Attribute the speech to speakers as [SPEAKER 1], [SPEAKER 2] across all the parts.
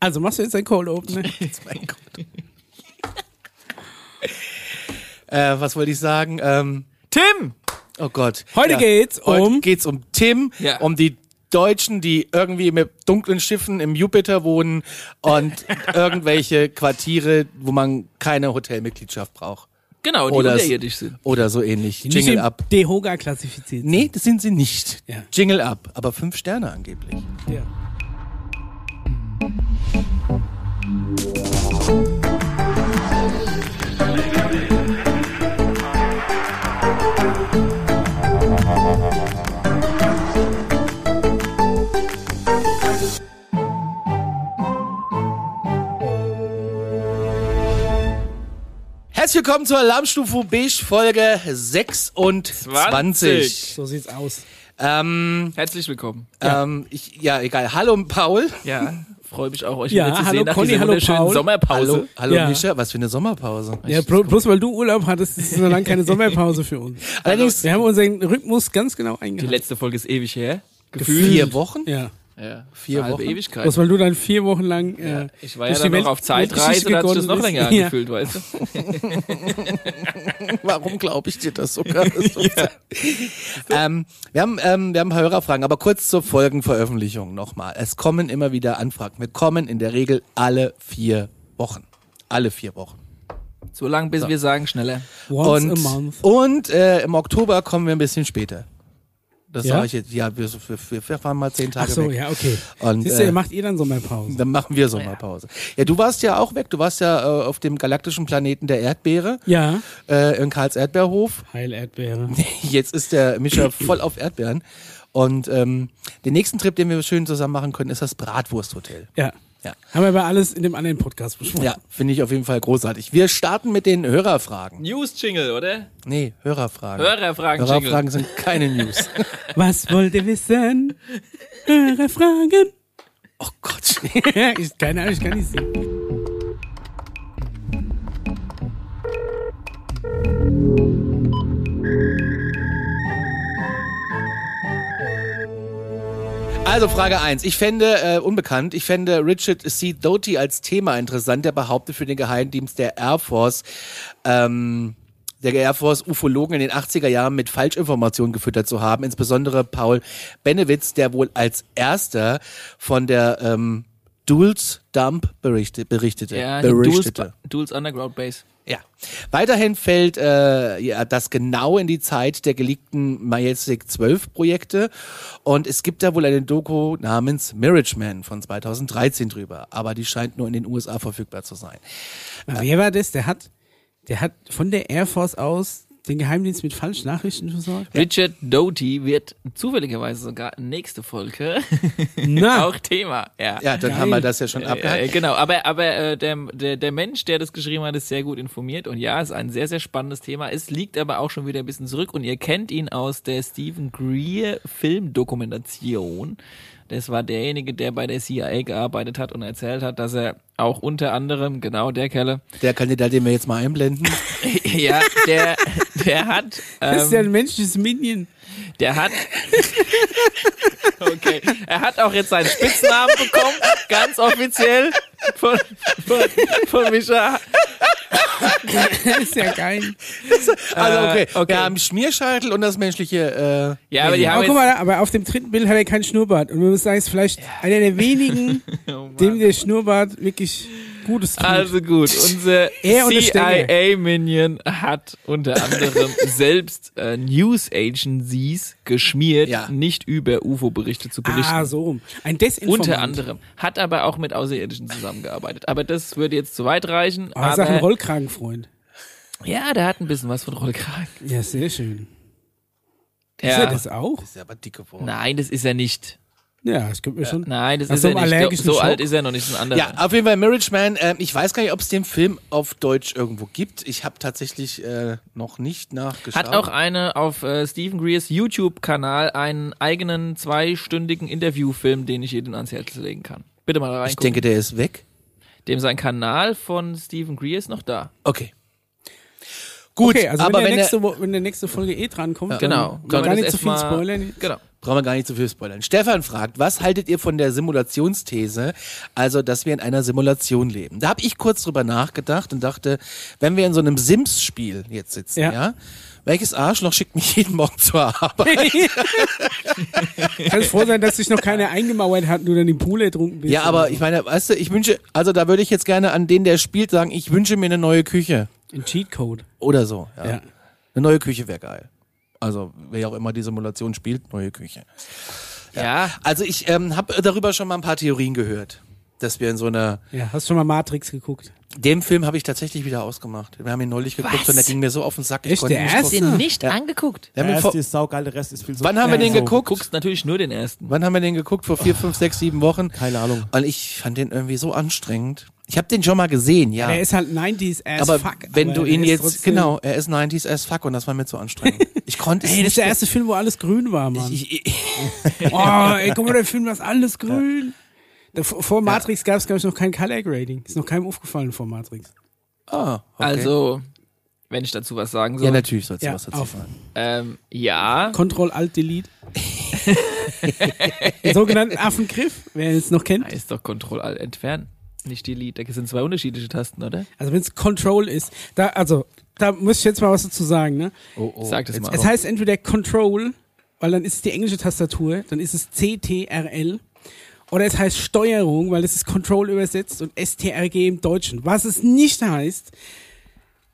[SPEAKER 1] Also machst du jetzt ein Cold Open?
[SPEAKER 2] Äh, was wollte ich sagen? Ähm,
[SPEAKER 3] Tim!
[SPEAKER 2] oh Gott.
[SPEAKER 1] Heute geht's
[SPEAKER 2] heute
[SPEAKER 1] um-
[SPEAKER 2] geht's um Tim,
[SPEAKER 3] Ja.
[SPEAKER 2] um die Deutschen, die irgendwie mit dunklen Schiffen im Jupiter wohnen und irgendwelche Quartiere, wo man keine Hotelmitgliedschaft braucht.
[SPEAKER 3] Genau, die
[SPEAKER 2] Oder,
[SPEAKER 3] unterirdisch sind.
[SPEAKER 2] oder so ähnlich.
[SPEAKER 1] Nicht
[SPEAKER 2] Jingle
[SPEAKER 1] im
[SPEAKER 2] up.
[SPEAKER 1] Dehoga klassifiziert.
[SPEAKER 2] Nee, das sind sie nicht.
[SPEAKER 1] Ja.
[SPEAKER 2] Jingle up, aber fünf Sterne angeblich.
[SPEAKER 1] Ja.
[SPEAKER 2] Herzlich willkommen zur Alarmstufe Beige Folge 26.
[SPEAKER 1] So sieht's aus.
[SPEAKER 2] Ähm,
[SPEAKER 3] Herzlich willkommen.
[SPEAKER 2] ähm, ich, ja, egal. Hallo Paul.
[SPEAKER 3] Ja, freue mich auch, euch
[SPEAKER 1] Ja,
[SPEAKER 3] wieder zu
[SPEAKER 1] hallo
[SPEAKER 3] sehen nach
[SPEAKER 1] Conny,
[SPEAKER 3] dieser
[SPEAKER 1] hallo
[SPEAKER 3] wunderschönen
[SPEAKER 1] Paul.
[SPEAKER 3] Sommerpause.
[SPEAKER 2] Hallo, hallo
[SPEAKER 1] Ja.
[SPEAKER 2] Mischa, was für eine Sommerpause.
[SPEAKER 1] Ja, blo bloß weil du Urlaub hattest, ist so lange keine Sommerpause für uns.
[SPEAKER 2] Allerdings
[SPEAKER 1] Wir haben unseren Rhythmus ganz genau
[SPEAKER 3] Also, Die
[SPEAKER 1] eingehalten.
[SPEAKER 3] letzte Folge ist ewig her.
[SPEAKER 1] Gefühlt.
[SPEAKER 2] vier Wochen?
[SPEAKER 1] Ja.
[SPEAKER 3] Ja,
[SPEAKER 2] Vier
[SPEAKER 3] halbe
[SPEAKER 2] Wochen.
[SPEAKER 3] Ewigkeit.
[SPEAKER 1] Bloß weil du dann vier Wochen lang. Äh,
[SPEAKER 3] Ja, ich war ja
[SPEAKER 1] durch die
[SPEAKER 3] dann
[SPEAKER 1] Welt-
[SPEAKER 3] noch auf Zeitreise,
[SPEAKER 1] Weltgeschichte
[SPEAKER 3] da hat sich das
[SPEAKER 1] gegangen
[SPEAKER 3] noch
[SPEAKER 1] bist.
[SPEAKER 3] länger
[SPEAKER 1] Ja.
[SPEAKER 3] angefühlt, weißt du?
[SPEAKER 2] Warum glaube ich dir das sogar? ähm, wir, haben, ähm, wir haben Hörerfragen, aber kurz zur Folgenveröffentlichung nochmal. Es kommen immer wieder Anfragen. Wir kommen in der Regel alle vier Wochen. Alle vier Wochen.
[SPEAKER 3] So lange, bis wir sagen, schneller.
[SPEAKER 1] Once
[SPEAKER 2] und
[SPEAKER 1] a month.
[SPEAKER 2] und äh, im Oktober kommen wir ein bisschen später. Das
[SPEAKER 1] Ja?
[SPEAKER 2] sage ich jetzt. Ja, wir, wir, wir fahren mal zehn
[SPEAKER 1] Ach
[SPEAKER 2] Tage
[SPEAKER 1] so,
[SPEAKER 2] weg.
[SPEAKER 1] ja, okay.
[SPEAKER 2] Und,
[SPEAKER 1] Siehst du,
[SPEAKER 2] äh,
[SPEAKER 1] ihr macht ihr dann Sommerpause.
[SPEAKER 2] Dann machen wir Sommerpause. Ja, du warst ja auch weg. Du warst ja äh, auf dem galaktischen Planeten der Erdbeere
[SPEAKER 1] Ja.
[SPEAKER 2] äh, in Karls Erdbeerhof.
[SPEAKER 1] Heil Erdbeere.
[SPEAKER 2] Jetzt ist der Mischa voll auf Erdbeeren. Und ähm, den nächsten Trip, den wir schön zusammen machen können, ist das Bratwursthotel.
[SPEAKER 1] Ja.
[SPEAKER 2] Ja.
[SPEAKER 1] Haben wir aber alles in dem anderen Podcast besprochen.
[SPEAKER 2] Ja, finde ich auf jeden Fall großartig. Wir starten mit den Hörerfragen.
[SPEAKER 3] News-Jingle, oder?
[SPEAKER 2] Nee, Hörerfragen.
[SPEAKER 3] Hörerfragen-Jingle.
[SPEAKER 2] Hörerfragen sind keine News.
[SPEAKER 1] Was wollt ihr wissen? Höre Fragen.
[SPEAKER 2] oh Gott.
[SPEAKER 1] ich, keine Ahnung, ich kann nicht sehen.
[SPEAKER 2] Also Frage eins. Ich fände, äh, unbekannt, ich fände Richard C. Doty als Thema interessant, der behauptet für den Geheimdienst der Air Force, ähm, der Air Force Ufologen in den 80er Jahren mit Falschinformationen gefüttert zu haben, insbesondere Paul Benewitz, der wohl als erster von der ähm, Dulles Dump berichte, berichtete.
[SPEAKER 3] Ja, die Duels,
[SPEAKER 2] berichtete.
[SPEAKER 3] Duels Underground Base.
[SPEAKER 2] Ja. Weiterhin fällt äh, ja, das genau in die Zeit der geleakten Majestic 12 Projekte und es gibt da wohl eine Doku namens Marriage Man von 2013 drüber, aber die scheint nur in den USA verfügbar zu sein.
[SPEAKER 1] Na, wer war das? Der hat, der hat von der Air Force aus den Geheimdienst mit falschen Nachrichten versorgt?
[SPEAKER 3] Richard Doty wird zufälligerweise sogar nächste Folge
[SPEAKER 1] Na,
[SPEAKER 3] auch Thema. Ja.
[SPEAKER 2] Ja, dann
[SPEAKER 1] Geil.
[SPEAKER 2] haben wir das ja schon
[SPEAKER 3] Ja,
[SPEAKER 2] abgehakt.
[SPEAKER 3] genau, aber, aber äh, der, der, der Mensch, der das geschrieben hat, ist sehr gut informiert und ja, ist ein sehr, sehr spannendes Thema. Es liegt aber auch schon wieder ein bisschen zurück und ihr kennt ihn aus der Stephen Greer Filmdokumentation. Das war derjenige, der bei der CIA gearbeitet hat und erzählt hat, dass er auch unter anderem, genau der Kerle,
[SPEAKER 2] Der Kandidat, den wir jetzt mal einblenden.
[SPEAKER 3] ja, der, der hat.
[SPEAKER 1] das
[SPEAKER 3] Ähm,
[SPEAKER 1] ist ja ein menschliches Minion.
[SPEAKER 3] Der hat. Okay. Er hat auch jetzt seinen Spitznamen bekommen, ganz offiziell von, von, von Mischa.
[SPEAKER 1] Das ist ja geil.
[SPEAKER 2] Also okay,
[SPEAKER 3] okay.
[SPEAKER 2] wir haben Schmierscheitel und das menschliche äh,
[SPEAKER 3] Ja, aber die
[SPEAKER 1] Aber
[SPEAKER 3] haben
[SPEAKER 1] Oh, guck mal,
[SPEAKER 3] jetzt,
[SPEAKER 1] da, aber auf dem dritten Bild hat er keinen Schnurrbart. Und man muss sagen, ist vielleicht einer der wenigen, dem der Schnurrbart wirklich Gutes tut.
[SPEAKER 3] Oh Also gut, unser
[SPEAKER 1] Er und das Stängel.
[SPEAKER 3] CIA-Minion hat unter anderem selbst äh, News Agencies geschmiert,
[SPEAKER 2] Ja.
[SPEAKER 3] nicht über UFO-Berichte zu berichten.
[SPEAKER 1] ah, so rum. Ein Desinformant.
[SPEAKER 3] Unter anderem. Hat aber auch mit Außerirdischen zusammengearbeitet. Aber das würde jetzt zu weit reichen.
[SPEAKER 1] Oh, sag ein
[SPEAKER 3] aber,
[SPEAKER 1] Rollkragenfreund.
[SPEAKER 3] ja, der hat ein bisschen was von Rollkragen.
[SPEAKER 1] Ja, sehr schön. Ist er
[SPEAKER 3] Ja.
[SPEAKER 1] das auch?
[SPEAKER 2] ist ja aber dick geworden.
[SPEAKER 3] Nein, das ist er nicht.
[SPEAKER 1] Ja, das kommt mir schon.
[SPEAKER 3] Nein, das
[SPEAKER 1] Nach
[SPEAKER 3] ist
[SPEAKER 1] so
[SPEAKER 3] er
[SPEAKER 1] einem
[SPEAKER 3] nicht.
[SPEAKER 1] allergischen
[SPEAKER 3] So, so
[SPEAKER 1] Schock.
[SPEAKER 3] alt ist er noch nicht, ein anderer.
[SPEAKER 2] Ja, auf jeden Fall Marriage Man. Ähm, ich weiß gar nicht, ob es den Film auf Deutsch irgendwo gibt. Ich habe tatsächlich äh, noch nicht nachgeschaut.
[SPEAKER 3] Hat auch eine auf äh, Stephen Greers YouTube-Kanal einen eigenen zweistündigen Interviewfilm, den ich jedem ans Herz legen kann. Bitte mal da
[SPEAKER 2] ich
[SPEAKER 3] reingucken.
[SPEAKER 2] denke, der ist weg.
[SPEAKER 3] Dem sein Kanal von Stephen Greer ist noch da.
[SPEAKER 2] Okay. Gut,
[SPEAKER 1] Okay, also
[SPEAKER 2] aber
[SPEAKER 1] wenn,
[SPEAKER 2] also wenn
[SPEAKER 1] der
[SPEAKER 2] der,
[SPEAKER 1] nächste, Wo- wenn der nächste Folge eh dran kommt,
[SPEAKER 3] Genau.
[SPEAKER 1] dann gar
[SPEAKER 3] Können wir das
[SPEAKER 1] nicht zu
[SPEAKER 3] erst
[SPEAKER 1] viel
[SPEAKER 3] mal-
[SPEAKER 1] spoilern.
[SPEAKER 3] Genau.
[SPEAKER 2] brauchen wir gar nicht zu viel spoilern. Stefan fragt, was haltet ihr von der Simulationsthese, also dass wir in einer Simulation leben? Da habe ich kurz drüber nachgedacht und dachte, wenn wir in so einem Sims-Spiel jetzt sitzen, ja.
[SPEAKER 1] Ja.
[SPEAKER 2] welches Arschloch schickt mich jeden Morgen zur Arbeit?
[SPEAKER 1] Kannst froh sein, dass dich noch keiner eingemauert hat und du dann im Pool ertrunken bist. Also
[SPEAKER 2] ja, aber ich meine, weißt du, ich wünsche, also da würde ich jetzt gerne an den, der spielt, sagen, ich wünsche mir eine neue Küche
[SPEAKER 1] Ein Cheatcode.
[SPEAKER 2] oder so. Ja.
[SPEAKER 1] Ja.
[SPEAKER 2] Eine neue Küche wäre geil. Also wer auch immer die Simulation spielt, neue Küche.
[SPEAKER 3] Ja.
[SPEAKER 2] Also ich ähm, habe darüber schon mal ein paar Theorien gehört, dass wir in so einer.
[SPEAKER 1] Ja, hast schon mal Matrix geguckt?
[SPEAKER 2] Dem Film habe ich tatsächlich wieder ausgemacht. Wir haben ihn neulich geguckt
[SPEAKER 3] Was?
[SPEAKER 2] und der ging mir so auf den Sack. Ich
[SPEAKER 1] Echt,
[SPEAKER 2] konnte
[SPEAKER 1] der
[SPEAKER 2] nicht
[SPEAKER 1] erste?
[SPEAKER 2] gucken.
[SPEAKER 3] Den nicht angeguckt.
[SPEAKER 2] Wir
[SPEAKER 4] Der
[SPEAKER 2] haben ihn
[SPEAKER 4] erste
[SPEAKER 2] vor,
[SPEAKER 4] ist saugeil, der Rest ist viel so. Also-
[SPEAKER 2] wann haben wir den
[SPEAKER 4] so.
[SPEAKER 3] Du
[SPEAKER 2] geguckt?
[SPEAKER 3] guckst natürlich nur den ersten.
[SPEAKER 2] Wann haben wir den geguckt? Vor vier, fünf, sechs, sieben Wochen.
[SPEAKER 4] Keine Ahnung.
[SPEAKER 2] Und ich fand den irgendwie so anstrengend. Ich habe den schon mal gesehen, ja.
[SPEAKER 1] Der ist halt 90s as
[SPEAKER 2] aber
[SPEAKER 1] fuck.
[SPEAKER 2] wenn
[SPEAKER 1] aber
[SPEAKER 2] du
[SPEAKER 1] der
[SPEAKER 2] ihn
[SPEAKER 1] ist
[SPEAKER 2] jetzt
[SPEAKER 1] trotzdem-
[SPEAKER 2] genau, er ist 90s as fuck und das war mir zu anstrengend. Ich konnte es
[SPEAKER 1] Ey, das ist
[SPEAKER 2] nicht.
[SPEAKER 1] der erste Film, wo alles grün war, Mann.
[SPEAKER 2] ich, ich,
[SPEAKER 1] Oh, ey, guck mal, der Film war alles grün. Da, vor vor Matrix gab es, glaube ich, noch kein Color Grading. Ist noch keinem aufgefallen vor Matrix.
[SPEAKER 2] ah, okay.
[SPEAKER 3] Also, wenn ich dazu was sagen soll.
[SPEAKER 2] ja, natürlich sollst du
[SPEAKER 1] Ja,
[SPEAKER 2] was dazu
[SPEAKER 1] auf.
[SPEAKER 2] sagen.
[SPEAKER 3] ähm, ja.
[SPEAKER 1] Control Alt Delete. Den sogenannten Affengriff, wer ihn jetzt noch
[SPEAKER 3] Da
[SPEAKER 1] kennt.
[SPEAKER 3] ist doch Control Alt entfernen. Nicht Delete. Da sind zwei unterschiedliche Tasten, oder?
[SPEAKER 1] Also wenn es Control ist, da also da muss ich jetzt mal was dazu sagen, ne?
[SPEAKER 2] Oh, oh.
[SPEAKER 3] Sag das
[SPEAKER 2] Jetzt-
[SPEAKER 3] mal.
[SPEAKER 1] Es heißt entweder Control, weil dann ist es die englische Tastatur, dann ist es CTRL. Oder es heißt Steuerung, weil es ist Control übersetzt und STRG im Deutschen. Was es nicht heißt,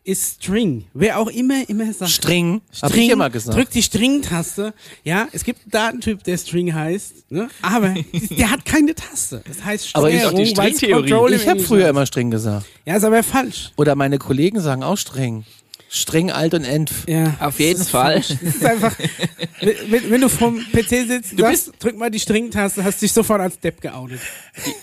[SPEAKER 1] ist String. Wer auch immer, immer sagt.
[SPEAKER 2] String, habe ich immer gesagt.
[SPEAKER 1] Drück die String-Taste. Ja, es gibt einen Datentyp, der String heißt, ne? aber der hat keine Taste. Das heißt
[SPEAKER 2] Aber
[SPEAKER 1] Steuerung,
[SPEAKER 2] ich-
[SPEAKER 3] Doch, die
[SPEAKER 1] weil's
[SPEAKER 3] Stringtheorie.
[SPEAKER 1] Control im
[SPEAKER 2] ich habe
[SPEAKER 1] Englischen
[SPEAKER 2] früher
[SPEAKER 1] heißt.
[SPEAKER 2] immer streng gesagt.
[SPEAKER 1] Ja, ist aber falsch.
[SPEAKER 2] Oder meine Kollegen sagen auch streng. Streng, alt und enf.
[SPEAKER 1] Ja.
[SPEAKER 3] Auf jeden Fall.
[SPEAKER 1] Das ist einfach, wenn, wenn- wenn du vom PC sitzt, sagst, drück mal die Stringtaste, hast dich sofort als Depp geoutet.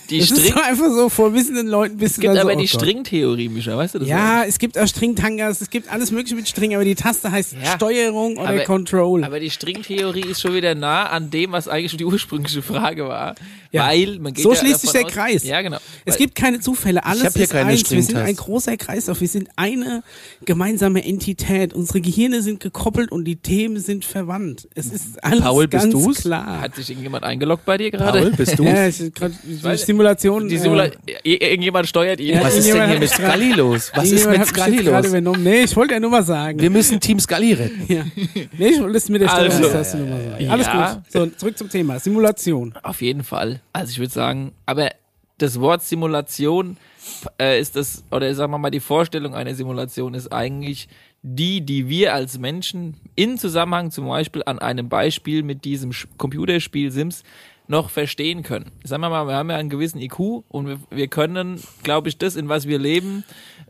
[SPEAKER 3] Die
[SPEAKER 1] Das ist
[SPEAKER 3] String.
[SPEAKER 1] doch einfach so, vor wissenden Leuten bist du
[SPEAKER 3] Es gibt
[SPEAKER 1] dann
[SPEAKER 3] aber
[SPEAKER 1] so, oh
[SPEAKER 3] die
[SPEAKER 1] Gott.
[SPEAKER 3] Stringtheorie, Mischa, weißt du das?
[SPEAKER 1] Ja, es gibt auch Stringtangas, es gibt alles mögliche mit String, aber die Taste heißt
[SPEAKER 3] Ja.
[SPEAKER 1] Steuerung oder
[SPEAKER 3] Aber-
[SPEAKER 1] Control.
[SPEAKER 3] Aber die Stringtheorie ist schon wieder nah an dem, was eigentlich schon die ursprüngliche Frage war.
[SPEAKER 1] Ja.
[SPEAKER 3] Weil man geht
[SPEAKER 1] So
[SPEAKER 3] ja
[SPEAKER 1] schließt sich
[SPEAKER 3] davon
[SPEAKER 1] der
[SPEAKER 3] aus,
[SPEAKER 1] Kreis.
[SPEAKER 3] Ja, genau.
[SPEAKER 1] es
[SPEAKER 3] Weil-
[SPEAKER 1] gibt keine Zufälle, alles
[SPEAKER 2] hab hier
[SPEAKER 1] ist
[SPEAKER 2] keine
[SPEAKER 1] eins. Wir sind
[SPEAKER 2] Stringtaste.
[SPEAKER 1] ein großer Kreislauf, wir sind eine gemeinsame Entität. Unsere Gehirne sind gekoppelt und die Themen sind verwandt. Es
[SPEAKER 3] Mhm.
[SPEAKER 1] ist alles
[SPEAKER 2] Paul, bist
[SPEAKER 1] ganz
[SPEAKER 2] du's?
[SPEAKER 1] klar.
[SPEAKER 3] Hat sich irgendjemand eingeloggt bei dir gerade?
[SPEAKER 2] Paul, bist du?
[SPEAKER 1] Ja, ich, grad, die Simulation.
[SPEAKER 3] Die
[SPEAKER 1] äh,
[SPEAKER 3] Simula Ir- Irgendjemand steuert ihn.
[SPEAKER 1] Ja.
[SPEAKER 2] Was ist denn
[SPEAKER 1] Irgendjemand
[SPEAKER 2] hier
[SPEAKER 1] hat
[SPEAKER 2] mit
[SPEAKER 1] mich
[SPEAKER 2] Scully los? Was
[SPEAKER 1] Irgendjemand
[SPEAKER 2] ist mit
[SPEAKER 1] hat mich jetzt
[SPEAKER 2] Scully
[SPEAKER 1] gerade
[SPEAKER 2] los?
[SPEAKER 1] Übernommen. Nee, ich wollte ja nur mal sagen.
[SPEAKER 2] Wir müssen Team Scully retten.
[SPEAKER 1] ja. Nee, ich wollte es mit der
[SPEAKER 3] Also.
[SPEAKER 1] Steuerungstaste nur mal sagen. Alles
[SPEAKER 3] Ja.
[SPEAKER 1] gut. So, zurück zum Thema. Simulation.
[SPEAKER 3] Auf jeden Fall. Also ich würde sagen, aber das Wort Simulation äh, ist das, oder sagen wir mal, die Vorstellung einer Simulation ist eigentlich die, die wir als Menschen in Zusammenhang zum Beispiel an einem Beispiel mit diesem Sch- Computerspiel Sims noch verstehen können. Sagen wir mal, wir haben ja einen gewissen IQ und wir, wir können, glaube ich, das, in was wir leben,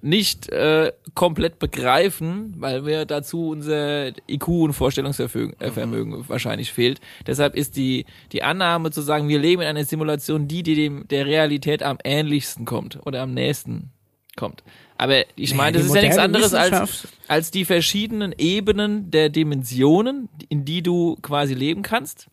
[SPEAKER 3] nicht äh, komplett begreifen, weil wir dazu unser IQ und Vorstellungsvermögen äh,
[SPEAKER 1] Mhm.
[SPEAKER 3] Vermögen wahrscheinlich fehlt. Deshalb ist die, die Annahme zu sagen, wir leben in einer Simulation die, die dem, der Realität am ähnlichsten kommt oder am nächsten kommt. Aber ich meine, das
[SPEAKER 1] die
[SPEAKER 3] ist ja nichts
[SPEAKER 1] moderne
[SPEAKER 3] anderes als,
[SPEAKER 1] Wissenschaft-
[SPEAKER 3] als die verschiedenen Ebenen der Dimensionen, in die du quasi leben kannst.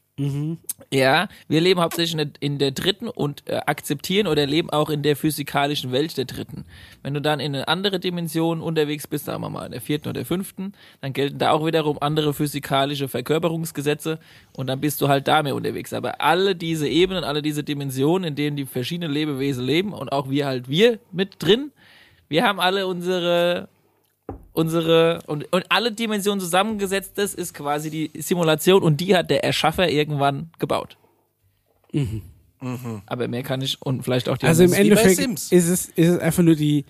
[SPEAKER 3] Ja, wir leben hauptsächlich in der, in der dritten und äh, akzeptieren oder leben auch in der physikalischen Welt der dritten. Wenn du dann in eine andere Dimension unterwegs bist, sagen wir mal in der vierten oder fünften, dann gelten da auch wiederum andere physikalische Verkörperungsgesetze und dann bist du halt da mehr unterwegs. Aber alle diese Ebenen, alle diese Dimensionen, in denen die verschiedenen Lebewesen leben und auch wir halt wir mit drin, wir haben alle unsere unsere und, und alle Dimensionen zusammengesetzt, das ist quasi die Simulation und die hat der Erschaffer irgendwann gebaut.
[SPEAKER 2] Mhm.
[SPEAKER 3] Aber mehr kann ich und vielleicht auch die
[SPEAKER 1] Also im
[SPEAKER 3] anderen-
[SPEAKER 2] wie bei
[SPEAKER 1] Endeffekt
[SPEAKER 2] Sims.
[SPEAKER 1] ist es, ist es einfach nur die,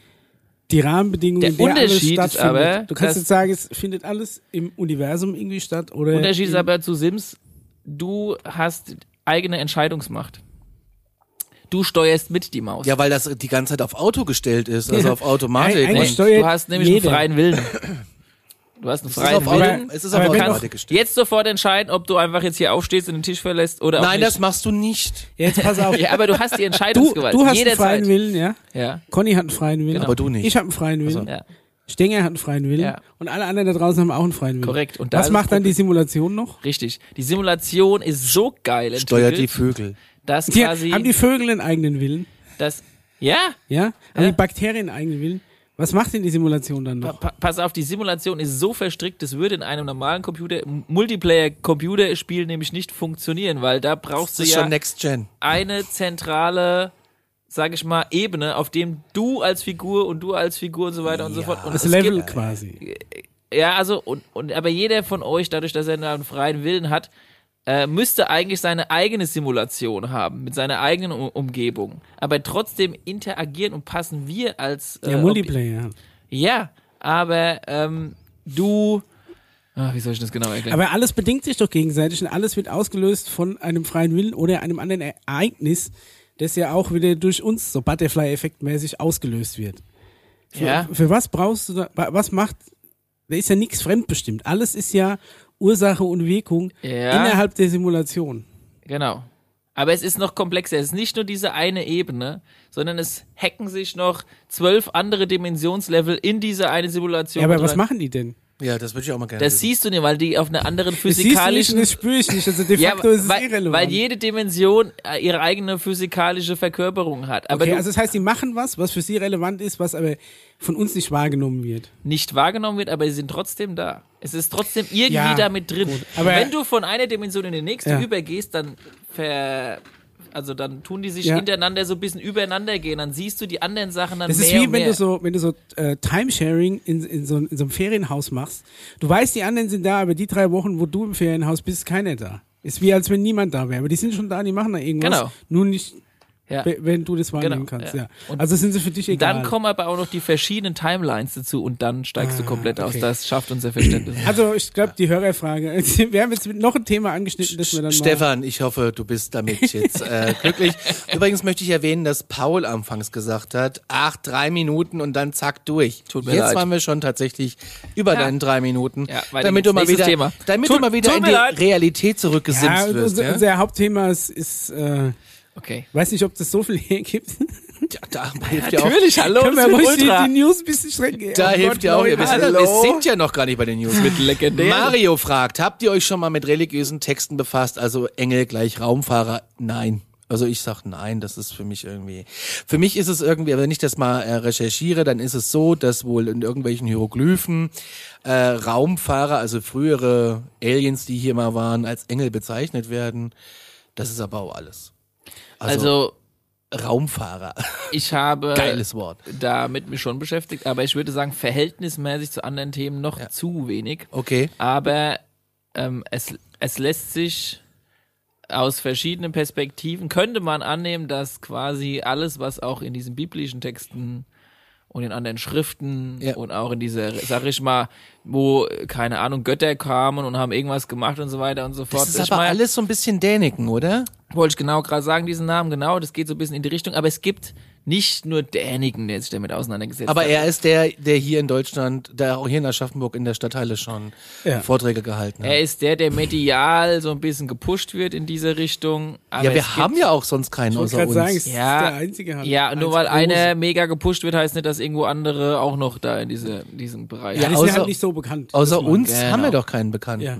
[SPEAKER 1] die Rahmenbedingungen,
[SPEAKER 3] Der
[SPEAKER 1] in der
[SPEAKER 3] Unterschied ist
[SPEAKER 1] alles stattfindet.
[SPEAKER 3] aber,
[SPEAKER 1] du kannst
[SPEAKER 3] dass-
[SPEAKER 1] jetzt sagen, es findet alles im Universum irgendwie statt oder.
[SPEAKER 3] Unterschied ist
[SPEAKER 1] im-
[SPEAKER 3] aber zu Sims, du hast eigene Entscheidungsmacht. Du steuerst mit die Maus.
[SPEAKER 2] Ja, weil das die ganze Zeit auf Auto gestellt ist, also auf Automatik.
[SPEAKER 1] Ein-
[SPEAKER 2] Und
[SPEAKER 1] eigentlich
[SPEAKER 2] es
[SPEAKER 1] steuert
[SPEAKER 3] du hast nämlich
[SPEAKER 1] jeder.
[SPEAKER 3] einen freien Willen. Du hast einen
[SPEAKER 2] ist
[SPEAKER 3] freien
[SPEAKER 2] auf
[SPEAKER 3] Willen.
[SPEAKER 2] Auto, es ist auf
[SPEAKER 1] Aber wenn auch-
[SPEAKER 2] Automatik gestellt.
[SPEAKER 3] Jetzt sofort entscheiden, ob du einfach jetzt hier aufstehst und den Tisch verlässt oder
[SPEAKER 2] Nein,
[SPEAKER 3] auch
[SPEAKER 2] das
[SPEAKER 3] nicht.
[SPEAKER 2] machst du nicht.
[SPEAKER 1] Ja, jetzt pass auf.
[SPEAKER 3] ja, aber du hast die
[SPEAKER 1] du,
[SPEAKER 3] Entscheidungsgewalt.
[SPEAKER 1] du hast einen
[SPEAKER 3] jederzeit.
[SPEAKER 1] freien Willen, ja.
[SPEAKER 3] Ja.
[SPEAKER 1] Conny hat einen freien Willen.
[SPEAKER 3] Genau.
[SPEAKER 2] Aber du nicht.
[SPEAKER 1] Ich habe einen freien Willen.
[SPEAKER 3] Also, ja.
[SPEAKER 1] Stenger hat einen freien Willen.
[SPEAKER 3] Ja.
[SPEAKER 1] Und alle anderen da draußen haben auch einen freien Willen.
[SPEAKER 3] Korrekt. Und da ist
[SPEAKER 1] Was
[SPEAKER 3] das
[SPEAKER 1] macht dann
[SPEAKER 3] Problem.
[SPEAKER 1] die Simulation noch?
[SPEAKER 3] Richtig. Die Simulation ist so geil
[SPEAKER 2] Steuert die
[SPEAKER 3] entwickelt,
[SPEAKER 2] Vögel.
[SPEAKER 3] dass
[SPEAKER 1] Die,
[SPEAKER 3] quasi
[SPEAKER 1] haben die Vögel einen eigenen Willen?
[SPEAKER 3] das ja
[SPEAKER 1] Ja? Haben
[SPEAKER 3] Ja.
[SPEAKER 1] die Bakterien einen eigenen Willen? Was macht denn die Simulation dann
[SPEAKER 3] Pa
[SPEAKER 1] noch?
[SPEAKER 3] pa pass auf, die Simulation ist so verstrickt, es würde in einem normalen Computer, M- Multiplayer-Computerspiel nämlich nicht funktionieren, weil da brauchst
[SPEAKER 2] Das
[SPEAKER 3] du
[SPEAKER 2] ist
[SPEAKER 3] ja
[SPEAKER 2] schon ne- Next Gen.
[SPEAKER 3] eine zentrale, sag ich mal, Ebene, auf dem du als Figur und du als Figur und so weiter und so
[SPEAKER 2] Ja.
[SPEAKER 3] fort. Und
[SPEAKER 1] Das
[SPEAKER 3] es
[SPEAKER 1] Level
[SPEAKER 3] gibt-
[SPEAKER 1] quasi.
[SPEAKER 3] Ja, also, und, und aber jeder von euch, dadurch, dass er da einen freien Willen hat, äh, müsste eigentlich seine eigene Simulation haben, mit seiner eigenen um Umgebung. Aber trotzdem interagieren und passen wir als. Äh,
[SPEAKER 1] Ja,
[SPEAKER 3] Ob-
[SPEAKER 1] Multiplayer.
[SPEAKER 3] Ja, aber ähm, du. Ach, wie soll ich das genau erklären?
[SPEAKER 1] Aber alles bedingt sich doch gegenseitig und alles wird ausgelöst von einem freien Willen oder einem anderen Ereignis, das ja auch wieder durch uns so Butterfly-Effekt-mäßig ausgelöst wird. Für,
[SPEAKER 3] ja,
[SPEAKER 1] für was brauchst du da, wa- was macht, da ist ja nichts fremdbestimmt. Alles ist ja Ursache und Wirkung
[SPEAKER 3] Ja.
[SPEAKER 1] innerhalb der Simulation.
[SPEAKER 3] genau. Aber es ist noch komplexer. Es ist nicht nur diese eine Ebene, sondern es hacken sich noch zwölf andere Dimensionslevel in diese eine Simulation.
[SPEAKER 1] Ja, aber
[SPEAKER 3] mit
[SPEAKER 1] was
[SPEAKER 3] rein.
[SPEAKER 1] machen die denn?
[SPEAKER 2] Ja, das würde ich auch mal gerne.
[SPEAKER 3] Das
[SPEAKER 2] wissen.
[SPEAKER 3] siehst du nicht, weil die auf einer anderen
[SPEAKER 1] Das siehst du nicht und
[SPEAKER 3] physikalischen
[SPEAKER 1] das spüre ich nicht. Also de facto ist es
[SPEAKER 3] weil,
[SPEAKER 1] irrelevant.
[SPEAKER 3] weil jede Dimension äh, ihre eigene physikalische Verkörperung hat, aber
[SPEAKER 1] okay,
[SPEAKER 3] du
[SPEAKER 1] also das heißt, die machen was, was für sie relevant ist, was aber von uns nicht wahrgenommen wird.
[SPEAKER 3] nicht wahrgenommen wird, aber sie sind trotzdem da. Es ist trotzdem irgendwie
[SPEAKER 1] Ja,
[SPEAKER 3] da mit drin.
[SPEAKER 1] gut, aber-
[SPEAKER 3] Wenn du von einer Dimension in die nächste
[SPEAKER 1] Ja.
[SPEAKER 3] übergehst, dann ver also dann tun die sich
[SPEAKER 1] Ja.
[SPEAKER 3] hintereinander so ein bisschen übereinander gehen, dann siehst du die anderen Sachen dann
[SPEAKER 1] Das
[SPEAKER 3] mehr
[SPEAKER 1] ist wie
[SPEAKER 3] und
[SPEAKER 1] wenn
[SPEAKER 3] mehr.
[SPEAKER 1] du so, wenn du so äh, Timesharing in, in, so, in so einem Ferienhaus machst. Du weißt, die anderen sind da, aber die drei Wochen, wo du im Ferienhaus bist, ist keiner da. Ist wie als wenn niemand da wäre. Aber die sind schon da, die machen da irgendwas.
[SPEAKER 3] Genau.
[SPEAKER 1] Nur nicht,
[SPEAKER 3] ja.
[SPEAKER 1] we- wenn du das wahrnehmen
[SPEAKER 3] Genau,
[SPEAKER 1] kannst.
[SPEAKER 3] ja.
[SPEAKER 1] Ja.
[SPEAKER 3] Und
[SPEAKER 1] Also sind sie für dich egal. Ah,
[SPEAKER 3] Dann kommen aber auch noch die verschiedenen Timelines dazu und dann steigst du komplett aus.
[SPEAKER 1] okay.
[SPEAKER 3] Das schafft unser Verständnis.
[SPEAKER 1] also ich glaube, die Hörerfrage. Wir haben jetzt mit noch ein Thema angeschnitten, das wir dann mal...
[SPEAKER 2] Stefan, ich hoffe, du bist damit jetzt äh, glücklich. Übrigens möchte ich erwähnen, dass Paul anfangs gesagt hat, ach, drei Minuten und dann zack durch.
[SPEAKER 3] Tut mir
[SPEAKER 2] jetzt
[SPEAKER 3] leid.
[SPEAKER 2] waren wir schon tatsächlich über
[SPEAKER 3] Ja.
[SPEAKER 2] deinen drei Minuten.
[SPEAKER 3] Ja, weiter
[SPEAKER 2] damit
[SPEAKER 3] geht's.
[SPEAKER 2] du mal
[SPEAKER 3] Nächstes
[SPEAKER 2] wieder,
[SPEAKER 3] Thema.
[SPEAKER 2] Damit
[SPEAKER 3] Tut-
[SPEAKER 2] du mal wieder
[SPEAKER 3] tut
[SPEAKER 2] in
[SPEAKER 3] mir
[SPEAKER 2] die
[SPEAKER 3] leid.
[SPEAKER 2] Realität zurückgesimst
[SPEAKER 1] Ja,
[SPEAKER 2] wirst.
[SPEAKER 1] unser,
[SPEAKER 2] Ja?
[SPEAKER 1] unser Hauptthema ist, ist äh,
[SPEAKER 3] Okay.
[SPEAKER 1] weiß nicht, ob das so viel hergibt.
[SPEAKER 2] Ja, da hilft ja auch,
[SPEAKER 3] Natürlich, hallo,
[SPEAKER 1] Können
[SPEAKER 3] das
[SPEAKER 1] wir
[SPEAKER 3] sind
[SPEAKER 1] ruhig die,
[SPEAKER 3] Ultra.
[SPEAKER 1] die News ein bisschen strecken.
[SPEAKER 2] da
[SPEAKER 1] Oh Gott,
[SPEAKER 2] hilft ja auch. ihr
[SPEAKER 1] Leute.
[SPEAKER 2] wisst ja,
[SPEAKER 3] Hallo?
[SPEAKER 2] Wir sind ja noch gar nicht bei den News.
[SPEAKER 3] Mit legendär.
[SPEAKER 2] Mario fragt, habt ihr euch schon mal mit religiösen Texten befasst? Also Engel gleich Raumfahrer? Nein. Also ich sag nein, das ist für mich irgendwie. Für mich ist es irgendwie, wenn ich das mal äh, recherchiere, dann ist es so, dass wohl in irgendwelchen Hieroglyphen äh, Raumfahrer, also frühere Aliens, die hier mal waren, als Engel bezeichnet werden. Das ist aber auch alles. Also,
[SPEAKER 3] Also, äh,
[SPEAKER 2] Raumfahrer,
[SPEAKER 3] ich habe
[SPEAKER 2] geiles Wort.
[SPEAKER 3] damit mich schon beschäftigt, aber ich würde sagen, verhältnismäßig zu anderen Themen noch zu wenig.
[SPEAKER 2] Okay.
[SPEAKER 3] Aber ähm, es, es lässt sich aus verschiedenen Perspektiven, könnte man annehmen, dass quasi alles, was auch in diesen biblischen Texten und in anderen Schriften
[SPEAKER 2] Ja.
[SPEAKER 3] und auch in dieser, sag ich mal, wo, keine Ahnung, Götter kamen und haben irgendwas gemacht und so weiter und so fort.
[SPEAKER 2] Das ist
[SPEAKER 3] ich
[SPEAKER 2] aber
[SPEAKER 3] mein-
[SPEAKER 2] alles so ein bisschen Däniken, oder?
[SPEAKER 3] wollte ich genau gerade sagen, diesen Namen, genau, das geht so ein bisschen in die Richtung, aber es gibt nicht nur Däniken, der sich damit auseinandergesetzt
[SPEAKER 2] Aber
[SPEAKER 3] hat.
[SPEAKER 2] er ist der, der hier in Deutschland, der auch hier in Aschaffenburg in der Stadthalle schon
[SPEAKER 1] Ja.
[SPEAKER 2] Vorträge gehalten hat.
[SPEAKER 3] Er ist der, der medial so ein bisschen gepusht wird in diese Richtung. Aber
[SPEAKER 2] ja,
[SPEAKER 3] es
[SPEAKER 2] wir haben
[SPEAKER 3] gibt,
[SPEAKER 2] ja auch sonst keinen
[SPEAKER 1] Ich wollte
[SPEAKER 2] außer
[SPEAKER 1] gerade
[SPEAKER 2] uns.
[SPEAKER 1] sagen, es
[SPEAKER 3] Ja,
[SPEAKER 1] ist der einzige Hand.
[SPEAKER 3] Ja, nur
[SPEAKER 1] Als
[SPEAKER 3] weil
[SPEAKER 1] große.
[SPEAKER 3] einer mega gepusht wird, heißt nicht, dass irgendwo andere auch noch da in diese, diesem Bereich
[SPEAKER 1] Ja, die
[SPEAKER 3] sind.
[SPEAKER 1] sind
[SPEAKER 2] außer-
[SPEAKER 1] halt nicht so bekannt.
[SPEAKER 2] außer
[SPEAKER 1] Das war-
[SPEAKER 2] uns
[SPEAKER 3] Genau.
[SPEAKER 2] haben wir doch keinen Bekannten.
[SPEAKER 1] Ja.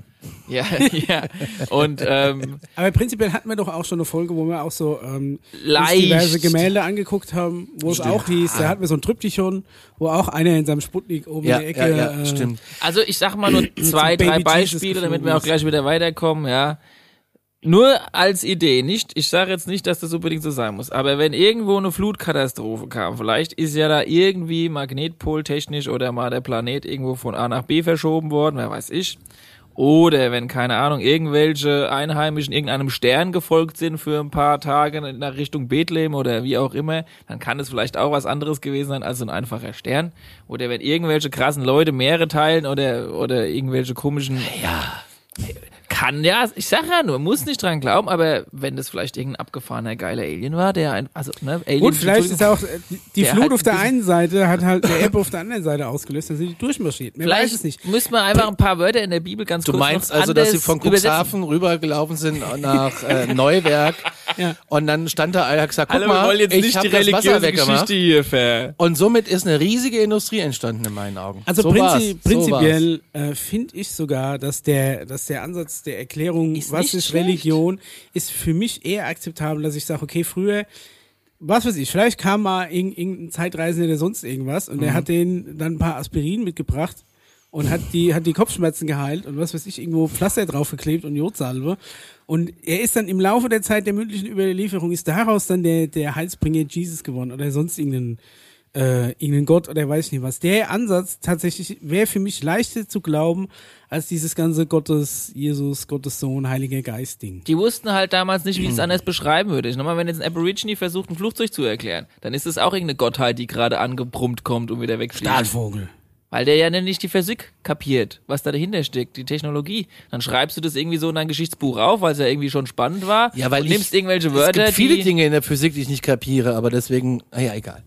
[SPEAKER 3] Ja, ja. Und ähm,
[SPEAKER 1] Aber prinzipiell hatten wir doch auch schon eine Folge, wo wir auch so ähm, uns
[SPEAKER 3] Leicht.
[SPEAKER 1] diverse Gemälde angeguckt haben, wo es auch hieß, da hatten wir so ein Triptychon, wo auch einer in seinem Sputnik oben
[SPEAKER 2] Ja,
[SPEAKER 1] in der
[SPEAKER 2] ja,
[SPEAKER 1] Ecke.
[SPEAKER 2] ja,
[SPEAKER 1] äh,
[SPEAKER 2] stimmt.
[SPEAKER 3] Also ich sag mal nur zwei,
[SPEAKER 1] Baby
[SPEAKER 3] drei
[SPEAKER 1] Jesus
[SPEAKER 3] Beispiele, damit wir auch gleich wieder weiterkommen, ja. Nur als Idee, nicht, ich sage jetzt nicht, dass das unbedingt so sein muss, aber wenn irgendwo eine Flutkatastrophe kam, vielleicht ist ja da irgendwie magnetpoltechnisch oder mal der Planet irgendwo von A nach B verschoben worden, wer weiß ich. Oder wenn, keine Ahnung, irgendwelche Einheimischen irgendeinem Stern gefolgt sind für ein paar Tage nach Richtung Bethlehem oder wie auch immer, dann kann es vielleicht auch was anderes gewesen sein als so ein einfacher Stern. Oder wenn irgendwelche krassen Leute Meere teilen oder, oder irgendwelche komischen. Ja. Kann ja, ich sag ja nur, muss nicht dran glauben, aber wenn das vielleicht irgendein abgefahrener geiler Alien war, der ein, also, ne, Alien.
[SPEAKER 1] Gut, vielleicht ist
[SPEAKER 3] Entschuldigung.
[SPEAKER 1] auch äh, die- die
[SPEAKER 3] Der
[SPEAKER 1] Flut
[SPEAKER 3] hat
[SPEAKER 1] auf der
[SPEAKER 3] diesen-
[SPEAKER 1] einen Seite hat halt eine Ebbe auf der anderen Seite ausgelöst, dann sind die durchmarschiert. Man weiß es nicht.
[SPEAKER 3] Vielleicht müssen wir einfach ein paar Wörter in der Bibel ganz
[SPEAKER 2] Du
[SPEAKER 3] kurz
[SPEAKER 2] meinst
[SPEAKER 3] noch
[SPEAKER 2] also, dass sie
[SPEAKER 3] anders
[SPEAKER 2] von
[SPEAKER 3] übersetzen.
[SPEAKER 2] Cuxhaven rübergelaufen sind nach äh, Neuwerk
[SPEAKER 1] Ja.
[SPEAKER 2] und dann stand da einer und gesagt, guck
[SPEAKER 3] Hallo, wir
[SPEAKER 2] mal,
[SPEAKER 3] wollen jetzt
[SPEAKER 2] ich
[SPEAKER 3] nicht
[SPEAKER 2] hab
[SPEAKER 3] die
[SPEAKER 2] das Wasser
[SPEAKER 3] religiöse
[SPEAKER 2] weggemacht.
[SPEAKER 3] Geschichte hier ver.
[SPEAKER 2] Und somit ist eine riesige Industrie entstanden in meinen Augen.
[SPEAKER 1] Also
[SPEAKER 2] so
[SPEAKER 1] prinzi
[SPEAKER 2] war's, So war's.
[SPEAKER 1] prinzipiell äh, finde ich sogar, dass der, dass der Ansatz der Erklärung,
[SPEAKER 3] Ist
[SPEAKER 1] was
[SPEAKER 3] nicht
[SPEAKER 1] ist
[SPEAKER 3] schlecht.
[SPEAKER 1] Religion, ist für mich eher akzeptabel, dass ich sage, okay, früher was weiß ich, vielleicht kam mal irg- irgendein Zeitreisender oder sonst irgendwas
[SPEAKER 2] Mhm.
[SPEAKER 1] und der hat denen dann ein paar Aspirin mitgebracht und hat die, hat die Kopfschmerzen geheilt und was weiß ich, irgendwo Pflaster draufgeklebt und Jodsalbe. Und er ist dann im Laufe der Zeit der mündlichen Überlieferung, ist daraus dann der, der Heilsbringer Jesus geworden oder sonst irgendein, äh, irgendein Gott oder weiß ich nicht was. Der Ansatz tatsächlich wäre für mich leichter zu glauben als dieses ganze Gottes, Jesus, Gottes Sohn, Heiliger Geist Ding.
[SPEAKER 3] Die wussten halt damals nicht, wie ich es anders beschreiben würde. Ich nochmal, wenn jetzt ein Aborigine versucht, ein Flugzeug zu erklären, dann ist es auch irgendeine Gottheit, die gerade angebrummt kommt und wieder wegfliegt.
[SPEAKER 1] Stahlvogel.
[SPEAKER 3] Weil der ja ne, nicht die Physik kapiert, was da dahinter steckt, die Technologie. Dann schreibst du das irgendwie so in dein Geschichtsbuch auf, weil es ja irgendwie schon spannend war.
[SPEAKER 2] Ja, weil
[SPEAKER 3] und
[SPEAKER 2] ich-
[SPEAKER 3] nimmst irgendwelche Wörter,
[SPEAKER 2] es gibt viele
[SPEAKER 3] die,
[SPEAKER 2] Dinge in der Physik, die ich nicht kapiere, aber deswegen, naja, egal.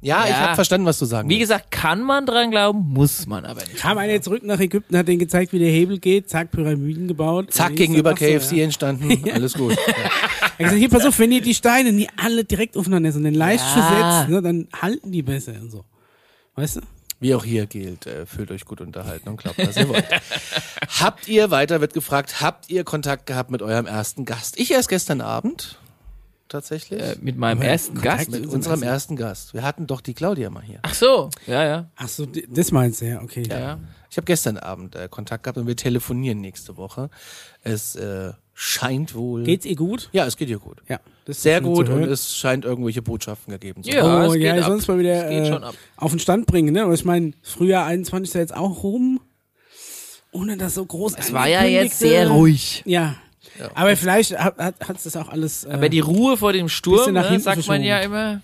[SPEAKER 2] Ja, ich
[SPEAKER 3] Ja.
[SPEAKER 2] habe verstanden, was du sagen
[SPEAKER 3] Wie
[SPEAKER 2] willst.
[SPEAKER 3] gesagt, kann man dran glauben, muss man aber nicht.
[SPEAKER 1] Kam einer zurück nach Ägypten, hat denen gezeigt, wie der Hebel geht, zack, Pyramiden gebaut.
[SPEAKER 2] Zack,
[SPEAKER 1] Und
[SPEAKER 2] gegenüber
[SPEAKER 1] dann ist er-
[SPEAKER 2] KFC entstanden, alles gut. Ja.
[SPEAKER 1] Er hat gesagt, hier, pass auf, wenn ihr die Steine nie alle direkt aufeinander, sondern leicht
[SPEAKER 3] Ja.
[SPEAKER 1] versetzt, ne, dann halten die besser und so. Weißt du?
[SPEAKER 2] Wie auch hier gilt, äh, fühlt euch gut unterhalten und glaubt, was ihr wollt. habt ihr, weiter wird gefragt, habt ihr Kontakt gehabt mit eurem ersten Gast? Ich erst gestern Abend, tatsächlich.
[SPEAKER 3] Äh, Mit meinem ersten Gast.
[SPEAKER 2] mit unserem ersten Gast. Wir hatten doch die Claudia mal hier.
[SPEAKER 3] Ach so, ja, ja.
[SPEAKER 1] Ach so, d- das meinst du, ja, okay.
[SPEAKER 3] ja.
[SPEAKER 2] Ich habe gestern Abend äh, Kontakt gehabt und wir telefonieren nächste Woche. Es äh, scheint wohl.
[SPEAKER 1] Geht's ihr gut?
[SPEAKER 2] Ja, es geht ihr gut.
[SPEAKER 1] Ja. Das ist
[SPEAKER 2] Sehr
[SPEAKER 1] schön
[SPEAKER 2] gut
[SPEAKER 1] zu
[SPEAKER 2] und
[SPEAKER 1] hören.
[SPEAKER 2] es scheint irgendwelche Botschaften gegeben zu haben.
[SPEAKER 3] Ja,
[SPEAKER 1] oh,
[SPEAKER 3] es
[SPEAKER 1] ja,
[SPEAKER 3] geht
[SPEAKER 1] ich soll uns
[SPEAKER 3] ab.
[SPEAKER 1] mal wieder
[SPEAKER 3] Es geht
[SPEAKER 1] äh,
[SPEAKER 3] schon ab.
[SPEAKER 1] auf den Stand bringen, ne? Aber ich meine, Frühjahr 21 ist ja jetzt auch rum, ohne dass so groß
[SPEAKER 3] Es war ja jetzt
[SPEAKER 1] angekündigte-
[SPEAKER 3] sehr ruhig.
[SPEAKER 1] Ja. Aber vielleicht hat es hat's das auch alles. Äh,
[SPEAKER 3] Aber die Ruhe vor dem Sturm,
[SPEAKER 1] Bisschen nach
[SPEAKER 3] ne,
[SPEAKER 1] hinten
[SPEAKER 3] sagt man
[SPEAKER 1] verschoben.
[SPEAKER 3] ja immer.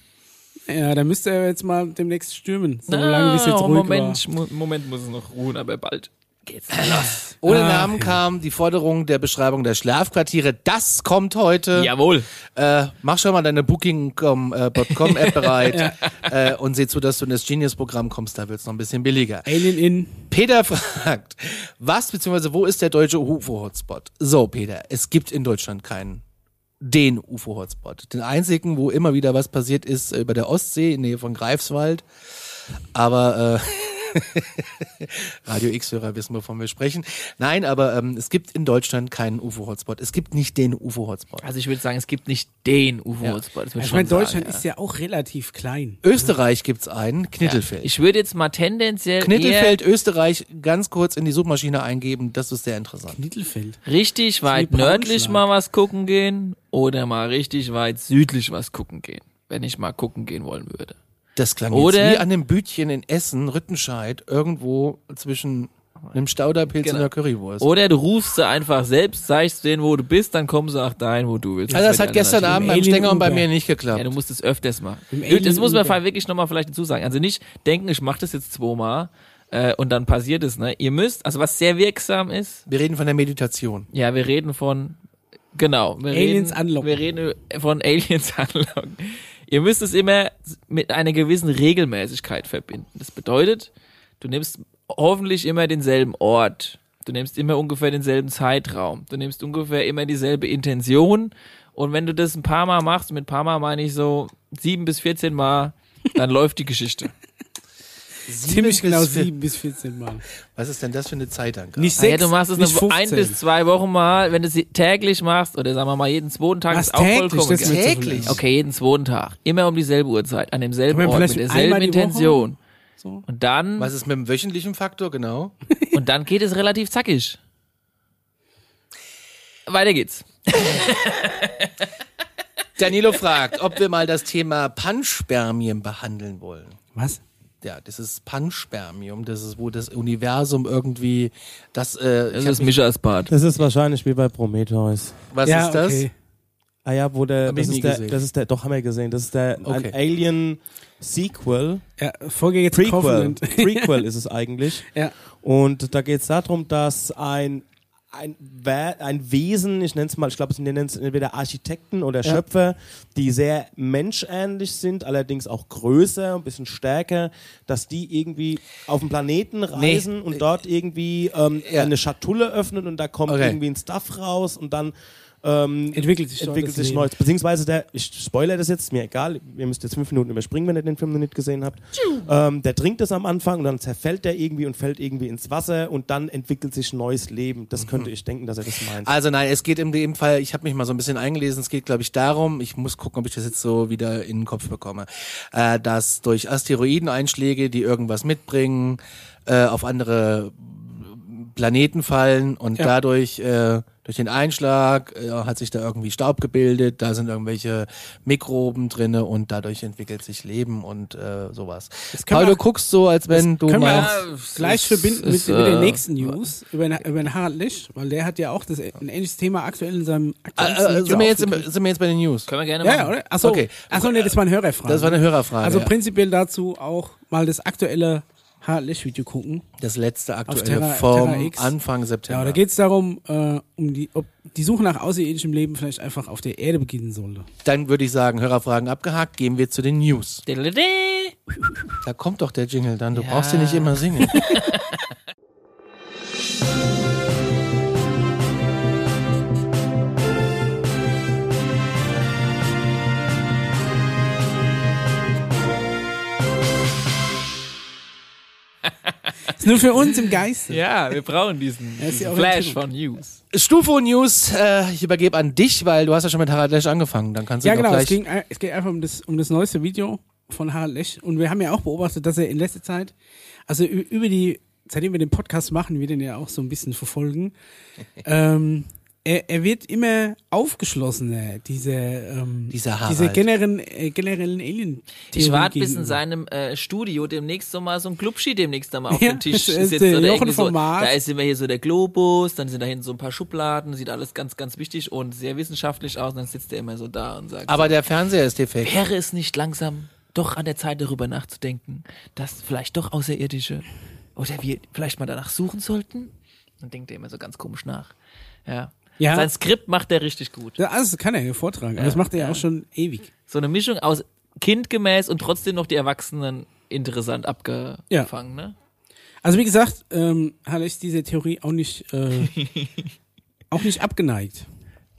[SPEAKER 1] Ja, da müsste er jetzt mal demnächst stürmen. So
[SPEAKER 3] Na,
[SPEAKER 1] lange, wie es jetzt ruhig
[SPEAKER 3] Ah, Moment,
[SPEAKER 1] war.
[SPEAKER 3] mu- Moment muss es noch ruhen, aber bald geht's los.
[SPEAKER 2] Ohne
[SPEAKER 1] Ah,
[SPEAKER 2] Namen
[SPEAKER 1] ja.
[SPEAKER 2] kam die Forderung der Beschreibung der Schlafquartiere. Das kommt heute.
[SPEAKER 3] Jawohl.
[SPEAKER 2] Äh, mach schon mal deine Booking.com-App bereit äh, und seh zu, dass du in das Genius-Programm kommst. Da wird's noch ein bisschen billiger.
[SPEAKER 1] Alien in.
[SPEAKER 2] Peter fragt, was bzw. wo ist der deutsche UFO-Hotspot? So, Peter, es gibt in Deutschland keinen. Den UFO-Hotspot. Den einzigen, wo immer wieder was passiert ist, äh, über der Ostsee, in der Nähe von Greifswald. Aber äh, Radio X-Hörer wissen, wovon wir sprechen. Nein, aber ähm, es gibt in Deutschland keinen UFO-Hotspot. Es gibt nicht den UFO-Hotspot.
[SPEAKER 3] Also ich würde sagen, es gibt nicht den UFO-Hotspot. das würd
[SPEAKER 1] Also Ich
[SPEAKER 3] schon
[SPEAKER 1] meine, Deutschland
[SPEAKER 3] sagen,
[SPEAKER 1] ist ja auch relativ klein.
[SPEAKER 2] Österreich gibt's einen,
[SPEAKER 3] ja.
[SPEAKER 2] Knittelfeld.
[SPEAKER 3] Ich würde jetzt mal tendenziell
[SPEAKER 2] Knittelfeld, Österreich, ganz kurz in die Suchmaschine eingeben, das ist sehr interessant.
[SPEAKER 1] Mittelfeld.
[SPEAKER 3] eher richtig weit
[SPEAKER 1] wie
[SPEAKER 3] nördlich
[SPEAKER 1] Braunschlag.
[SPEAKER 3] mal was gucken gehen oder mal richtig weit südlich was gucken gehen, wenn ich mal gucken gehen wollen würde.
[SPEAKER 2] Das klang
[SPEAKER 3] Oder-
[SPEAKER 2] jetzt wie an einem Bütchen in Essen, Rüttenscheid, irgendwo zwischen einem Stauderpilz
[SPEAKER 3] Genau.
[SPEAKER 2] und einer Currywurst.
[SPEAKER 3] Oder du rufst sie einfach selbst, zeigst denen, wo du bist, dann kommen sie auch dahin, wo du willst.
[SPEAKER 2] also das
[SPEAKER 3] wird
[SPEAKER 2] hat
[SPEAKER 3] ja
[SPEAKER 2] gestern
[SPEAKER 3] natürlich-
[SPEAKER 2] Abend beim
[SPEAKER 1] Alien
[SPEAKER 2] Stenger und bei
[SPEAKER 1] Uber.
[SPEAKER 2] mir nicht geklappt.
[SPEAKER 3] Ja, du musst es öfters machen.
[SPEAKER 1] Im
[SPEAKER 3] Dude, Das muss man
[SPEAKER 1] Alien-Uber.
[SPEAKER 3] wirklich nochmal vielleicht dazu sagen. Also nicht denken, ich mache das jetzt zweimal äh, und dann passiert es. Ne? Ihr müsst, also was sehr wirksam ist,
[SPEAKER 2] wir reden von der Meditation.
[SPEAKER 3] ja, wir reden von, genau. Wir
[SPEAKER 1] Aliens
[SPEAKER 3] reden,
[SPEAKER 1] anlocken.
[SPEAKER 3] Wir reden von Aliens anlocken. Ihr müsst es immer mit einer gewissen Regelmäßigkeit verbinden. Das bedeutet, du nimmst hoffentlich immer denselben Ort. Du nimmst immer ungefähr denselben Zeitraum. Du nimmst ungefähr immer dieselbe Intention. Und wenn du das ein paar Mal machst, mit ein paar Mal meine ich so sieben bis 14 Mal, dann läuft die Geschichte.
[SPEAKER 1] Ziemlich genau
[SPEAKER 2] bis vier-
[SPEAKER 1] sieben bis 14 Mal.
[SPEAKER 2] Was ist denn das für eine Zeitangabe?
[SPEAKER 1] Nicht
[SPEAKER 3] Ah
[SPEAKER 1] sechs,
[SPEAKER 3] ja, du machst es
[SPEAKER 1] nicht
[SPEAKER 3] nur
[SPEAKER 1] 15.
[SPEAKER 3] ein bis zwei Wochen mal, wenn du es täglich machst, oder sagen wir mal jeden zweiten Tag,
[SPEAKER 1] Was
[SPEAKER 3] ist auch
[SPEAKER 1] täglich?
[SPEAKER 3] vollkommen
[SPEAKER 1] Das ist
[SPEAKER 3] egal.
[SPEAKER 1] mir zu viel.
[SPEAKER 2] Täglich?
[SPEAKER 3] Okay, jeden zweiten Tag. Immer um dieselbe Uhrzeit, an demselben
[SPEAKER 1] Aber
[SPEAKER 3] Ort,
[SPEAKER 1] vielleicht
[SPEAKER 3] mit
[SPEAKER 1] einmal
[SPEAKER 3] derselben
[SPEAKER 1] die
[SPEAKER 3] Intention.
[SPEAKER 1] So.
[SPEAKER 3] Und dann,
[SPEAKER 2] Was ist mit dem wöchentlichen Faktor, genau?
[SPEAKER 3] und dann geht es relativ zackig. Weiter geht's.
[SPEAKER 2] Danilo fragt, ob wir mal das Thema Panspermien behandeln wollen.
[SPEAKER 1] Was?
[SPEAKER 2] Ja, das ist Panspermium, das ist, wo das Universum irgendwie, das, äh,
[SPEAKER 3] Das
[SPEAKER 2] ich hab
[SPEAKER 3] ist
[SPEAKER 2] mich-
[SPEAKER 3] Mischas Bad.
[SPEAKER 4] Das ist wahrscheinlich wie bei Prometheus.
[SPEAKER 2] was
[SPEAKER 1] ja,
[SPEAKER 2] ist das?
[SPEAKER 1] Okay.
[SPEAKER 4] Ah ja, wo der,
[SPEAKER 2] Hab
[SPEAKER 4] das
[SPEAKER 2] ich nie
[SPEAKER 4] ist der,
[SPEAKER 2] gesehen.
[SPEAKER 4] das ist der, doch haben wir gesehen, das ist der
[SPEAKER 2] Okay.
[SPEAKER 4] ein Alien Sequel,
[SPEAKER 1] Ja, Vorgänger zu
[SPEAKER 4] Prequel,
[SPEAKER 1] Covenant.
[SPEAKER 4] Prequel ist es eigentlich.
[SPEAKER 1] Ja.
[SPEAKER 4] Und da geht es darum, dass ein ein, We ein Wesen, ich nenne es mal, ich glaube, es nennen es entweder Architekten oder Schöpfer, die sehr menschähnlich sind, allerdings auch größer, ein bisschen stärker, dass die irgendwie auf den Planeten reisen und dort irgendwie ähm,
[SPEAKER 2] Ja.
[SPEAKER 4] eine Schatulle öffnen und da kommt
[SPEAKER 2] Okay.
[SPEAKER 4] irgendwie ein Stuff raus und dann ähm,
[SPEAKER 1] Entwickelt sich,
[SPEAKER 4] entwickelt sich
[SPEAKER 1] neu.
[SPEAKER 4] Neues. Beziehungsweise der, ich spoilere das jetzt, mir egal, ihr müsst jetzt fünf Minuten überspringen, wenn ihr den Film noch nicht gesehen habt. Ähm, der trinkt das am Anfang und dann zerfällt der irgendwie und fällt irgendwie ins Wasser und dann entwickelt sich neues Leben. Das könnte ich denken, dass er das meint.
[SPEAKER 2] Mhm. Also nein, es geht in dem Fall, ich habe mich mal so ein bisschen eingelesen, es geht glaube ich darum, ich muss gucken, ob ich das jetzt so wieder in den Kopf bekomme, äh, dass durch Asteroideneinschläge, die irgendwas mitbringen, äh, auf andere Planeten fallen und
[SPEAKER 1] Ja.
[SPEAKER 2] dadurch äh, durch den Einschlag äh, hat sich da irgendwie Staub gebildet, da sind irgendwelche Mikroben drinne und dadurch entwickelt sich Leben und äh, sowas.
[SPEAKER 1] können
[SPEAKER 2] Paul,
[SPEAKER 1] wir-
[SPEAKER 2] du guckst so, als wenn du
[SPEAKER 1] Können
[SPEAKER 2] meinst,
[SPEAKER 1] wir auch gleich verbinden mit,
[SPEAKER 3] ist,
[SPEAKER 1] mit der
[SPEAKER 3] äh,
[SPEAKER 1] nächsten News über, den- über den Harald Lisch, weil der hat ja auch das, ein ähnliches Thema aktuell in seinem aktuellen
[SPEAKER 2] äh, äh, sind, wir jetzt, im- sind wir jetzt bei den News?
[SPEAKER 3] Können wir gerne machen.
[SPEAKER 1] Ja, oder? Achso,
[SPEAKER 2] Okay.
[SPEAKER 1] Achso nee, das war eine Hörerfrage.
[SPEAKER 2] Das war eine Hörerfrage.
[SPEAKER 1] Also
[SPEAKER 2] ja.
[SPEAKER 1] prinzipiell dazu auch mal das aktuelle Harald Lisch-Video gucken.
[SPEAKER 2] Das letzte aktuelle
[SPEAKER 1] Terra-
[SPEAKER 2] vom
[SPEAKER 1] Terra X.
[SPEAKER 2] Anfang September.
[SPEAKER 1] Ja, da geht es darum, äh, um die, ob die Suche nach außerirdischem Leben vielleicht einfach auf der Erde beginnen sollte.
[SPEAKER 2] Dann würde ich sagen, Hörerfragen abgehakt, gehen wir zu den News.
[SPEAKER 3] Diddle-dee.
[SPEAKER 2] Da kommt doch der Jingle dann, du brauchst den nicht immer singen.
[SPEAKER 1] Ist nur für uns im Geiste.
[SPEAKER 3] Ja, wir brauchen diesen,
[SPEAKER 1] ist ja
[SPEAKER 3] diesen
[SPEAKER 1] auch
[SPEAKER 3] Flash
[SPEAKER 1] ein
[SPEAKER 3] von News.
[SPEAKER 2] Stufo News, äh, ich übergebe an dich, weil du hast ja schon mit Harald Lesch angefangen. Dann kannst du
[SPEAKER 1] Ja,
[SPEAKER 2] doch
[SPEAKER 1] genau. Es,
[SPEAKER 2] gleich.
[SPEAKER 1] ging, ein- es geht einfach um das, um das neueste Video von Harald Lech. Und wir haben ja auch beobachtet, dass er in letzter Zeit, also ü- über die, seitdem wir den Podcast machen, wir den ja auch so ein bisschen verfolgen, ähm, er, er wird immer aufgeschlossener, diese, ähm,
[SPEAKER 2] Dieser Harald.
[SPEAKER 1] diese generellen, äh, generellen alien
[SPEAKER 3] Ich warte, bis in seinem äh, Studio demnächst so mal so ein Clubschi demnächst da mal auf
[SPEAKER 1] Ja,
[SPEAKER 3] dem Tisch
[SPEAKER 1] das
[SPEAKER 3] sitzt.
[SPEAKER 1] ist der
[SPEAKER 3] oder
[SPEAKER 1] Jochen
[SPEAKER 3] irgendwie so,
[SPEAKER 1] vom Mars.
[SPEAKER 3] da ist immer hier so der Globus, dann sind da hinten so ein paar Schubladen, sieht alles ganz, ganz wichtig und sehr wissenschaftlich aus. Und dann sitzt er immer so da und sagt,
[SPEAKER 2] Aber der Fernseher ist defekt.
[SPEAKER 3] wäre es nicht langsam doch an der Zeit, darüber nachzudenken, dass vielleicht doch Außerirdische oder wir vielleicht mal danach suchen sollten? Dann denkt er immer so ganz komisch nach. Ja.
[SPEAKER 1] Ja.
[SPEAKER 3] Sein Skript macht er richtig gut.
[SPEAKER 1] Ja, also das kann er ja vortragen. Aber das macht er ja auch schon ewig.
[SPEAKER 3] So eine Mischung aus kindgemäß und trotzdem noch die Erwachsenen interessant
[SPEAKER 1] Ja.
[SPEAKER 3] abgefangen, ne?
[SPEAKER 1] Also wie gesagt, ähm, Harald Lech ist diese Theorie auch nicht, äh, auch nicht abgeneigt.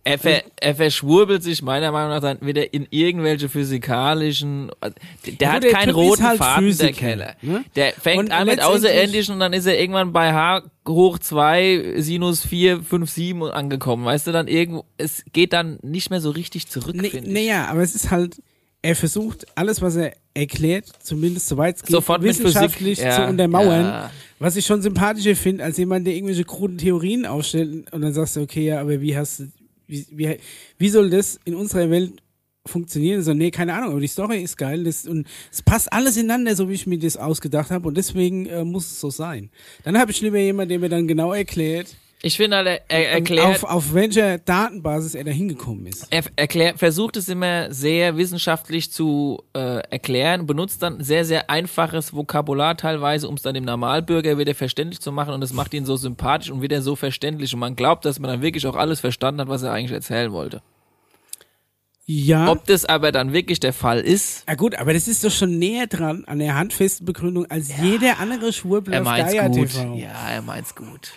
[SPEAKER 3] Er, ver, er verschwurbelt sich meiner Meinung nach dann wieder in irgendwelche physikalischen. also, Der,
[SPEAKER 1] Ja,
[SPEAKER 3] hat
[SPEAKER 1] gut, der
[SPEAKER 3] keinen
[SPEAKER 1] Typ ist
[SPEAKER 3] roten
[SPEAKER 1] halt
[SPEAKER 3] Faden, der
[SPEAKER 1] Physiker,
[SPEAKER 3] Keller.
[SPEAKER 1] ne?
[SPEAKER 3] Der fängt
[SPEAKER 1] Und
[SPEAKER 3] an mit
[SPEAKER 1] letztendlich-
[SPEAKER 3] Außerirdischen und dann ist er irgendwann bei H hoch 2, Sinus 4, 5, 7 und angekommen. Weißt du, dann irgendwo, es geht dann nicht mehr so richtig zurück,
[SPEAKER 1] Nee,
[SPEAKER 3] finde ich.
[SPEAKER 1] naja, aber es ist halt, er versucht alles, was er erklärt, zumindest soweit es geht,
[SPEAKER 3] Sofort mit
[SPEAKER 1] wissenschaftlich
[SPEAKER 3] Physik, ja,
[SPEAKER 1] zu untermauern.
[SPEAKER 3] ja.
[SPEAKER 1] Was ich schon sympathischer finde, als jemand, der irgendwelche kruden Theorien aufstellt und dann sagst du, okay, ja, aber wie hast du- wie, wie, wie soll das in unserer Welt funktionieren? So, nee, keine Ahnung, aber die Story ist geil das, und es passt alles ineinander, so wie ich mir das ausgedacht habe und deswegen äh, muss es so sein. Dann habe ich lieber jemanden, der mir dann genau erklärt,
[SPEAKER 3] Ich finde halt, er, er
[SPEAKER 1] ähm,
[SPEAKER 3] erklärt.
[SPEAKER 1] auf, auf welcher Datenbasis er da hingekommen ist.
[SPEAKER 3] er erklär, versucht es immer sehr wissenschaftlich zu äh, erklären, benutzt dann sehr, sehr einfaches Vokabular teilweise, um es dann dem Normalbürger wieder verständlich zu machen und das macht ihn so sympathisch und wieder so verständlich und man glaubt, dass man dann wirklich auch alles verstanden hat, was er eigentlich erzählen wollte.
[SPEAKER 1] Ja.
[SPEAKER 3] Ob das aber dann wirklich der Fall ist,
[SPEAKER 1] Ja Ah, gut, aber das ist doch schon näher dran an der handfesten Begründung als jeder andere Schwurbel
[SPEAKER 3] er
[SPEAKER 1] auf
[SPEAKER 3] meint's
[SPEAKER 1] Gaia
[SPEAKER 3] gut.
[SPEAKER 1] TV.
[SPEAKER 3] Ja, er meint's gut.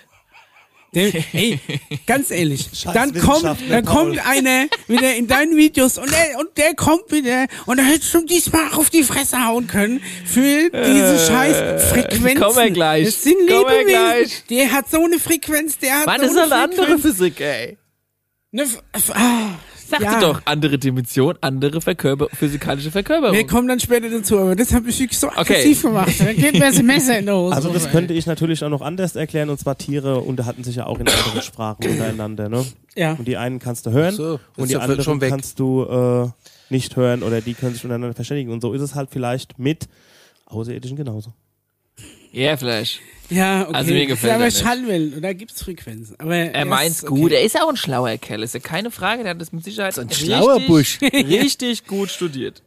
[SPEAKER 1] Der, ey, ganz ehrlich, dann kommt,
[SPEAKER 4] Wissenschaftler,
[SPEAKER 1] dann
[SPEAKER 4] Paul.
[SPEAKER 1] kommt einer wieder in deinen Videos und der, und der kommt wieder und dann hättest du diesmal auf die Fresse hauen können für diese scheiß Frequenzen.
[SPEAKER 3] Äh, komm mal gleich,
[SPEAKER 1] Das sind
[SPEAKER 3] komm mal
[SPEAKER 1] Lebewesen.
[SPEAKER 3] gleich.
[SPEAKER 1] Der hat so eine Frequenz, der hat
[SPEAKER 3] Mann,
[SPEAKER 1] so
[SPEAKER 3] das ist halt
[SPEAKER 1] eine
[SPEAKER 3] eine andere
[SPEAKER 1] Frequenz.
[SPEAKER 3] Physik, ey.
[SPEAKER 1] Eine F- F- ah,
[SPEAKER 3] Sagte
[SPEAKER 1] ja.
[SPEAKER 3] doch, andere Dimension, andere Verkörper physikalische Verkörperung.
[SPEAKER 1] Wir kommen dann später dazu, aber das hat mich wirklich so
[SPEAKER 3] Okay.
[SPEAKER 1] aggressiv gemacht. Dann geht mir das Messer in die Hose.
[SPEAKER 4] Also das könnte ich natürlich auch noch anders erklären und zwar Tiere unterhalten sich ja auch in anderen Sprachen untereinander, ne?
[SPEAKER 1] ja.
[SPEAKER 4] Und die einen kannst du hören
[SPEAKER 2] Ach so,
[SPEAKER 4] und
[SPEAKER 2] ist
[SPEAKER 4] die
[SPEAKER 2] ja
[SPEAKER 4] anderen
[SPEAKER 2] schon weg.
[SPEAKER 4] kannst du äh, nicht hören oder die können sich untereinander verständigen und so ist es halt vielleicht mit Außerirdischen genauso.
[SPEAKER 3] yeah, Flash.
[SPEAKER 1] Ja, okay.
[SPEAKER 3] Also mir gefällt
[SPEAKER 1] ja, aber
[SPEAKER 3] er nicht.
[SPEAKER 1] Schallwellen, und da gibt's Frequenzen. Aber
[SPEAKER 3] Er meint's
[SPEAKER 1] ist-
[SPEAKER 3] gut.
[SPEAKER 1] okay.
[SPEAKER 3] Er ist auch ein schlauer Kerl, ist ja keine Frage. Der hat das mit Sicherheit
[SPEAKER 2] ein schlauer Busch.
[SPEAKER 3] richtig gut studiert.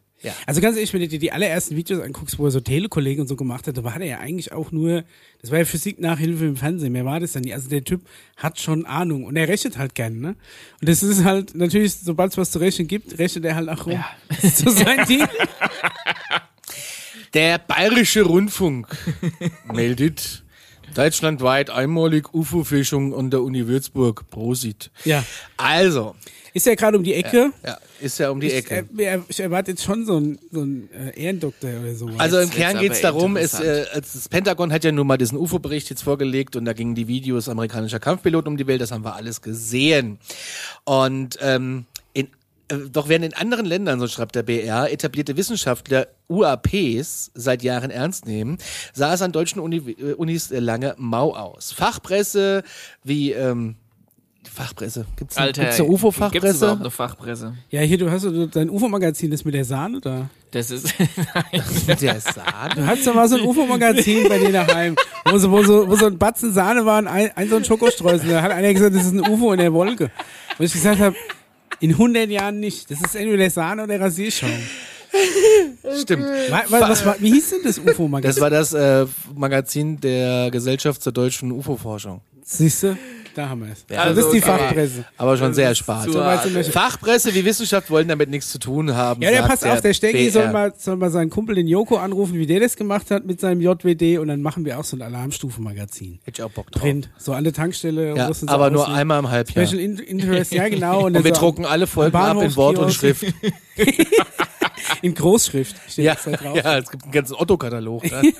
[SPEAKER 1] Also ganz ehrlich, wenn du dir die allerersten Videos anguckst, wo er so Telekollegen und so gemacht hat, da war der ja eigentlich auch nur, das war ja Physik-Nachhilfe im Fernsehen, mehr war das dann nicht. Also der Typ hat schon Ahnung und er rechnet halt gern, ne? Und das ist halt natürlich, sobald es was zu rechnen gibt, rechnet er halt auch rum. Das ist so sein Ding.
[SPEAKER 2] Der Bayerische Rundfunk meldet, Deutschlandweit einmalig UFO-Fischung an der Uni Würzburg. Prosit.
[SPEAKER 1] Ja.
[SPEAKER 2] Also,
[SPEAKER 1] Ist ja gerade um die Ecke.
[SPEAKER 2] ja, ist ja um die
[SPEAKER 1] Ich, äh,
[SPEAKER 2] Ecke.
[SPEAKER 1] mir- ich erwarte jetzt schon so einen, so einen äh, Ehrendoktor oder sowas.
[SPEAKER 2] Also im
[SPEAKER 3] Jetzt
[SPEAKER 2] Kern
[SPEAKER 3] wird's
[SPEAKER 2] geht es
[SPEAKER 3] aber
[SPEAKER 2] darum, es, äh,
[SPEAKER 3] interessant.
[SPEAKER 2] es- das Pentagon hat ja nun mal diesen UFO-Bericht jetzt vorgelegt und da gingen die Videos amerikanischer Kampfpiloten um die Welt, das haben wir alles gesehen. Und ähm, in, äh, doch während in anderen Ländern, so schreibt der BR, etablierte Wissenschaftler UAPs seit Jahren ernst nehmen, sah es an deutschen Uni, äh, Unis äh, lange mau aus. Fachpresse wie... Ähm, Fachpresse. Gibt's eine,
[SPEAKER 3] Alter,
[SPEAKER 2] gibt's eine
[SPEAKER 3] Gibt's überhaupt
[SPEAKER 2] UFO-Fachpresse?
[SPEAKER 3] eine Fachpresse?
[SPEAKER 1] ja, hier, du hast so dein UFO-Magazin, das mit der Sahne da.
[SPEAKER 3] Das ist.
[SPEAKER 2] Mit der Sahne?
[SPEAKER 1] Du hattest doch mal so ein UFO-Magazin bei dir daheim, wo so, wo, so, wo so ein Batzen Sahne war und ein, ein so ein Schokostreusel. Da hat einer gesagt, das ist ein UFO in der Wolke. Und ich gesagt habe, in 100 Jahren nicht. Das ist entweder Sahne oder Rasierschaum.
[SPEAKER 2] Stimmt.
[SPEAKER 1] Wa- wa- Was, war- wie hieß denn das
[SPEAKER 2] Das
[SPEAKER 1] UFO-Magazin?
[SPEAKER 2] war das äh, Magazin der Gesellschaft zur deutschen UFO-Forschung.
[SPEAKER 1] Siehst du? Da haben wir es.
[SPEAKER 2] Ja,
[SPEAKER 1] das ist die
[SPEAKER 3] also, okay.
[SPEAKER 1] Fachpresse.
[SPEAKER 2] Aber schon sehr spart.
[SPEAKER 3] zu hart.
[SPEAKER 2] Fachpresse wie Wissenschaft wollen damit nichts zu tun haben.
[SPEAKER 1] Ja, der
[SPEAKER 2] sagt
[SPEAKER 1] passt auf, der Stecki
[SPEAKER 2] BR.
[SPEAKER 1] soll mal, soll mal seinen Kumpel den Joko anrufen, wie der das gemacht hat mit seinem JWD und dann machen wir auch so ein Alarmstufenmagazin.
[SPEAKER 2] Hätte ich auch Bock drauf.
[SPEAKER 1] Print, so alle Tankstelle.
[SPEAKER 2] Ja,
[SPEAKER 1] Russen so
[SPEAKER 2] aber nur
[SPEAKER 1] auslegen.
[SPEAKER 2] einmal im Halbjahr.
[SPEAKER 1] Special In- Interest, ja genau. dann
[SPEAKER 2] Und wir
[SPEAKER 1] so
[SPEAKER 2] drucken alle Folgen ab in Wort und
[SPEAKER 1] Bahnhofskiosk.
[SPEAKER 2] Schrift.
[SPEAKER 1] In Großschrift steht
[SPEAKER 2] Ja,
[SPEAKER 1] das da drauf.
[SPEAKER 2] ja, es gibt einen ganzen Otto-Katalog. Ne?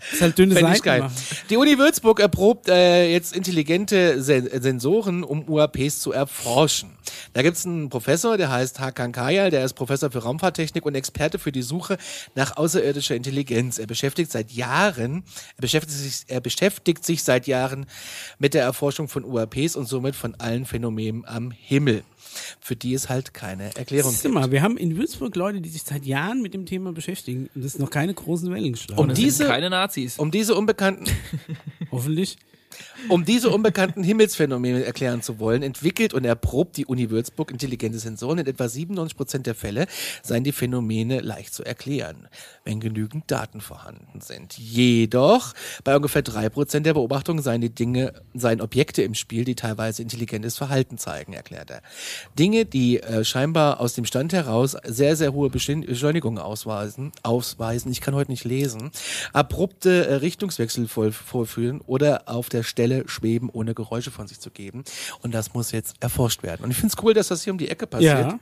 [SPEAKER 1] Das ist halt dünne
[SPEAKER 2] Fänd
[SPEAKER 1] Seiten
[SPEAKER 2] ich geil.
[SPEAKER 1] machen.
[SPEAKER 2] Die Uni Würzburg erprobt äh, jetzt intelligente Sen äh, Sensoren, um UAPs zu erforschen. Da gibt's einen Professor, der heißt Hakan Kayal, der ist Professor für Raumfahrttechnik und Experte für die Suche nach außerirdischer Intelligenz. Er beschäftigt seit Jahren, er beschäftigt sich, er beschäftigt sich seit Jahren mit der Erforschung von UAPs und somit von allen Phänomenen am Himmel, für die es halt keine Erklärung
[SPEAKER 1] Siehst du
[SPEAKER 2] gibt.
[SPEAKER 1] mal, wir haben in Würzburg Leute, die sich seit Jahren mit dem Thema beschäftigen und das noch keine großen Wellen geschlagen.
[SPEAKER 2] Um
[SPEAKER 1] hat.
[SPEAKER 3] Das
[SPEAKER 2] diese,
[SPEAKER 3] sind keine Nazis.
[SPEAKER 2] um diese unbekannten
[SPEAKER 1] Hoffentlich.
[SPEAKER 2] Um diese unbekannten Himmelsphänomene erklären zu wollen, entwickelt und erprobt die Uni Würzburg intelligente Sensoren. In etwa 97 Prozent der Fälle seien die Phänomene leicht zu erklären, wenn genügend Daten vorhanden sind. Jedoch, bei ungefähr drei Prozent der Beobachtungen seien die Dinge, seien Objekte im Spiel, die teilweise intelligentes Verhalten zeigen, erklärt er. Dinge, die äh, scheinbar aus dem Stand heraus sehr, sehr hohe Beschin- Beschleunigungen ausweisen, ausweisen. Ich kann heute nicht lesen. Abrupte äh, Richtungswechsel voll, vorführen oder auf der Stelle schweben, ohne Geräusche von sich zu geben. Und das muss jetzt erforscht werden. Und ich finde es cool, dass das hier um die Ecke passiert.
[SPEAKER 1] Ja.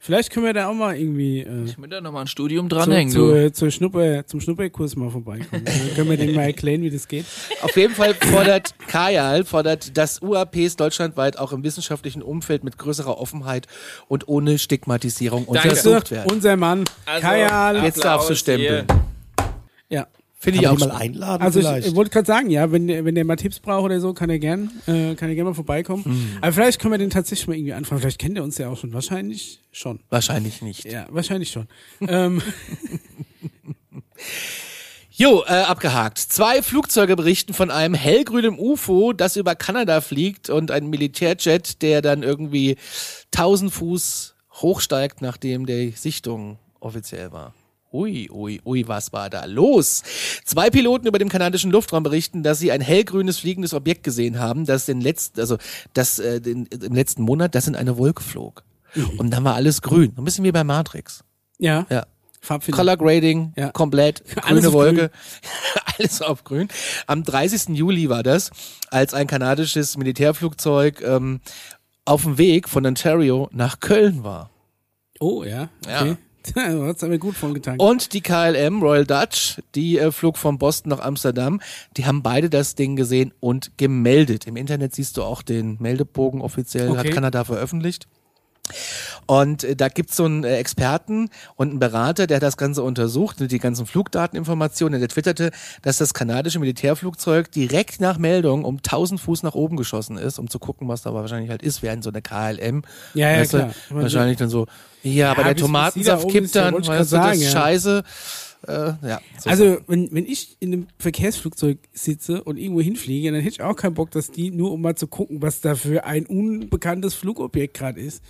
[SPEAKER 1] Vielleicht können wir da auch mal irgendwie äh,
[SPEAKER 3] Ich würde da nochmal ein Studium
[SPEAKER 1] zu,
[SPEAKER 3] dranhängen,
[SPEAKER 1] zu,
[SPEAKER 3] du.
[SPEAKER 1] äh, zur Schnupper, zum Schnupperkurs mal vorbeikommen. Also Dann können wir denen mal erklären, wie das geht.
[SPEAKER 2] Auf jeden Fall fordert Kajal, fordert, dass UAPs deutschlandweit auch im wissenschaftlichen Umfeld mit größerer Offenheit und ohne Stigmatisierung
[SPEAKER 3] Danke.
[SPEAKER 2] untersucht werden.
[SPEAKER 1] Unser Mann,
[SPEAKER 2] Also,
[SPEAKER 4] Also,
[SPEAKER 1] Kajal.
[SPEAKER 2] Jetzt darfst du stempeln.
[SPEAKER 1] Ja.
[SPEAKER 2] Finde ich
[SPEAKER 4] Kann
[SPEAKER 2] auch
[SPEAKER 4] man die mal
[SPEAKER 2] spannend.
[SPEAKER 4] einladen
[SPEAKER 1] Also ich,
[SPEAKER 4] vielleicht.
[SPEAKER 1] ich wollte gerade sagen, ja, wenn, der- wenn der mal Tipps braucht oder so, kann er gern, äh, kann er gern mal vorbeikommen.
[SPEAKER 2] Hm.
[SPEAKER 1] Aber vielleicht können wir den tatsächlich mal irgendwie anfragen. Vielleicht kennt er uns ja auch schon. Wahrscheinlich schon.
[SPEAKER 2] Wahrscheinlich nicht.
[SPEAKER 1] Ja, wahrscheinlich schon. ähm,
[SPEAKER 2] Jo, äh, abgehakt. Zwei Flugzeuge berichten von einem hellgrünen UFO, das über Kanada fliegt und ein Militärjet, der dann irgendwie 1000 Fuß hochsteigt, nachdem die Sichtung offiziell war. Ui, ui, ui, was war da los? Zwei Piloten über dem kanadischen Luftraum berichten, dass sie ein hellgrünes fliegendes Objekt gesehen haben, das den letzten, also das äh, den, im letzten Monat das in eine Wolke flog. Und dann war alles grün. Ein bisschen wie bei Matrix.
[SPEAKER 1] ja,
[SPEAKER 2] Ja.
[SPEAKER 1] Farbfilm.
[SPEAKER 2] Color Grading,
[SPEAKER 1] Ja.
[SPEAKER 2] komplett,
[SPEAKER 1] Alles
[SPEAKER 2] grüne
[SPEAKER 1] auf
[SPEAKER 2] Wolke, alles auf grün. Am 30. Juli war das, als ein kanadisches Militärflugzeug ähm, auf dem Weg von Ontario nach Köln war.
[SPEAKER 1] Oh, ja. Okay. Ja. du hast aber gut vollgetankt.
[SPEAKER 2] Und die KLM, Royal Dutch, die äh, flog von Boston nach Amsterdam, die haben beide das Ding gesehen und gemeldet. Im Internet siehst du auch den Meldebogen offiziell, hat
[SPEAKER 1] Okay.
[SPEAKER 2] Kanada veröffentlicht. Und äh, da gibt's so einen äh, Experten und einen Berater, der hat das Ganze untersucht, die ganzen Flugdateninformationen. Der twitterte, dass das kanadische Militärflugzeug direkt nach Meldung um 1000 Fuß nach oben geschossen ist, um zu gucken, was da wahrscheinlich halt ist, während so eine KLM.
[SPEAKER 1] Ja, ja,
[SPEAKER 2] weißt du,
[SPEAKER 1] klar.
[SPEAKER 2] Wahrscheinlich dann so, ja, aber
[SPEAKER 1] bis- bis
[SPEAKER 2] der
[SPEAKER 1] die da
[SPEAKER 2] Tomatensaft
[SPEAKER 1] oben
[SPEAKER 2] kippt
[SPEAKER 1] ist, ja,
[SPEAKER 2] dann,
[SPEAKER 1] wollte ich
[SPEAKER 2] weißt du,
[SPEAKER 1] grad
[SPEAKER 2] das ist
[SPEAKER 1] sagen, ja.
[SPEAKER 2] scheiße. Äh, ja, so.
[SPEAKER 1] Also, wenn, wenn ich in einem Verkehrsflugzeug sitze und irgendwo hinfliege, dann hätte ich auch keinen Bock, dass die nur um mal zu gucken, was da für ein unbekanntes Flugobjekt gerade ist,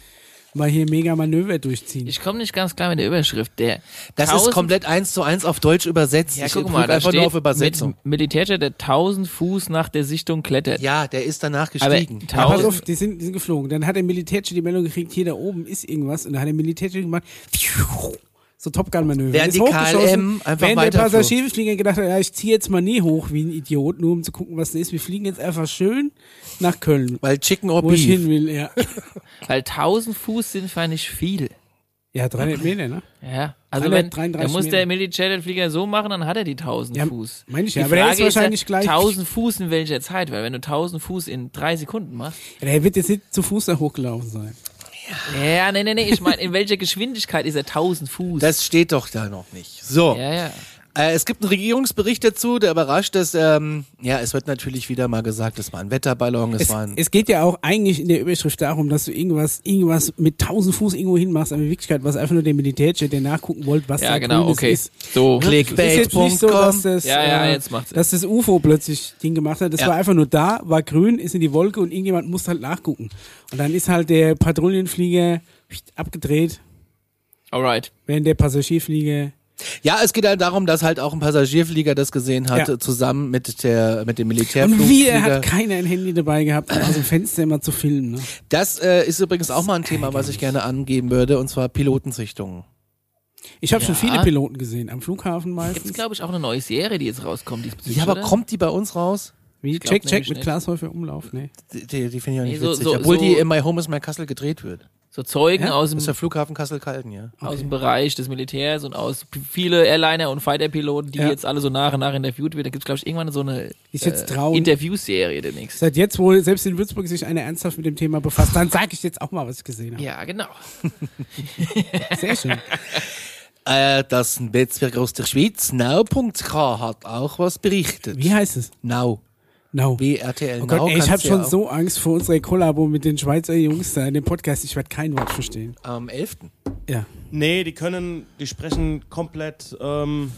[SPEAKER 1] mal hier mega Manöver durchziehen.
[SPEAKER 3] Ich komme nicht ganz klar mit der Überschrift. Der
[SPEAKER 2] das
[SPEAKER 3] 1000
[SPEAKER 2] ist komplett eins zu eins auf Deutsch übersetzt.
[SPEAKER 3] Ja,
[SPEAKER 2] ich
[SPEAKER 3] guck
[SPEAKER 2] prüf
[SPEAKER 3] mal, da
[SPEAKER 2] einfach
[SPEAKER 3] steht
[SPEAKER 2] nur auf Übersetzung.
[SPEAKER 3] Mit Militärjet, der 1000 Fuß nach der Sichtung klettert.
[SPEAKER 2] ja, der ist danach
[SPEAKER 3] aber
[SPEAKER 2] gestiegen.
[SPEAKER 3] 1000,
[SPEAKER 1] Ja, pass auf, die sind, die sind geflogen. Dann hat der Militärchen die Meldung gekriegt, hier da oben ist irgendwas. Und dann hat der Militärchen gemacht, So Top Gun-Manöver.
[SPEAKER 2] Während
[SPEAKER 1] Ist
[SPEAKER 2] die
[SPEAKER 1] hochgeschossen,
[SPEAKER 2] KLM einfach
[SPEAKER 1] Während der
[SPEAKER 2] weiterflog.
[SPEAKER 1] Passagierflieger gedacht hat, ja, ich ziehe jetzt mal nie hoch wie ein Idiot, nur um zu gucken, was das ist. Wir fliegen jetzt einfach schön nach Köln,
[SPEAKER 2] Weil Chicken or
[SPEAKER 1] wo ich hin
[SPEAKER 2] Beef.
[SPEAKER 1] will, ja.
[SPEAKER 3] Weil 1000 Fuß sind für nicht viel.
[SPEAKER 1] Ja, 300 Meter, ne?
[SPEAKER 3] Ja, also wenn,
[SPEAKER 1] 333
[SPEAKER 3] dann muss
[SPEAKER 1] Meter.
[SPEAKER 3] der Militär den Flieger so machen, dann hat er die 1000
[SPEAKER 1] Ja,
[SPEAKER 3] Fuß.
[SPEAKER 1] meine ich
[SPEAKER 3] die
[SPEAKER 1] ja, aber der ist wahrscheinlich
[SPEAKER 3] ja,
[SPEAKER 1] gleich-
[SPEAKER 3] 1000 Fuß in welcher Zeit? Weil wenn du 1000 Fuß in drei Sekunden machst.
[SPEAKER 1] Ja, der wird jetzt nicht zu Fuß da hochgelaufen sein.
[SPEAKER 3] Ja, nee, nee, nee, ich meine, in welcher Geschwindigkeit ist er 1000 Fuß?
[SPEAKER 2] Das steht doch da noch nicht. So.
[SPEAKER 3] ja, ja.
[SPEAKER 2] Äh, es gibt einen Regierungsbericht dazu, der überrascht, dass, ähm, ja, es wird natürlich wieder mal gesagt, es war ein Wetterballon, es,
[SPEAKER 1] Es,
[SPEAKER 2] war ein.
[SPEAKER 1] es geht ja auch eigentlich in der Überschrift darum, dass du irgendwas, irgendwas mit 1000 Fuß irgendwo hinmachst, aber in Wirklichkeit war es einfach nur der Militärjet, der nachgucken wollte, was
[SPEAKER 3] Ja,
[SPEAKER 1] da
[SPEAKER 3] genau,
[SPEAKER 1] Grünes
[SPEAKER 3] okay.
[SPEAKER 1] ist.
[SPEAKER 3] So.
[SPEAKER 1] Ist jetzt nicht so, dass
[SPEAKER 2] Clickbait.com.
[SPEAKER 1] das,
[SPEAKER 3] Ja, ja,
[SPEAKER 1] äh,
[SPEAKER 3] jetzt macht's Sinn.
[SPEAKER 1] dass das UFO plötzlich Ding gemacht hat. Das
[SPEAKER 2] Ja.
[SPEAKER 1] war einfach nur da, war grün, ist in die Wolke und irgendjemand musste halt nachgucken. Und dann ist halt der Patrouillenflieger abgedreht,
[SPEAKER 3] Alright.
[SPEAKER 1] während der Passagierflieger.
[SPEAKER 2] Ja, es geht halt darum, dass halt auch ein Passagierflieger das gesehen hat,
[SPEAKER 1] Ja.
[SPEAKER 2] äh, zusammen mit der, mit dem
[SPEAKER 1] Und wieder
[SPEAKER 2] Militärflugflieger.
[SPEAKER 1] hat keiner ein Handy dabei gehabt, um aus dem Fenster immer zu filmen. Ne?
[SPEAKER 2] Das äh, ist übrigens auch mal ein Thema, was ich gerne angeben würde, und zwar Pilotensichtungen.
[SPEAKER 1] Ich habe schon
[SPEAKER 3] Ja.
[SPEAKER 1] viele Piloten gesehen, am Flughafen meistens.
[SPEAKER 3] Gibt's, glaube ich, auch eine neue Serie, die jetzt rauskommt. diesbezüglich,
[SPEAKER 2] Ja, aber
[SPEAKER 3] oder?
[SPEAKER 2] kommt die bei uns raus?
[SPEAKER 1] Wie
[SPEAKER 3] glaub
[SPEAKER 1] Check Check
[SPEAKER 3] nämlich
[SPEAKER 1] mit
[SPEAKER 3] nicht.
[SPEAKER 1] Glashäufer Umlauf, ne?
[SPEAKER 2] Die, die, die finde ich auch nicht
[SPEAKER 3] Nee, so-
[SPEAKER 2] witzig,
[SPEAKER 3] so-
[SPEAKER 2] obwohl
[SPEAKER 3] so-
[SPEAKER 2] die in My Home is My Kassel gedreht wird.
[SPEAKER 3] So Zeugen
[SPEAKER 1] Ja?
[SPEAKER 3] aus
[SPEAKER 2] Das
[SPEAKER 3] dem
[SPEAKER 2] ist der Flughafen Kassel-Kalten, ja.
[SPEAKER 3] aus dem Bereich des Militärs und aus p- viele Airliner und Fighter-Piloten, die
[SPEAKER 1] Ja.
[SPEAKER 3] jetzt alle so nach und nach interviewt werden. Da gibt's glaub glaube ich, irgendwann so eine äh,
[SPEAKER 1] Ist jetzt traurig.
[SPEAKER 3] Interviewserie demnächst.
[SPEAKER 1] Seit jetzt wohl, selbst in Würzburg sich einer ernsthaft mit dem Thema befasst, dann sage ich jetzt auch mal, was ich gesehen habe.
[SPEAKER 3] Ja, genau.
[SPEAKER 1] Sehr schön.
[SPEAKER 2] Äh, das Netzwerk aus der Schweiz, Now.k, hat auch was berichtet.
[SPEAKER 1] Wie heißt es?
[SPEAKER 2] Now.
[SPEAKER 1] No.
[SPEAKER 2] BRTL
[SPEAKER 1] Oh
[SPEAKER 2] Now.
[SPEAKER 1] Gott, ey, ich
[SPEAKER 2] kannst
[SPEAKER 1] habe
[SPEAKER 2] du
[SPEAKER 1] schon
[SPEAKER 2] ja auch
[SPEAKER 1] so Angst vor unserer Kollabo mit den Schweizer Jungs da in dem Podcast. Ich werde kein Wort verstehen.
[SPEAKER 2] Am 11.
[SPEAKER 1] Ja,
[SPEAKER 4] Nee, die können, die sprechen komplett ähm,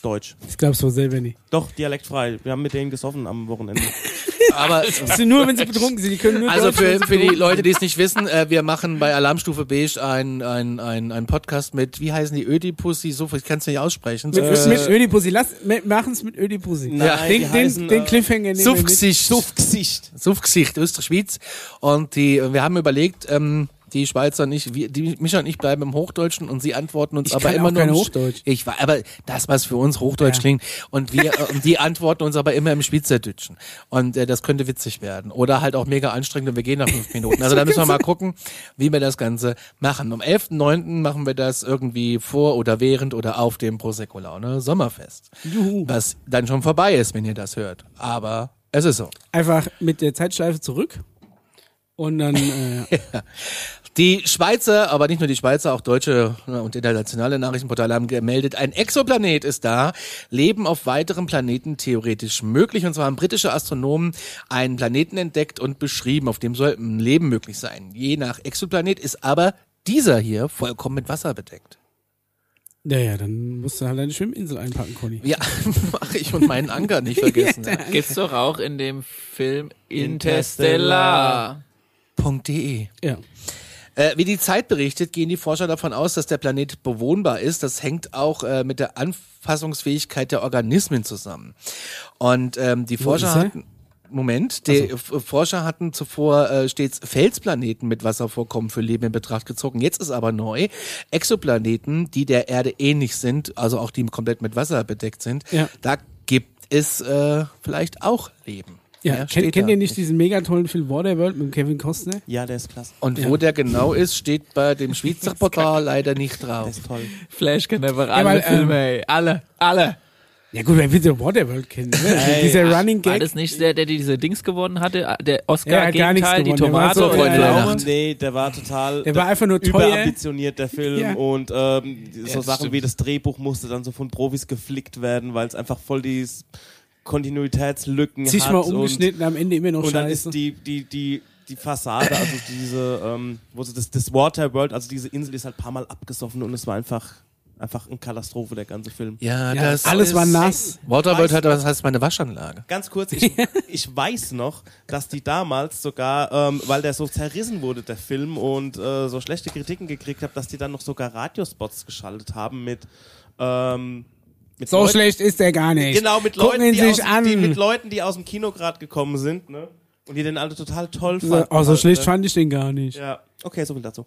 [SPEAKER 4] Deutsch.
[SPEAKER 1] ich glaub's wohl selber nicht.
[SPEAKER 4] Doch, dialektfrei. Wir haben mit denen gesoffen am Wochenende.
[SPEAKER 2] Aber
[SPEAKER 1] Das sind nur, wenn sie betrunken sind. Die können nur
[SPEAKER 2] also
[SPEAKER 1] Deutsch,
[SPEAKER 2] für,
[SPEAKER 1] wenn sie
[SPEAKER 2] für die
[SPEAKER 1] betrunken
[SPEAKER 2] Leute, die es nicht wissen, äh, wir machen bei Alarmstufe Beige einen ein, ein, ein Podcast mit, wie heißen die, Ödipussy, so, ich kann es nicht aussprechen. Äh,
[SPEAKER 1] sind. Mit,
[SPEAKER 2] So,
[SPEAKER 1] mit Ödipussy. Lass, mit, machen's mit Ödipussy.
[SPEAKER 4] Äh, Nein,
[SPEAKER 1] Ja. Den,
[SPEAKER 4] die
[SPEAKER 1] den,
[SPEAKER 4] heißen,
[SPEAKER 1] den
[SPEAKER 4] äh,
[SPEAKER 1] Cliffhanger nehmen wir mit.
[SPEAKER 2] Suffgesicht.
[SPEAKER 4] Duftgesicht.
[SPEAKER 2] Suffgesicht, Österreich-Schweiz. Und die, wir haben überlegt, ähm, die Schweizer nicht, wir, die Micha und ich bleiben im Hochdeutschen und sie antworten uns
[SPEAKER 1] Ich
[SPEAKER 2] aber
[SPEAKER 1] kann
[SPEAKER 2] immer
[SPEAKER 1] auch
[SPEAKER 2] nur
[SPEAKER 1] kein
[SPEAKER 2] im Sch-
[SPEAKER 1] Hochdeutsch.
[SPEAKER 2] Ich war, aber das, was für uns Hochdeutsch
[SPEAKER 1] Ja.
[SPEAKER 2] klingt. Und wir, äh, und die antworten uns aber immer im Schweizerdeutschen. Und äh, das könnte witzig werden. Oder halt auch mega anstrengend und wir gehen nach fünf Minuten. Also da müssen wir mal gucken, wie wir das Ganze machen. Am 11.9. machen wir das irgendwie vor oder während oder auf dem Prosecco Laune Sommerfest.
[SPEAKER 1] Juhu.
[SPEAKER 2] Was dann schon vorbei ist, wenn ihr das hört. Aber es ist so.
[SPEAKER 1] Einfach mit der Zeitschleife zurück. Und dann, äh,
[SPEAKER 2] Die Schweizer, aber nicht nur die Schweizer, auch deutsche ne, und internationale Nachrichtenportale haben gemeldet, ein Exoplanet ist da. Leben auf weiteren Planeten theoretisch möglich. Und zwar haben britische Astronomen einen Planeten entdeckt und beschrieben, auf dem soll ein Leben möglich sein. Je nach Exoplanet ist aber dieser hier vollkommen mit Wasser bedeckt.
[SPEAKER 1] naja, dann musst du halt eine Schwimminsel einpacken, Conny.
[SPEAKER 2] Ja, mache ich und meinen Anker nicht vergessen.
[SPEAKER 3] Gibt's doch auch in dem Film
[SPEAKER 4] Interstellar.
[SPEAKER 3] Interstellar.
[SPEAKER 2] .de
[SPEAKER 1] Ja.
[SPEAKER 2] Äh, wie die Zeit berichtet, gehen die Forscher davon aus, dass der Planet bewohnbar ist. Das hängt auch äh, mit der Anpassungsfähigkeit der Organismen zusammen. Und ähm, die Forscher
[SPEAKER 1] ist er? Also
[SPEAKER 2] hatten. Moment, die F- Forscher hatten zuvor äh, stets Felsplaneten mit Wasservorkommen für Leben in Betracht gezogen. Jetzt ist aber neu Exoplaneten, die der Erde ähnlich sind, also auch die komplett mit Wasser bedeckt sind.
[SPEAKER 1] Ja.
[SPEAKER 2] Da gibt es äh, vielleicht auch Leben.
[SPEAKER 1] Ja,
[SPEAKER 2] Mehr
[SPEAKER 1] kennt,
[SPEAKER 2] steht
[SPEAKER 1] kennt
[SPEAKER 2] da
[SPEAKER 1] ihr nicht diesen mega tollen Film Waterworld mit Kevin Costner?
[SPEAKER 4] Ja, der ist klasse.
[SPEAKER 2] Und wo der genau ist, steht bei dem Schweizer Portal leider nicht drauf.
[SPEAKER 4] Der ist toll.
[SPEAKER 3] Flash kennt einfach alle
[SPEAKER 1] weil, ähm,
[SPEAKER 3] Filme, ey. Alle, alle.
[SPEAKER 1] Ja gut, wer will denn Waterworld kennen? ne?
[SPEAKER 4] Ey,
[SPEAKER 1] Dieser Running
[SPEAKER 3] War
[SPEAKER 1] Gag.
[SPEAKER 3] das nicht der, der diese Dings gewonnen hatte? Ah, Der
[SPEAKER 1] Ja, hat
[SPEAKER 3] Oscar
[SPEAKER 1] gar nichts
[SPEAKER 3] Gegenteil, die
[SPEAKER 1] gewonnen. Der war
[SPEAKER 3] Tomate
[SPEAKER 1] so
[SPEAKER 3] und
[SPEAKER 2] voll
[SPEAKER 3] der
[SPEAKER 2] Weihnachten.
[SPEAKER 3] Lauch.
[SPEAKER 4] Nee, der war total.
[SPEAKER 1] Der war einfach nur teuer.
[SPEAKER 4] überambitioniert, der Film.
[SPEAKER 1] Ja.
[SPEAKER 4] Und ähm, so
[SPEAKER 3] das
[SPEAKER 4] Sachen
[SPEAKER 3] stimmt.
[SPEAKER 4] wie das Drehbuch musste dann so von Profis geflickt werden, weil es einfach voll die Kontinuitätslücken hat.
[SPEAKER 1] zigmal
[SPEAKER 4] und-
[SPEAKER 1] umgeschnitten, am Ende immer noch
[SPEAKER 4] Und dann
[SPEAKER 1] Oh, scheiße.
[SPEAKER 4] ist die, die, die, die Fassade, also diese, ähm, wo sie das, das Waterworld, also diese Insel ist halt ein paar Mal abgesoffen und es war einfach, einfach eine Katastrophe, der ganze Film.
[SPEAKER 2] Ja,
[SPEAKER 1] Ja,
[SPEAKER 2] das
[SPEAKER 1] alles
[SPEAKER 2] ist
[SPEAKER 1] war nass.
[SPEAKER 2] Waterworld
[SPEAKER 4] Weiß-
[SPEAKER 2] hat, das heißt meine Waschanlage.
[SPEAKER 4] Ganz kurz, ich, ich weiß noch, dass die damals sogar, ähm, weil der so zerrissen wurde, der Film, und äh, so schlechte Kritiken gekriegt hat, dass die dann noch sogar Radiospots geschaltet haben mit, ähm, mit
[SPEAKER 1] so
[SPEAKER 4] Leuten-
[SPEAKER 1] schlecht ist der gar nicht.
[SPEAKER 4] Genau, mit
[SPEAKER 1] Gucken
[SPEAKER 4] Leuten,
[SPEAKER 1] ihn
[SPEAKER 4] die
[SPEAKER 1] sich
[SPEAKER 4] aus,
[SPEAKER 1] an. Oh,
[SPEAKER 4] Die, mit Leuten, die aus dem Kino gerade gekommen sind, ne? Und die den alle total toll fanden.
[SPEAKER 1] so, oh, so
[SPEAKER 4] halt,
[SPEAKER 1] schlecht
[SPEAKER 4] ne?
[SPEAKER 1] fand ich den gar nicht. Ja.
[SPEAKER 4] Ja. Okay, so viel dazu.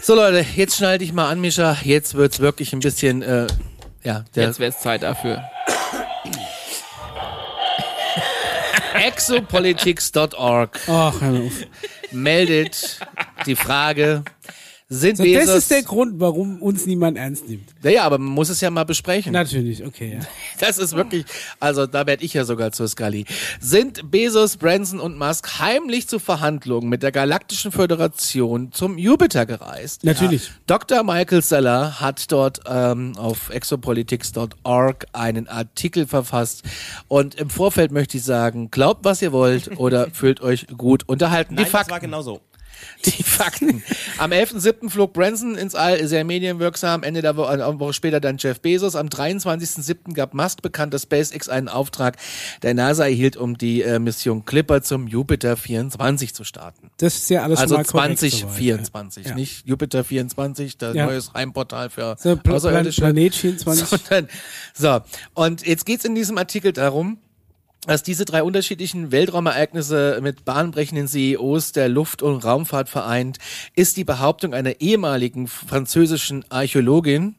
[SPEAKER 2] So Leute, jetzt schneide ich mal an, Mischa. Jetzt wird's wirklich ein bisschen, äh, ja, der
[SPEAKER 3] Jetzt wäre es Zeit dafür.
[SPEAKER 2] exopolitics.org
[SPEAKER 1] Ach, hör mir auf.
[SPEAKER 2] meldet die Frage, sind
[SPEAKER 1] So,
[SPEAKER 2] Bezos...
[SPEAKER 1] das ist der Grund, warum uns niemand ernst nimmt.
[SPEAKER 2] naja, aber man muss es ja mal besprechen.
[SPEAKER 1] Natürlich, okay. Ja.
[SPEAKER 2] Das ist wirklich, also da werd ich ja sogar zur Scully. Sind Bezos, Branson und Musk heimlich zu Verhandlungen mit der Galaktischen Föderation zum Jupiter gereist?
[SPEAKER 1] Natürlich.
[SPEAKER 2] Dr. Michael Seller hat dort ähm, auf exopolitics.org einen Artikel verfasst. Und im Vorfeld möchte ich sagen, glaubt, was ihr wollt oder fühlt euch gut unterhalten.
[SPEAKER 4] Nein,
[SPEAKER 2] die
[SPEAKER 4] das
[SPEAKER 2] Fakten.
[SPEAKER 4] war genau so.
[SPEAKER 2] Die Fakten. Am 11.07. flog Branson ins All, ist ja medienwirksam. Ende der Woche, eine Woche später dann Jeff Bezos. Am 23.07. gab Musk bekannt, dass SpaceX einen Auftrag der NASA erhielt, um die äh, Mission Clipper zum Jupiter 24 zu starten.
[SPEAKER 1] Das ist ja alles
[SPEAKER 2] Also
[SPEAKER 1] schon mal korrekt soweit,
[SPEAKER 2] 2024,
[SPEAKER 1] Ja.
[SPEAKER 2] nicht Jupiter 24, das
[SPEAKER 1] Ja.
[SPEAKER 2] neues Heimportal für
[SPEAKER 1] Ja. So, Pla Plan
[SPEAKER 2] Außerirdische.
[SPEAKER 1] Planet 24.
[SPEAKER 2] Sondern, so, und jetzt geht's in diesem Artikel darum, dass diese drei unterschiedlichen Weltraumereignisse mit bahnbrechenden CEOs der Luft- und Raumfahrt vereint, ist die Behauptung einer ehemaligen französischen Archäologin,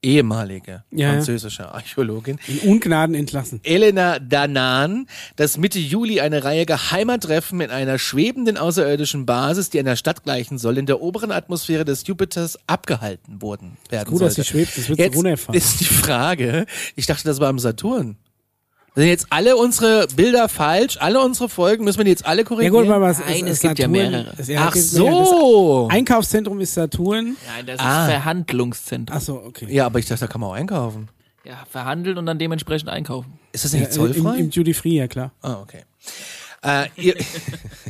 [SPEAKER 2] ehemalige
[SPEAKER 1] Ja, ja.
[SPEAKER 2] französische Archäologin,
[SPEAKER 1] In Ungnaden entlassen.
[SPEAKER 2] Elena Danan, dass Mitte Juli eine Reihe geheimer Treffen in einer schwebenden außerirdischen Basis, die einer Stadt gleichen soll, in der oberen Atmosphäre des Jupiters abgehalten wurden. Werden
[SPEAKER 1] Gut, dass
[SPEAKER 2] sollte.
[SPEAKER 1] sie schwebt, das wird
[SPEAKER 2] Jetzt
[SPEAKER 1] runterfahren.
[SPEAKER 2] ist die Frage, ich dachte, das war am Saturn. Sind jetzt alle unsere Bilder falsch? Alle unsere Folgen müssen wir die jetzt alle
[SPEAKER 1] Ja gut,
[SPEAKER 2] korrigieren?
[SPEAKER 1] aber was
[SPEAKER 3] Nein,
[SPEAKER 1] ist-
[SPEAKER 3] es
[SPEAKER 1] ist
[SPEAKER 3] gibt ja
[SPEAKER 1] Saturn?
[SPEAKER 3] mehrere.
[SPEAKER 1] Das- ja,
[SPEAKER 2] Ach
[SPEAKER 1] gibt mehrere.
[SPEAKER 2] so.
[SPEAKER 1] Das Einkaufszentrum ist Saturn.
[SPEAKER 3] Nein, das
[SPEAKER 2] Ah.
[SPEAKER 3] ist Verhandlungszentrum.
[SPEAKER 1] Ach so, okay.
[SPEAKER 2] Ja, aber ich dachte, da kann man auch einkaufen.
[SPEAKER 3] Ja, verhandeln und dann dementsprechend einkaufen.
[SPEAKER 2] Ist das nicht
[SPEAKER 1] Äh, Im,
[SPEAKER 2] zollfrei?
[SPEAKER 1] im Duty Free, ja klar.
[SPEAKER 2] Ah, okay. Äh, ihr,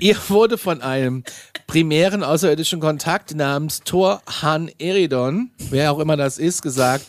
[SPEAKER 2] ihr wurde von einem primären außerirdischen Kontakt namens Thor Han Eridon, wer auch immer das ist, gesagt,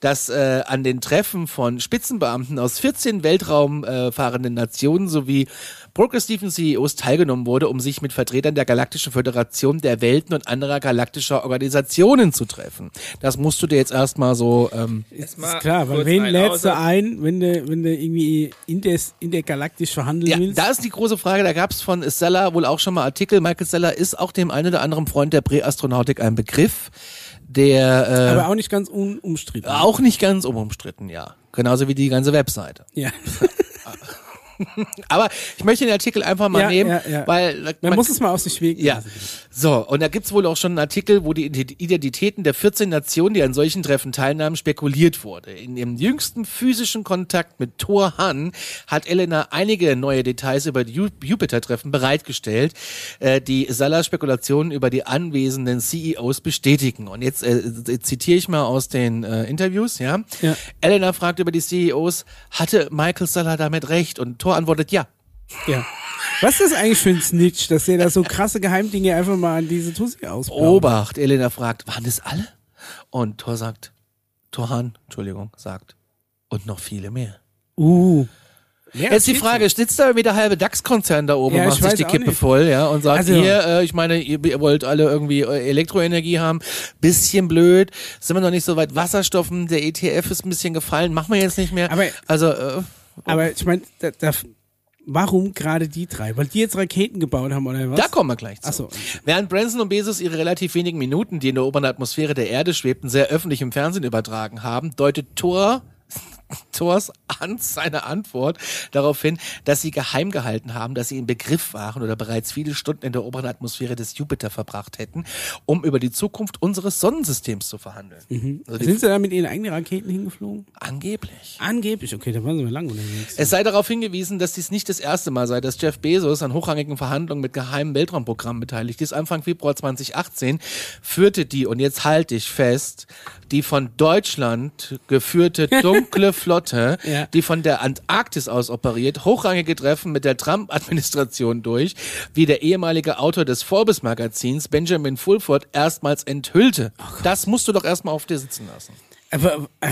[SPEAKER 2] dass äh, an den Treffen von Spitzenbeamten aus 14 weltraumfahrenden äh, fahrenden Nationen sowie progressiven CEOs E teilgenommen wurde, um sich mit Vertretern der Galaktischen Föderation der Welten und anderer galaktischer Organisationen zu treffen. Das musst du dir jetzt erstmal so... Ähm,
[SPEAKER 1] Ist klar, weil wen lädst du ein, wenn du, wenn du irgendwie indes, intergalaktisch verhandeln
[SPEAKER 2] Ja,
[SPEAKER 1] willst?
[SPEAKER 2] da ist die große Frage, da gab's von Seller wohl auch schon mal Artikel. Michael Seller ist auch dem einen oder anderen Freund der Präastronautik ein Begriff, der
[SPEAKER 1] aber auch nicht ganz unumstritten.
[SPEAKER 2] äh, auch nicht ganz unumstritten, ja. Genauso wie die ganze Webseite.
[SPEAKER 1] Ja.
[SPEAKER 2] Aber ich möchte den Artikel einfach mal
[SPEAKER 1] Ja,
[SPEAKER 2] nehmen,
[SPEAKER 1] ja, ja.
[SPEAKER 2] weil
[SPEAKER 1] Man muss es mal aus sich wegen
[SPEAKER 2] Ja.
[SPEAKER 1] lassen.
[SPEAKER 2] So, und da gibt's wohl auch schon einen Artikel, wo die Identitäten der 14 Nationen, die an solchen Treffen teilnahmen, spekuliert wurde. In ihrem jüngsten physischen Kontakt mit Thor Han hat Elena einige neue Details über die Ju- Jupiter-Treffen bereitgestellt, äh, die Salas Spekulationen über die anwesenden CEOs bestätigen. Und jetzt äh, zitiere ich mal aus den äh, Interviews, ja?
[SPEAKER 1] Ja.
[SPEAKER 2] Elena fragt über die CEOs, hatte Michael Salah damit recht? Und Thor antwortet, ja.
[SPEAKER 1] Ja. Was ist das eigentlich für ein Snitch, dass der da so krasse Geheimdinge einfach mal an diese Tussi ausbaut?
[SPEAKER 2] Obacht, Elena fragt, waren das alle? Und Thor sagt, Torhan, Entschuldigung, sagt, und noch viele mehr.
[SPEAKER 1] Uh.
[SPEAKER 2] Oh. Jetzt die Frage, sitzt da irgendwie der halbe DAX-Konzern da oben
[SPEAKER 1] Ja,
[SPEAKER 2] und
[SPEAKER 1] ich
[SPEAKER 2] macht sich
[SPEAKER 1] weiß
[SPEAKER 2] die
[SPEAKER 1] auch
[SPEAKER 2] Kippe
[SPEAKER 1] nicht.
[SPEAKER 2] voll, ja, und sagt,
[SPEAKER 1] Also-
[SPEAKER 2] hier, äh, ich meine, ihr, ihr wollt alle irgendwie äh, Elektroenergie haben, bisschen blöd, sind wir noch nicht so weit, Wasserstoffen, der ETF ist ein bisschen gefallen, machen wir jetzt nicht mehr.
[SPEAKER 1] Aber-
[SPEAKER 2] also, äh,
[SPEAKER 1] Aber ich meine, da, da, warum gerade die drei? Weil die jetzt Raketen gebaut haben oder was?
[SPEAKER 2] Da kommen wir gleich zu.
[SPEAKER 1] Ach so.
[SPEAKER 2] Während Branson und Bezos ihre relativ wenigen Minuten, die in der oberen Atmosphäre der Erde schwebten, sehr öffentlich im Fernsehen übertragen haben, deutet Thor Thors an seine Antwort darauf hin, dass sie geheim gehalten haben, dass sie im Begriff waren oder bereits viele Stunden in der oberen Atmosphäre des Jupiter verbracht hätten, um über die Zukunft unseres Sonnensystems zu verhandeln. Also die,
[SPEAKER 1] Sind sie da mit ihren eigenen Raketen hingeflogen?
[SPEAKER 2] angeblich.
[SPEAKER 1] Angeblich, okay, da waren sie mal lang unterwegs.
[SPEAKER 2] Es sei darauf hingewiesen, dass dies nicht das erste Mal sei, dass Jeff Bezos an hochrangigen Verhandlungen mit geheimen Weltraumprogrammen beteiligt ist. Anfang Februar 2018 führte die, und jetzt halte ich fest, die von Deutschland geführte dunkle Flotte,
[SPEAKER 1] Ja.
[SPEAKER 2] die von der Antarktis aus operiert, hochrangige Treffen mit der Trump-Administration durch, wie der ehemalige Autor des Forbes-Magazins Benjamin Fulford erstmals enthüllte. das musst du doch erstmal auf dir sitzen lassen.
[SPEAKER 1] Aber äh,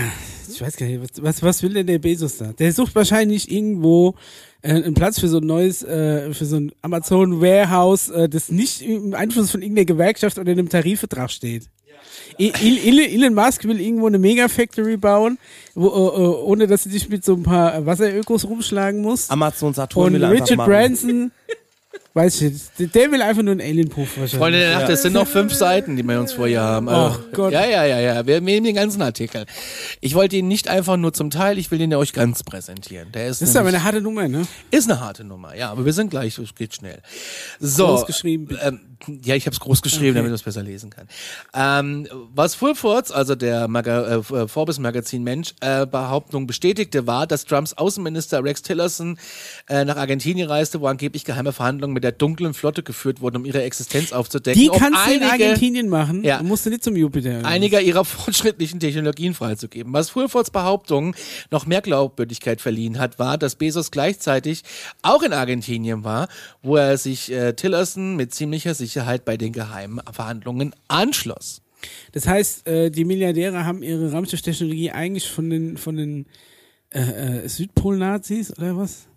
[SPEAKER 1] ich weiß gar nicht, was, was, was will denn der Bezos da? Der sucht wahrscheinlich irgendwo äh, einen Platz für so ein neues, äh, für so ein Amazon Warehouse, äh, das nicht im Einfluss von irgendeiner Gewerkschaft oder einem Tarifvertrag steht. I- Il- Il- Elon Musk will irgendwo eine Mega Factory bauen, wo, äh, äh, ohne dass du dich mit so ein paar Wasserökos rumschlagen musst.
[SPEAKER 4] Amazon Saturn
[SPEAKER 1] Und
[SPEAKER 4] will er einfach
[SPEAKER 1] Richard
[SPEAKER 4] machen.
[SPEAKER 1] Branson, Weiß ich nicht. Der will einfach nur einen Alien-Puff wahrscheinlich.
[SPEAKER 2] Freunde der Nacht, das sind noch fünf Seiten, die wir uns vor hier haben. Also,
[SPEAKER 1] Oh Gott.
[SPEAKER 2] Ja, ja, ja, ja. Wir nehmen den ganzen Artikel. Ich wollte ihn nicht einfach nur zum Teil, ich will ihn ja euch ganz präsentieren. Der ist,
[SPEAKER 1] Das ist aber
[SPEAKER 2] nämlich-
[SPEAKER 1] eine harte Nummer, ne?
[SPEAKER 2] ist eine harte Nummer, ja, aber wir sind gleich, es geht schnell. So.
[SPEAKER 1] Groß geschrieben, bitte.
[SPEAKER 2] Ähm, ja, ich habe es groß geschrieben, damit man es besser lesen kann. Ähm, was Fulfords, also der Maga äh, äh, Forbes Magazin Mensch, äh, Behauptung bestätigte, war, dass Trumps Außenminister Rex Tillerson äh, nach Argentinien reiste, wo angeblich geheime Verhandlungen mit der dunklen Flotte geführt wurden, um ihre Existenz aufzudecken.
[SPEAKER 1] Die
[SPEAKER 2] um
[SPEAKER 1] kannst du in
[SPEAKER 2] einige-
[SPEAKER 1] Argentinien machen.
[SPEAKER 2] Ja.
[SPEAKER 1] Ja. Musst du nicht zum Jupiter.
[SPEAKER 2] einiger ihrer fortschrittlichen Technologien freizugeben. Was Fulfords Behauptungen noch mehr Glaubwürdigkeit verliehen hat, war, dass Bezos gleichzeitig auch in Argentinien war, wo er sich äh, Tillerson mit ziemlicher Sicherheit bei den geheimen Verhandlungen anschloss.
[SPEAKER 1] Das heißt, äh, die Milliardäre haben ihre Raumschiff-Technologie eigentlich von den, von den äh, äh, Südpol-Nazis oder was?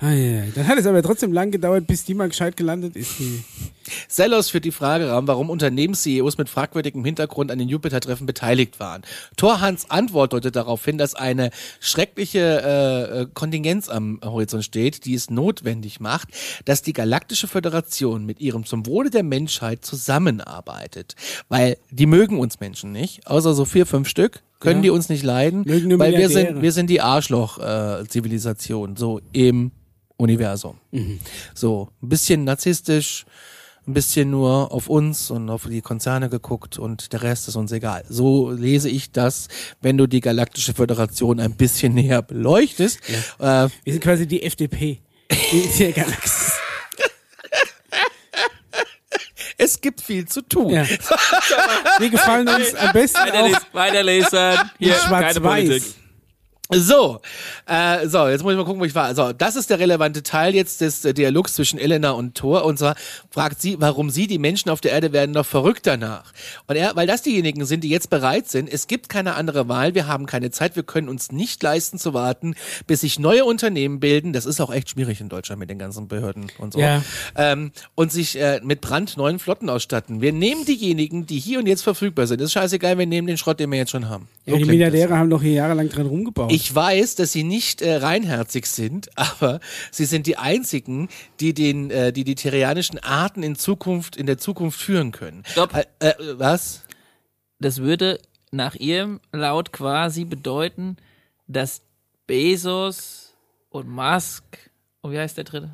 [SPEAKER 1] Ah, ja. Dann hat es aber trotzdem lang gedauert, bis die mal gescheit gelandet ist. Die.
[SPEAKER 2] Sellos führt die Frage ran, warum Unternehmens-CEOs mit fragwürdigem Hintergrund an den Jupiter-Treffen beteiligt waren. Torhans Antwort deutet darauf hin, dass eine schreckliche äh, äh, Kontingenz am Horizont steht, die es notwendig macht, dass die Galaktische Föderation mit ihrem zum Wohle der Menschheit zusammenarbeitet. Weil die mögen uns Menschen nicht, außer so vier, fünf Stück. Können die uns nicht leiden,
[SPEAKER 1] Mögen nur
[SPEAKER 2] weil wir
[SPEAKER 1] Milliardäre.
[SPEAKER 2] sind, wir sind die Arschloch-Zivilisation, so im Universum. So, ein bisschen narzisstisch, ein bisschen nur auf uns und auf die Konzerne geguckt und der Rest ist uns egal. So lese ich das, wenn du die Galaktische Föderation ein bisschen näher beleuchtest. Äh,
[SPEAKER 1] Wir sind quasi die FDP. Die der Galaxis.
[SPEAKER 2] es gibt viel zu tun.
[SPEAKER 1] Ja. Wir gefallen uns am besten auch
[SPEAKER 3] Weiterlesen, weiterlesen.
[SPEAKER 1] die
[SPEAKER 3] Hier, keine Politik.
[SPEAKER 1] Schwarz-Weiß.
[SPEAKER 2] So, äh, so, jetzt muss ich mal gucken, wo ich war. So, das ist der relevante Teil jetzt des äh, Dialogs zwischen Elena und Thor. Und zwar fragt sie, warum sie, die Menschen auf der Erde, werden noch verrückt danach. Und er, weil das diejenigen sind, die jetzt bereit sind. Es gibt keine andere Wahl. Wir haben keine Zeit. Wir können uns nicht leisten zu warten, bis sich neue Unternehmen bilden. Das ist auch echt schwierig in Deutschland mit den ganzen Behörden und so.
[SPEAKER 1] Ja.
[SPEAKER 2] Ähm, und sich äh, mit brandneuen Flotten ausstatten. Wir nehmen diejenigen, die hier und jetzt verfügbar sind. Ist scheißegal. Wir nehmen den Schrott, den wir jetzt schon haben. So
[SPEAKER 1] Ja, die
[SPEAKER 2] klingt das.
[SPEAKER 1] Milliardäre haben doch hier jahrelang dran rumgebaut.
[SPEAKER 2] Ich weiß, dass sie nicht äh, reinherzig sind, aber sie sind die einzigen, die den, äh, die die terrianischen Arten in Zukunft in der Zukunft führen können.
[SPEAKER 3] Stopp.
[SPEAKER 2] Äh, äh, was?
[SPEAKER 3] Das würde nach ihrem Laut quasi bedeuten, dass Bezos und Musk und wie heißt der dritte?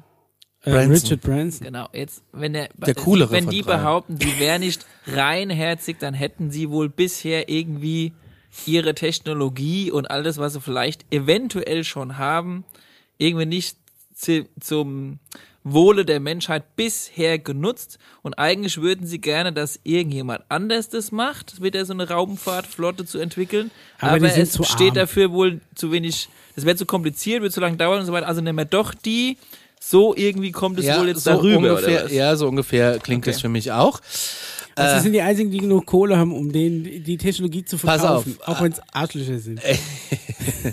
[SPEAKER 1] äh,
[SPEAKER 2] Branson.
[SPEAKER 1] Richard Branson.
[SPEAKER 3] Genau, jetzt, wenn der, äh,
[SPEAKER 2] Der coolere
[SPEAKER 3] wenn
[SPEAKER 2] von
[SPEAKER 3] die
[SPEAKER 2] dreien.
[SPEAKER 3] behaupten, die wären nicht reinherzig, dann hätten sie wohl bisher irgendwie ihre Technologie und alles, was sie vielleicht eventuell schon haben, irgendwie nicht zi- zum Wohle der Menschheit bisher genutzt. Und eigentlich würden sie gerne, dass irgendjemand anders das macht, wieder so eine Raumfahrtflotte zu entwickeln.
[SPEAKER 1] Aber
[SPEAKER 3] Aber,
[SPEAKER 1] die sind
[SPEAKER 3] es
[SPEAKER 1] zu
[SPEAKER 3] steht
[SPEAKER 1] arm.
[SPEAKER 3] dafür wohl zu wenig, das wäre zu kompliziert, würde zu lange dauern und so weiter. Also nehmen wir doch die, so irgendwie kommt es wohl jetzt darüber.
[SPEAKER 2] ungefähr,
[SPEAKER 3] oder was?
[SPEAKER 2] ja, so ungefähr klingt das für mich auch.
[SPEAKER 1] Das Also, sind die einzigen, die genug Kohle haben, um denen die Technologie zu
[SPEAKER 2] Pass auf. Äh,
[SPEAKER 1] verkaufen. Auch wenn es Arschlöcher sind.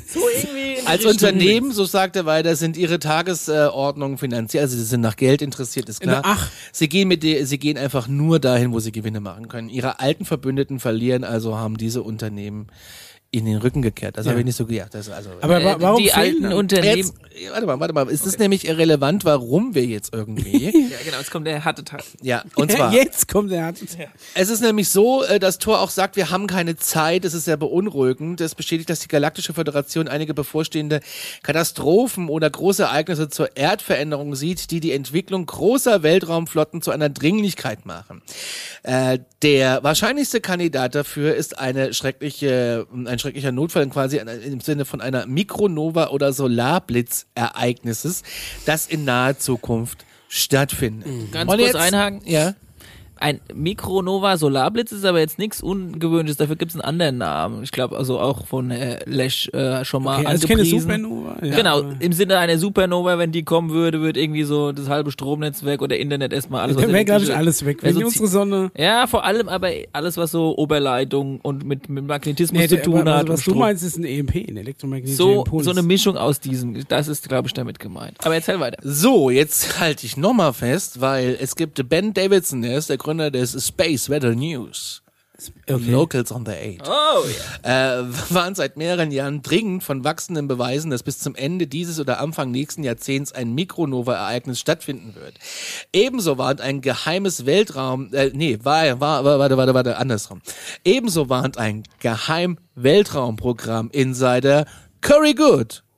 [SPEAKER 3] So irgendwie in die
[SPEAKER 2] Als
[SPEAKER 3] Richtung.
[SPEAKER 2] Unternehmen, so sagt er weiter, sind ihre Tagesordnungen finanziell, also sie sind nach Geld interessiert, ist klar.
[SPEAKER 1] Ach.
[SPEAKER 2] Sie gehen mit der, sie gehen einfach nur dahin, wo sie Gewinne machen können. Ihre alten Verbündeten verlieren, also haben diese Unternehmen in den Rücken gekehrt. Das habe ich nicht so gedacht. Das, also,
[SPEAKER 1] Aber
[SPEAKER 3] Äh,
[SPEAKER 1] wa- warum
[SPEAKER 3] die
[SPEAKER 1] fehlen
[SPEAKER 3] alten
[SPEAKER 1] dann-
[SPEAKER 3] Unternehmen.
[SPEAKER 2] Jetzt, warte mal, warte mal. Es ist nämlich irrelevant, warum wir jetzt irgendwie.
[SPEAKER 3] Ja, genau, jetzt kommt der harte Teil.
[SPEAKER 2] ja, und zwar.
[SPEAKER 1] Jetzt kommt der Harte.
[SPEAKER 2] Es ist nämlich so, äh, dass Thor auch sagt, wir haben keine Zeit, das ist sehr beunruhigend. Das bestätigt, dass die Galaktische Föderation einige bevorstehende Katastrophen oder große Ereignisse zur Erdveränderung sieht, die die Entwicklung großer Weltraumflotten zu einer Dringlichkeit machen. Äh, der wahrscheinlichste Kandidat dafür ist eine schreckliche, äh, ein schrecklicher Notfall quasi im Sinne von einer Mikronova oder Solarblitzereignisses, das in naher Zukunft stattfindet.
[SPEAKER 3] Mhm. Ganz
[SPEAKER 2] Und
[SPEAKER 3] kurz
[SPEAKER 2] jetzt-
[SPEAKER 3] einhaken.
[SPEAKER 2] Ja.
[SPEAKER 3] Ein Mikronova Solarblitz ist aber jetzt nichts Ungewöhnliches, dafür gibt es einen anderen Namen. Ich glaube, also auch von äh, Lesch äh, schon mal
[SPEAKER 1] Okay, also keine
[SPEAKER 3] angepriesen.
[SPEAKER 1] Supernova. Ja,
[SPEAKER 3] genau,
[SPEAKER 1] aber-
[SPEAKER 3] im Sinne einer Supernova, wenn die kommen würde, würde irgendwie so das halbe Stromnetzwerk oder Internet erstmal alles. was
[SPEAKER 1] Dann wäre, glaube ich,
[SPEAKER 3] elektrische-
[SPEAKER 1] alles weg.
[SPEAKER 3] wär
[SPEAKER 1] Wenn
[SPEAKER 3] so
[SPEAKER 1] die unsere Sonne.
[SPEAKER 3] Also Ja, vor allem aber alles, was so Oberleitung und mit, mit Magnetismus
[SPEAKER 1] Nee,
[SPEAKER 3] zu tun
[SPEAKER 1] aber-
[SPEAKER 3] hat.
[SPEAKER 1] also, was
[SPEAKER 3] und
[SPEAKER 1] du
[SPEAKER 3] Strom.
[SPEAKER 1] meinst, ist ein ne? EMP, ein elektromagnetischer
[SPEAKER 3] so,
[SPEAKER 1] Impuls.
[SPEAKER 3] so eine Mischung aus diesem, das ist, glaube ich, damit gemeint. Aber erzähl weiter.
[SPEAKER 2] So, jetzt halte ich nochmal fest, weil es gibt Ben Davidson, der ist der Gründer des Space Weather News.
[SPEAKER 1] Okay.
[SPEAKER 2] Locals on the Eight.
[SPEAKER 3] Oh,
[SPEAKER 2] äh, waren seit mehreren Jahren dringend von wachsenden Beweisen, dass bis zum Ende dieses oder Anfang nächsten Jahrzehnts ein Mikronova-Ereignis stattfinden wird. Ebenso warnt ein geheimes Weltraum, äh, nee, war, war, war, warte, warte, warte, andersrum. Ebenso warnt ein geheim Weltraumprogramm Insider Curry Good.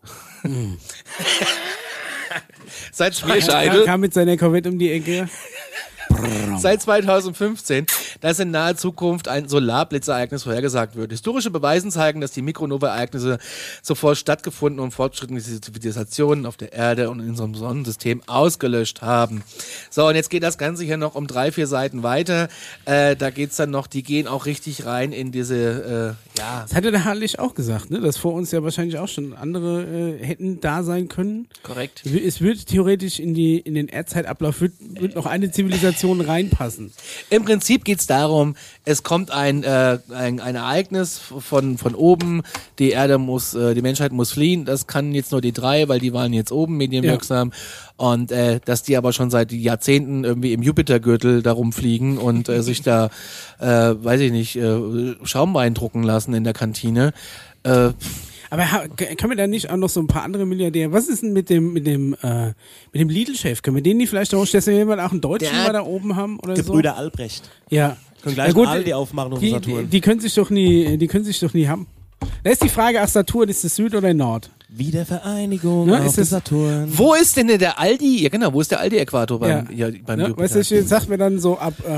[SPEAKER 2] Seit
[SPEAKER 1] Er
[SPEAKER 2] Schmierscheidel
[SPEAKER 1] kam mit seiner Corvette um die Ecke.
[SPEAKER 2] seit 2015, dass in naher Zukunft ein Solarblitzereignis vorhergesagt wird. Historische Beweisen zeigen, dass die Mikronova-Ereignisse zuvor stattgefunden und fortschrittliche Zivilisationen auf der Erde und in unserem Sonnensystem ausgelöscht haben. So, und jetzt geht das Ganze hier noch um drei, vier Seiten weiter. Äh, da geht's dann noch, die gehen auch richtig rein in diese, äh, ja,
[SPEAKER 1] Das hatte der Harlich auch gesagt, ne? dass vor uns ja wahrscheinlich auch schon andere äh, hätten da sein können.
[SPEAKER 3] korrekt.
[SPEAKER 1] W- Es wird theoretisch in, die, in den Erdzeitablauf wird, wird noch eine Zivilisation reinpassen.
[SPEAKER 2] Im Prinzip geht's darum, es kommt ein, äh, ein, ein Ereignis von, von oben, die Erde muss, äh, die Menschheit muss fliehen, das kann jetzt nur die drei, weil die waren jetzt oben medienwirksam und äh, dass die aber schon seit Jahrzehnten irgendwie im Jupitergürtel darum fliegen und äh, sich da, äh, weiß ich nicht, äh, Schaumwein drucken lassen in der Kantine. Äh,
[SPEAKER 1] Aber ha- k- können wir da nicht auch noch so ein paar andere Milliardäre? Was ist denn mit dem mit dem äh, mit dem Lidl-Chef? Können wir den nicht vielleicht auch, dass wir jemand auch einen Deutschen
[SPEAKER 2] Der-
[SPEAKER 1] mal da oben haben oder so?
[SPEAKER 4] Gebrüder Albrecht.
[SPEAKER 1] Ja.
[SPEAKER 4] Können gleich
[SPEAKER 1] Na
[SPEAKER 4] mal Aldi aufmachen auf dem
[SPEAKER 1] die, die,
[SPEAKER 4] Saturn.
[SPEAKER 1] die können sich doch nie, die können sich doch nie haben. Da ist die Frage, ach Saturn, ist es Süd oder Nord?
[SPEAKER 4] Wiedervereinigung
[SPEAKER 1] Ne,
[SPEAKER 4] auf
[SPEAKER 1] ist
[SPEAKER 4] dem
[SPEAKER 1] es-
[SPEAKER 4] Saturn.
[SPEAKER 2] wo ist denn der Aldi? Ja genau, wo ist der Aldi-Äquator beim, ja. beim
[SPEAKER 1] ne?
[SPEAKER 2] Jupiter?
[SPEAKER 1] Weißt du, ich sag mir dann so, ab, äh,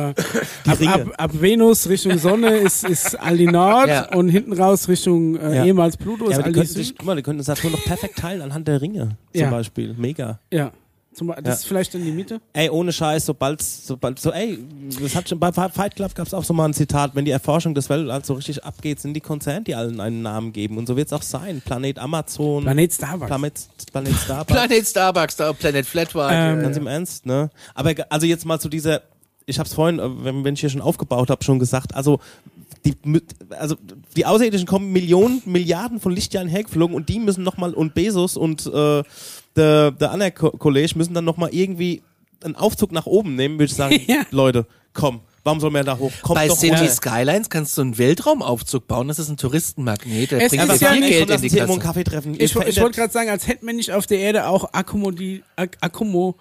[SPEAKER 1] ab,
[SPEAKER 4] Ringe.
[SPEAKER 1] ab, ab Venus Richtung Sonne ist, ist Aldi Nord
[SPEAKER 2] Ja.
[SPEAKER 1] und hinten raus Richtung äh,
[SPEAKER 4] Ja.
[SPEAKER 1] ehemals Pluto
[SPEAKER 4] Ja,
[SPEAKER 1] ist
[SPEAKER 4] aber die
[SPEAKER 1] Aldi
[SPEAKER 4] könnten sich,
[SPEAKER 1] Süd.
[SPEAKER 4] guck mal, die könnten Saturn doch perfekt teilen anhand der Ringe zum
[SPEAKER 1] Ja.
[SPEAKER 4] Beispiel. Mega.
[SPEAKER 1] Ja. Zum, Beispiel- das ist vielleicht in die Mitte.
[SPEAKER 4] Ey, ohne Scheiß, sobald, sobald, so, ey, das hat schon, bei Fight Club gab es auch so mal ein Zitat, wenn die Erforschung des Weltalls so richtig abgeht, sind die Konzerne, die allen einen Namen geben. Und so wird es auch sein. Planet Amazon,
[SPEAKER 1] Planet Starbucks.
[SPEAKER 4] Planet, Planet Starbucks.
[SPEAKER 2] Planet Starbucks, da- Planet Flatwhite.
[SPEAKER 1] Ähm,
[SPEAKER 4] Ganz im Ernst, ne? Aber ge- also jetzt mal zu dieser, ich habe es vorhin, äh, wenn, wenn ich hier schon aufgebaut habe, schon gesagt, also die, mit- also die Außerirdischen kommen Millionen, Milliarden von Lichtjahren hergeflogen und die müssen nochmal, und Bezos und äh, der, der Anna Co- College müssen dann nochmal irgendwie einen Aufzug nach oben nehmen, würde ich sagen,
[SPEAKER 1] Ja.
[SPEAKER 4] Leute, komm, warum soll man da hoch? Kommt
[SPEAKER 2] Bei
[SPEAKER 4] doch
[SPEAKER 2] City
[SPEAKER 4] runter.
[SPEAKER 2] Skylines kannst du einen Weltraumaufzug bauen, das ist ein Touristenmagnet, der
[SPEAKER 1] Es
[SPEAKER 2] bringt
[SPEAKER 1] ist
[SPEAKER 2] dir
[SPEAKER 1] ja
[SPEAKER 2] viel
[SPEAKER 1] nicht
[SPEAKER 2] Geld in die
[SPEAKER 4] Kasse.
[SPEAKER 2] Kasse.
[SPEAKER 4] Kaffee treffen.
[SPEAKER 1] Ich, wo- ich
[SPEAKER 4] Verändert-
[SPEAKER 1] wollte gerade sagen, als hätten wir nicht auf der Erde auch Akkommodi, Ak Akkommo,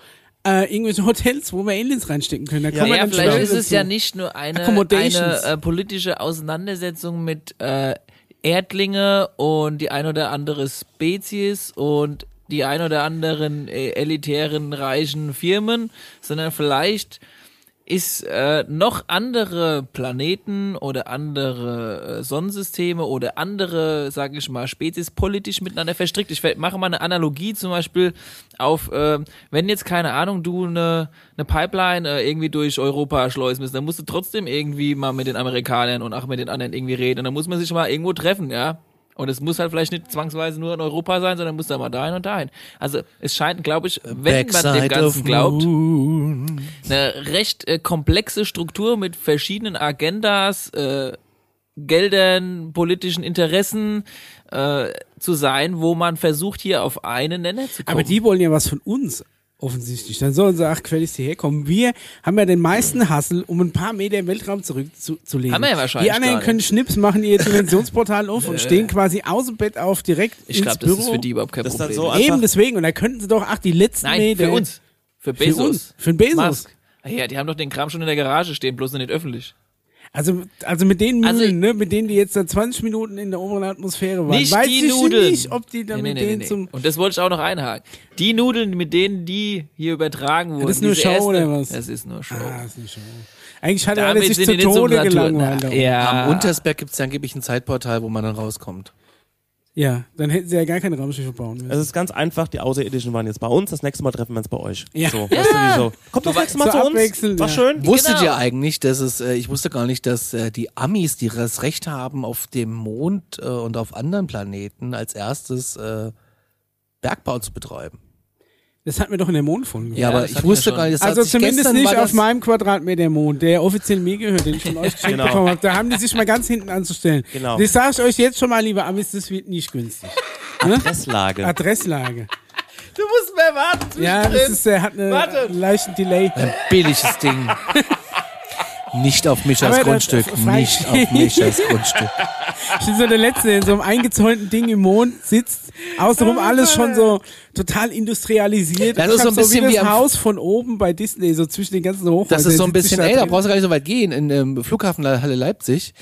[SPEAKER 1] äh, irgendwelche Hotels, wo wir Aliens reinstecken können. Da kommen wir
[SPEAKER 3] Naja,
[SPEAKER 1] dann
[SPEAKER 3] vielleicht
[SPEAKER 1] später
[SPEAKER 3] ist es
[SPEAKER 1] dazu.
[SPEAKER 3] ja nicht nur eine,
[SPEAKER 1] Accommodations.
[SPEAKER 3] eine äh, politische Auseinandersetzung mit äh, Erdlinge und die ein oder andere Spezies und die ein oder anderen äh, elitären reichen Firmen, sondern vielleicht ist äh, noch andere Planeten oder andere äh, Sonnensysteme oder andere, sage ich mal, Spezies politisch miteinander verstrickt. Ich ver- mache mal eine Analogie zum Beispiel auf, äh, wenn jetzt keine Ahnung, du eine eine Pipeline äh, irgendwie durch Europa schleusen müssen, dann musst du trotzdem irgendwie mal mit den Amerikanern und auch mit den anderen irgendwie reden und dann muss man sich mal irgendwo treffen, ja. Und es muss halt vielleicht nicht zwangsweise nur in Europa sein, sondern muss da mal dahin und dahin. Also es scheint, glaube ich, wenn man dem
[SPEAKER 2] Backside of
[SPEAKER 3] Ganzen glaubt, eine recht äh, komplexe Struktur mit verschiedenen Agendas, äh, Geldern, politischen Interessen äh, zu sein, wo man versucht, hier auf einen Nenner zu kommen.
[SPEAKER 1] Aber die wollen ja was von uns, offensichtlich. Dann sollen sie, ach, Quellis, hierher kommen. Wir haben ja den meisten Hassel, um ein paar Meter im Weltraum zurückzulegen.
[SPEAKER 3] Haben wir ja wahrscheinlich
[SPEAKER 1] Die anderen
[SPEAKER 3] gar
[SPEAKER 1] können Schnips, machen ihr Dimensionsportal auf und stehen quasi aus dem Bett auf, direkt
[SPEAKER 3] ich
[SPEAKER 1] ins
[SPEAKER 3] glaube, das
[SPEAKER 1] Büro.
[SPEAKER 3] ist für die überhaupt kein
[SPEAKER 4] Das ist dann
[SPEAKER 3] Problem.
[SPEAKER 4] so
[SPEAKER 1] Eben
[SPEAKER 4] einfach-
[SPEAKER 1] deswegen. Und da könnten sie doch, ach, die letzten
[SPEAKER 3] Nein,
[SPEAKER 1] Meter.
[SPEAKER 3] für uns. Für Bezos.
[SPEAKER 1] uns. Für den Bezos.
[SPEAKER 3] Musk. Ah Ja, die haben doch den Kram schon in der Garage stehen, bloß noch nicht öffentlich.
[SPEAKER 1] Also, also mit den Mühlen,
[SPEAKER 3] Also-
[SPEAKER 1] ne, mit denen die jetzt seit 20 Minuten in der oberen Atmosphäre waren.
[SPEAKER 3] Nicht
[SPEAKER 1] Weiß
[SPEAKER 3] die
[SPEAKER 1] ich
[SPEAKER 3] Nudeln.
[SPEAKER 1] nicht, ob die dann
[SPEAKER 3] Nee,
[SPEAKER 1] mit
[SPEAKER 3] nee, nee,
[SPEAKER 1] denen
[SPEAKER 3] nee.
[SPEAKER 1] zum...
[SPEAKER 3] Und das wollte ich auch noch einhaken. Die Nudeln, mit denen die hier übertragen wurden.
[SPEAKER 1] das ist nur
[SPEAKER 3] diese
[SPEAKER 1] Show oder was?
[SPEAKER 3] Das ist nur Show.
[SPEAKER 1] Ah, ist nicht schön. Eigentlich hat er
[SPEAKER 3] Damit
[SPEAKER 1] alle sich
[SPEAKER 3] sind
[SPEAKER 1] zu
[SPEAKER 3] die nicht zum
[SPEAKER 1] Tode
[SPEAKER 3] Saturn.
[SPEAKER 1] gelangweilt. da
[SPEAKER 3] Na,
[SPEAKER 1] oben.
[SPEAKER 3] ja.
[SPEAKER 2] Am Untersberg gibt's ja angeblich ein Zeitportal, wo man dann rauskommt.
[SPEAKER 1] ja, dann hätten sie ja gar keine Raumschiffe bauen
[SPEAKER 2] Also,
[SPEAKER 1] müssen.
[SPEAKER 4] Es ist ganz einfach, die Außerirdischen waren jetzt bei uns, das nächste Mal treffen wir uns bei euch.
[SPEAKER 1] Ja.
[SPEAKER 4] So, weißt du, wie so. Kommt das nächste Mal
[SPEAKER 1] so
[SPEAKER 4] zu uns.
[SPEAKER 1] abwechselnd,
[SPEAKER 4] War
[SPEAKER 1] ja.
[SPEAKER 4] schön.
[SPEAKER 2] Wusstet
[SPEAKER 3] Genau.
[SPEAKER 2] ihr eigentlich, dass es, äh, ich wusste gar nicht, dass äh, die Amis, die das Recht haben, auf dem Mond äh, und auf anderen Planeten als erstes äh, Bergbau zu betreiben.
[SPEAKER 1] Das hatten wir doch in der Mondfolge.
[SPEAKER 2] Ja, aber
[SPEAKER 3] das
[SPEAKER 2] ich
[SPEAKER 3] hatten wir
[SPEAKER 2] wusste
[SPEAKER 3] schon.
[SPEAKER 2] gar nicht, das hat
[SPEAKER 1] Also
[SPEAKER 2] sich
[SPEAKER 1] zumindest
[SPEAKER 2] gestern war
[SPEAKER 1] nicht
[SPEAKER 2] das,
[SPEAKER 1] auf meinem Quadratmeter Mond, der offiziell mir gehört, den ich von euch geschenkt
[SPEAKER 4] Genau.
[SPEAKER 1] bekommen habe. Da haben die sich mal ganz hinten anzustellen.
[SPEAKER 4] Genau.
[SPEAKER 1] Das sage ich euch jetzt schon mal, liebe Amis, das wird nicht günstig.
[SPEAKER 4] Adresslage.
[SPEAKER 1] Adresslage.
[SPEAKER 3] Du musst mehr warten.
[SPEAKER 1] Ja, das ist, der hat eine
[SPEAKER 3] Warte.
[SPEAKER 1] leichten Delay.
[SPEAKER 2] Billiges Ding. Nicht auf Mischas
[SPEAKER 1] Aber das-
[SPEAKER 2] Grundstück.
[SPEAKER 1] frag ich-
[SPEAKER 2] Nicht auf Mischas Grundstück.
[SPEAKER 1] Ich bin so der Letzte, der in so einem eingezäunten Ding im Mond sitzt. Außenrum alles schon so total industrialisiert.
[SPEAKER 2] Das
[SPEAKER 1] Ich
[SPEAKER 2] ist so
[SPEAKER 1] hab
[SPEAKER 2] ein bisschen
[SPEAKER 1] so wie
[SPEAKER 2] wie
[SPEAKER 1] das
[SPEAKER 2] am-
[SPEAKER 1] Haus von oben bei Disney, so zwischen den ganzen Hochhäusern.
[SPEAKER 2] Das ist so ein
[SPEAKER 1] Sitzt sich
[SPEAKER 2] bisschen, ey, da
[SPEAKER 1] drin.
[SPEAKER 2] brauchst du gar nicht so weit gehen. In ähm, Flughafenhalle Leipzig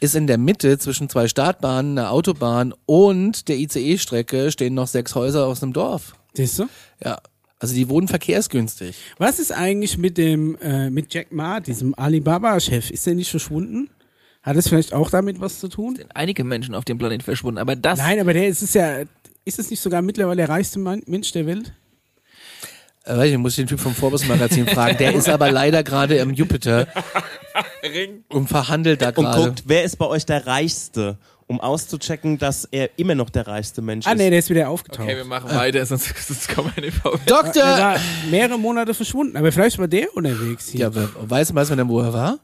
[SPEAKER 2] ist in der Mitte zwischen zwei Startbahnen, einer Autobahn und der ICE-Strecke stehen noch sechs Häuser aus einem Dorf.
[SPEAKER 1] Siehst du?
[SPEAKER 2] Ja. Also die wurden verkehrsgünstig.
[SPEAKER 1] Was ist eigentlich mit dem, äh, mit Jack Ma, diesem Alibaba-Chef? Ist der nicht verschwunden? Hat es vielleicht auch damit was zu tun?
[SPEAKER 3] Einige Menschen auf dem Planeten verschwunden, aber das
[SPEAKER 1] Nein, aber der ist es ja, ist es nicht sogar mittlerweile der reichste Mann, Mensch der Welt?
[SPEAKER 2] Äh, weiß ich, muss ich den Typ vom Forbes-Magazin fragen. Der ist aber leider gerade im Jupiter und verhandelt da
[SPEAKER 4] Und
[SPEAKER 2] gerade.
[SPEAKER 4] guckt, wer ist bei euch der Reichste, um auszuchecken, dass er immer noch der reichste Mensch
[SPEAKER 1] Ah,
[SPEAKER 4] ist.
[SPEAKER 1] nee, der ist wieder aufgetaucht.
[SPEAKER 3] Okay, wir machen weiter, sonst, sonst kommen wir nicht vorbei.
[SPEAKER 1] Der
[SPEAKER 2] Doktor!
[SPEAKER 1] war mehrere Monate verschwunden, aber vielleicht war der unterwegs hier.
[SPEAKER 2] Ja, aber weiß, weiß man denn, wo er war?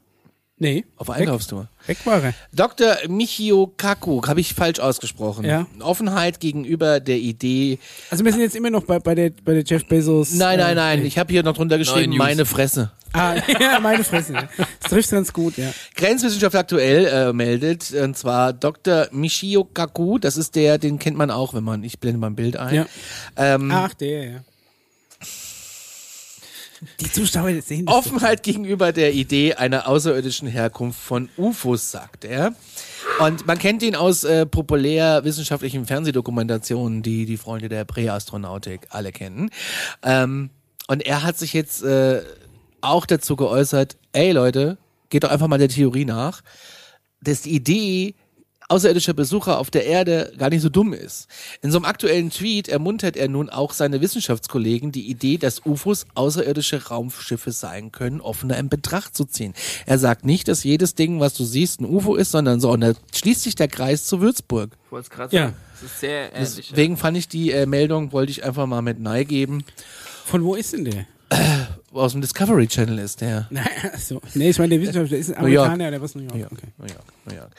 [SPEAKER 1] Nee,
[SPEAKER 2] Auf
[SPEAKER 1] weg,
[SPEAKER 2] Einkaufstour.
[SPEAKER 1] weg war er.
[SPEAKER 2] Dr. Michio Kaku, habe ich falsch ausgesprochen.
[SPEAKER 1] Ja.
[SPEAKER 2] Offenheit gegenüber der Idee.
[SPEAKER 1] Also wir sind jetzt immer noch bei, bei, der, bei der Jeff Bezos.
[SPEAKER 2] Nein,
[SPEAKER 1] äh,
[SPEAKER 2] nein, nein, ich habe hier noch drunter geschrieben,
[SPEAKER 3] News.
[SPEAKER 2] meine Fresse.
[SPEAKER 1] Ah, ja, meine Fresse. ja. Das trifft ganz gut, ja.
[SPEAKER 2] Grenzwissenschaft aktuell äh, meldet, und zwar Dr. Michio Kaku, das ist der, den kennt man auch, wenn man, ich blende mal ein Bild ein.
[SPEAKER 1] Ja.
[SPEAKER 2] Ähm,
[SPEAKER 1] Ach, der, ja. Die Zuschauer sehen das.
[SPEAKER 2] Offenheit gegenüber der Idee einer außerirdischen Herkunft von UFOs, sagt er. Und man kennt ihn aus äh, populär wissenschaftlichen Fernsehdokumentationen, die die Freunde der Präastronautik alle kennen. Ähm, und er hat sich jetzt äh, auch dazu geäußert, ey Leute, geht doch einfach mal der Theorie nach, dass die Idee außerirdischer Besucher auf der Erde gar nicht so dumm ist. In so einem aktuellen Tweet ermuntert er nun auch seine Wissenschaftskollegen, die Idee, dass UFOs außerirdische Raumschiffe sein können, offener in Betracht zu ziehen. Er sagt nicht, dass jedes Ding, was du siehst, ein UFO ist, sondern so. Und da schließt sich der Kreis zu Würzburg.
[SPEAKER 3] Ich wollte es gerade
[SPEAKER 1] Ja.
[SPEAKER 3] sagen. Das ist sehr ähnlich.
[SPEAKER 2] Deswegen fand ich die äh, Meldung, wollte ich einfach mal mit Nei geben.
[SPEAKER 1] Von wo ist denn der?
[SPEAKER 2] Aus dem Discovery Channel ist der.
[SPEAKER 1] Naja, so. Nee, ich meine, der Wissenschaftler ist ein
[SPEAKER 2] New York.
[SPEAKER 1] Amerikaner oder was? New York. Okay.
[SPEAKER 2] New York, New York.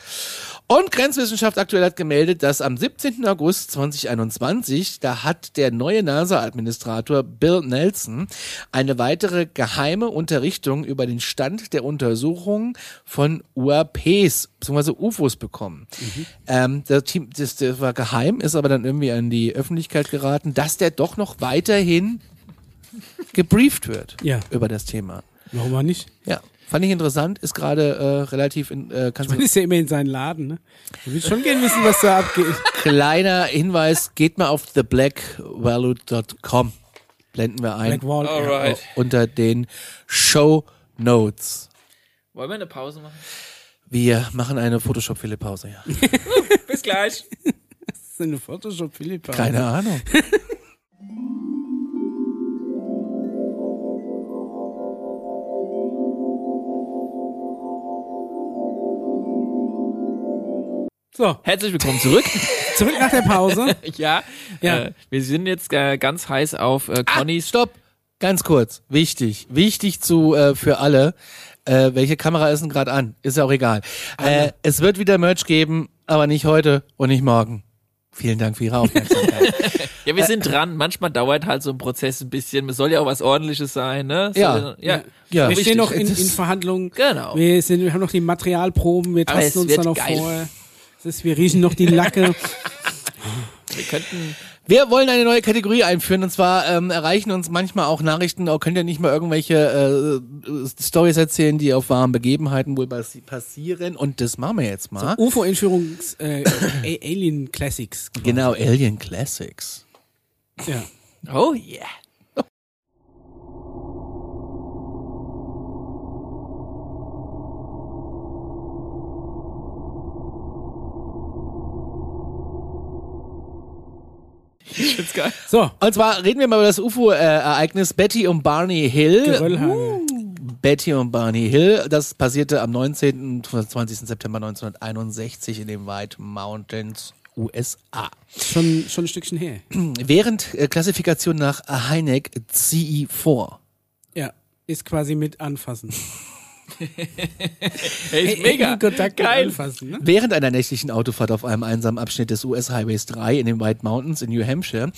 [SPEAKER 2] Und Grenzwissenschaft aktuell hat gemeldet, dass am 17. August 2021, da hat der neue NASA-Administrator Bill Nelson eine weitere geheime Unterrichtung über den Stand der Untersuchungen von UAPs bzw. UFOs bekommen.
[SPEAKER 1] Mhm.
[SPEAKER 2] Ähm, das, Team, das, das war geheim, ist aber dann irgendwie an die Öffentlichkeit geraten, dass der doch noch weiterhin gebrieft wird
[SPEAKER 1] Ja.
[SPEAKER 2] über das Thema.
[SPEAKER 1] Warum auch nicht?
[SPEAKER 2] Ja, fand ich interessant. Ist gerade äh, relativ, in, äh, kannst
[SPEAKER 1] Man
[SPEAKER 2] du,
[SPEAKER 1] ist ja immer in seinen Laden, ne? Du willst schon gerne wissen, was da abgeht.
[SPEAKER 2] kleiner Hinweis, geht mal auf theblackvalue.com. Blenden wir ein
[SPEAKER 1] Blackwall. Ja.
[SPEAKER 3] Alright.
[SPEAKER 2] unter den Show Notes.
[SPEAKER 3] Wollen wir eine Pause machen?
[SPEAKER 2] Wir machen eine Photoshop-Philipp-Pause, ja.
[SPEAKER 3] Bis gleich.
[SPEAKER 1] Das ist eine Photoshop Philippa.
[SPEAKER 2] Keine Ahnung.
[SPEAKER 1] So,
[SPEAKER 3] Herzlich willkommen zurück.
[SPEAKER 1] zurück nach der Pause.
[SPEAKER 3] ja,
[SPEAKER 1] Ja.
[SPEAKER 3] Äh, wir sind jetzt äh, ganz heiß auf äh, Connys.
[SPEAKER 2] Stopp! Ganz kurz, wichtig, wichtig zu äh, für alle. Äh, welche Kamera ist denn gerade an? Ist ja auch egal. Äh, es wird wieder Merch geben, aber nicht heute und nicht morgen. Vielen Dank für Ihre Aufmerksamkeit.
[SPEAKER 3] Ja, wir sind dran. Manchmal dauert halt so ein Prozess ein bisschen. Es soll ja auch was Ordentliches sein, ne? Soll
[SPEAKER 2] Ja.
[SPEAKER 3] Ja.
[SPEAKER 2] Ja.
[SPEAKER 1] Wir stehen
[SPEAKER 2] Richtig.
[SPEAKER 1] noch in, in
[SPEAKER 2] Das-
[SPEAKER 1] Verhandlungen.
[SPEAKER 3] Genau.
[SPEAKER 1] Wir, sind, wir haben noch die Materialproben, wir
[SPEAKER 3] Aber es
[SPEAKER 1] tasten uns
[SPEAKER 3] wird
[SPEAKER 1] da noch
[SPEAKER 3] geil.
[SPEAKER 1] vor. Das ist, wir riechen noch die Lacke.
[SPEAKER 3] Wir könnten
[SPEAKER 2] Wir wollen eine neue Kategorie einführen und zwar ähm, erreichen uns manchmal auch Nachrichten, auch könnt ihr nicht mal irgendwelche äh, Stories erzählen, die auf wahren Begebenheiten wohl passi- passieren und das machen wir jetzt mal.
[SPEAKER 1] UFO-Entführungs äh, A- Alien Classics.
[SPEAKER 2] genau, Alien Classics.
[SPEAKER 1] Ja.
[SPEAKER 3] Oh yeah. Ich find's geil.
[SPEAKER 1] So,
[SPEAKER 2] Und zwar reden wir mal über das UFO-Ereignis äh, Betty und Barney Hill.
[SPEAKER 3] Uh.
[SPEAKER 1] Geröllhaare.
[SPEAKER 2] Betty und Barney Hill, das passierte am 19. und 20. September 1961 in den White Mountains, USA.
[SPEAKER 1] Schon, schon ein Stückchen her.
[SPEAKER 2] Während äh, Klassifikation nach E Heineck CE4.
[SPEAKER 1] Ja. Ist quasi mit anfassen.
[SPEAKER 3] Hey, ist mega.
[SPEAKER 1] In Kontakt
[SPEAKER 3] Geil.
[SPEAKER 1] anfassen. Ne?
[SPEAKER 2] Während einer nächtlichen Autofahrt auf einem einsamen Abschnitt des US Highways 3 in den White Mountains in New Hampshire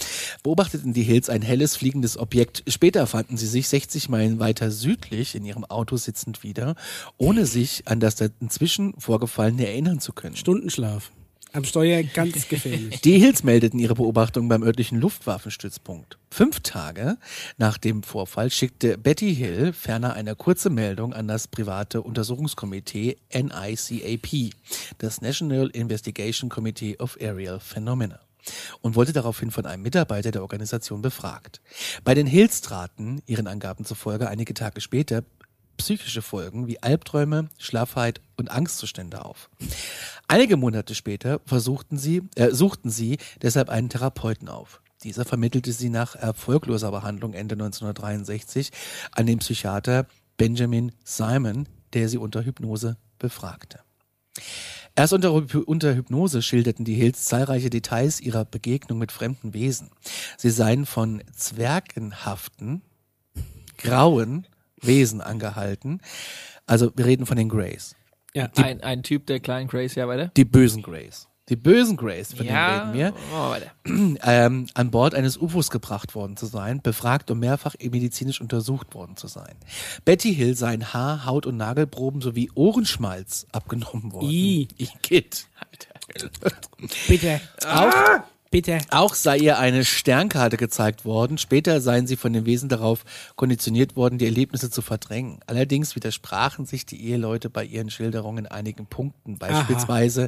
[SPEAKER 2] beobachteten die Hills ein helles fliegendes Objekt. Später fanden sie sich 60 Meilen weiter südlich in ihrem Auto sitzend wieder, ohne sich an das inzwischen vorgefallene erinnern zu können.
[SPEAKER 1] Stundenschlaf. Am Steuer ganz gefährlich.
[SPEAKER 2] Die Hills meldeten ihre Beobachtung beim örtlichen Luftwaffenstützpunkt. Fünf Tage nach dem Vorfall schickte Betty Hill ferner eine kurze Meldung an das private Untersuchungskomitee NICAP, das National Investigation Committee of Aerial Phenomena, und wurde daraufhin von einem Mitarbeiter der Organisation befragt. Bei den Hills traten, ihren Angaben zufolge einige Tage später, psychische Folgen wie Albträume, Schlaffheit und Angstzustände auf. Einige Monate später versuchten sie, äh, suchten sie deshalb einen Therapeuten auf. Dieser vermittelte sie nach erfolgloser Behandlung Ende 1963 an den Psychiater Benjamin Simon, der sie unter Hypnose befragte. Erst unter, Hyp- unter Hypnose schilderten die Hills zahlreiche Details ihrer Begegnung mit fremden Wesen. Sie seien von zwergenhaften, grauen Wesen angehalten. Also wir reden von den Greys.
[SPEAKER 1] Ja,
[SPEAKER 3] Ein, ein Typ der kleinen Grace, ja, weiter.
[SPEAKER 2] Die bösen Greys. Die bösen Greys, von denen
[SPEAKER 3] Ja,
[SPEAKER 2] reden
[SPEAKER 3] machen wir weiter.
[SPEAKER 2] wir, ähm, an Bord eines UFOs gebracht worden zu sein, befragt und mehrfach medizinisch untersucht worden zu sein. Betty Hill seien Haar-, Haut- und Nagelproben sowie Ohrenschmalz abgenommen worden.
[SPEAKER 1] I.
[SPEAKER 2] I Kid.
[SPEAKER 1] bitte.
[SPEAKER 3] Ah!
[SPEAKER 1] Auf. Bitte.
[SPEAKER 2] Auch sei ihr eine Sternkarte gezeigt worden. Später seien sie von dem Wesen darauf konditioniert worden, die Erlebnisse zu verdrängen. Allerdings widersprachen sich die Eheleute bei ihren Schilderungen in einigen Punkten, beispielsweise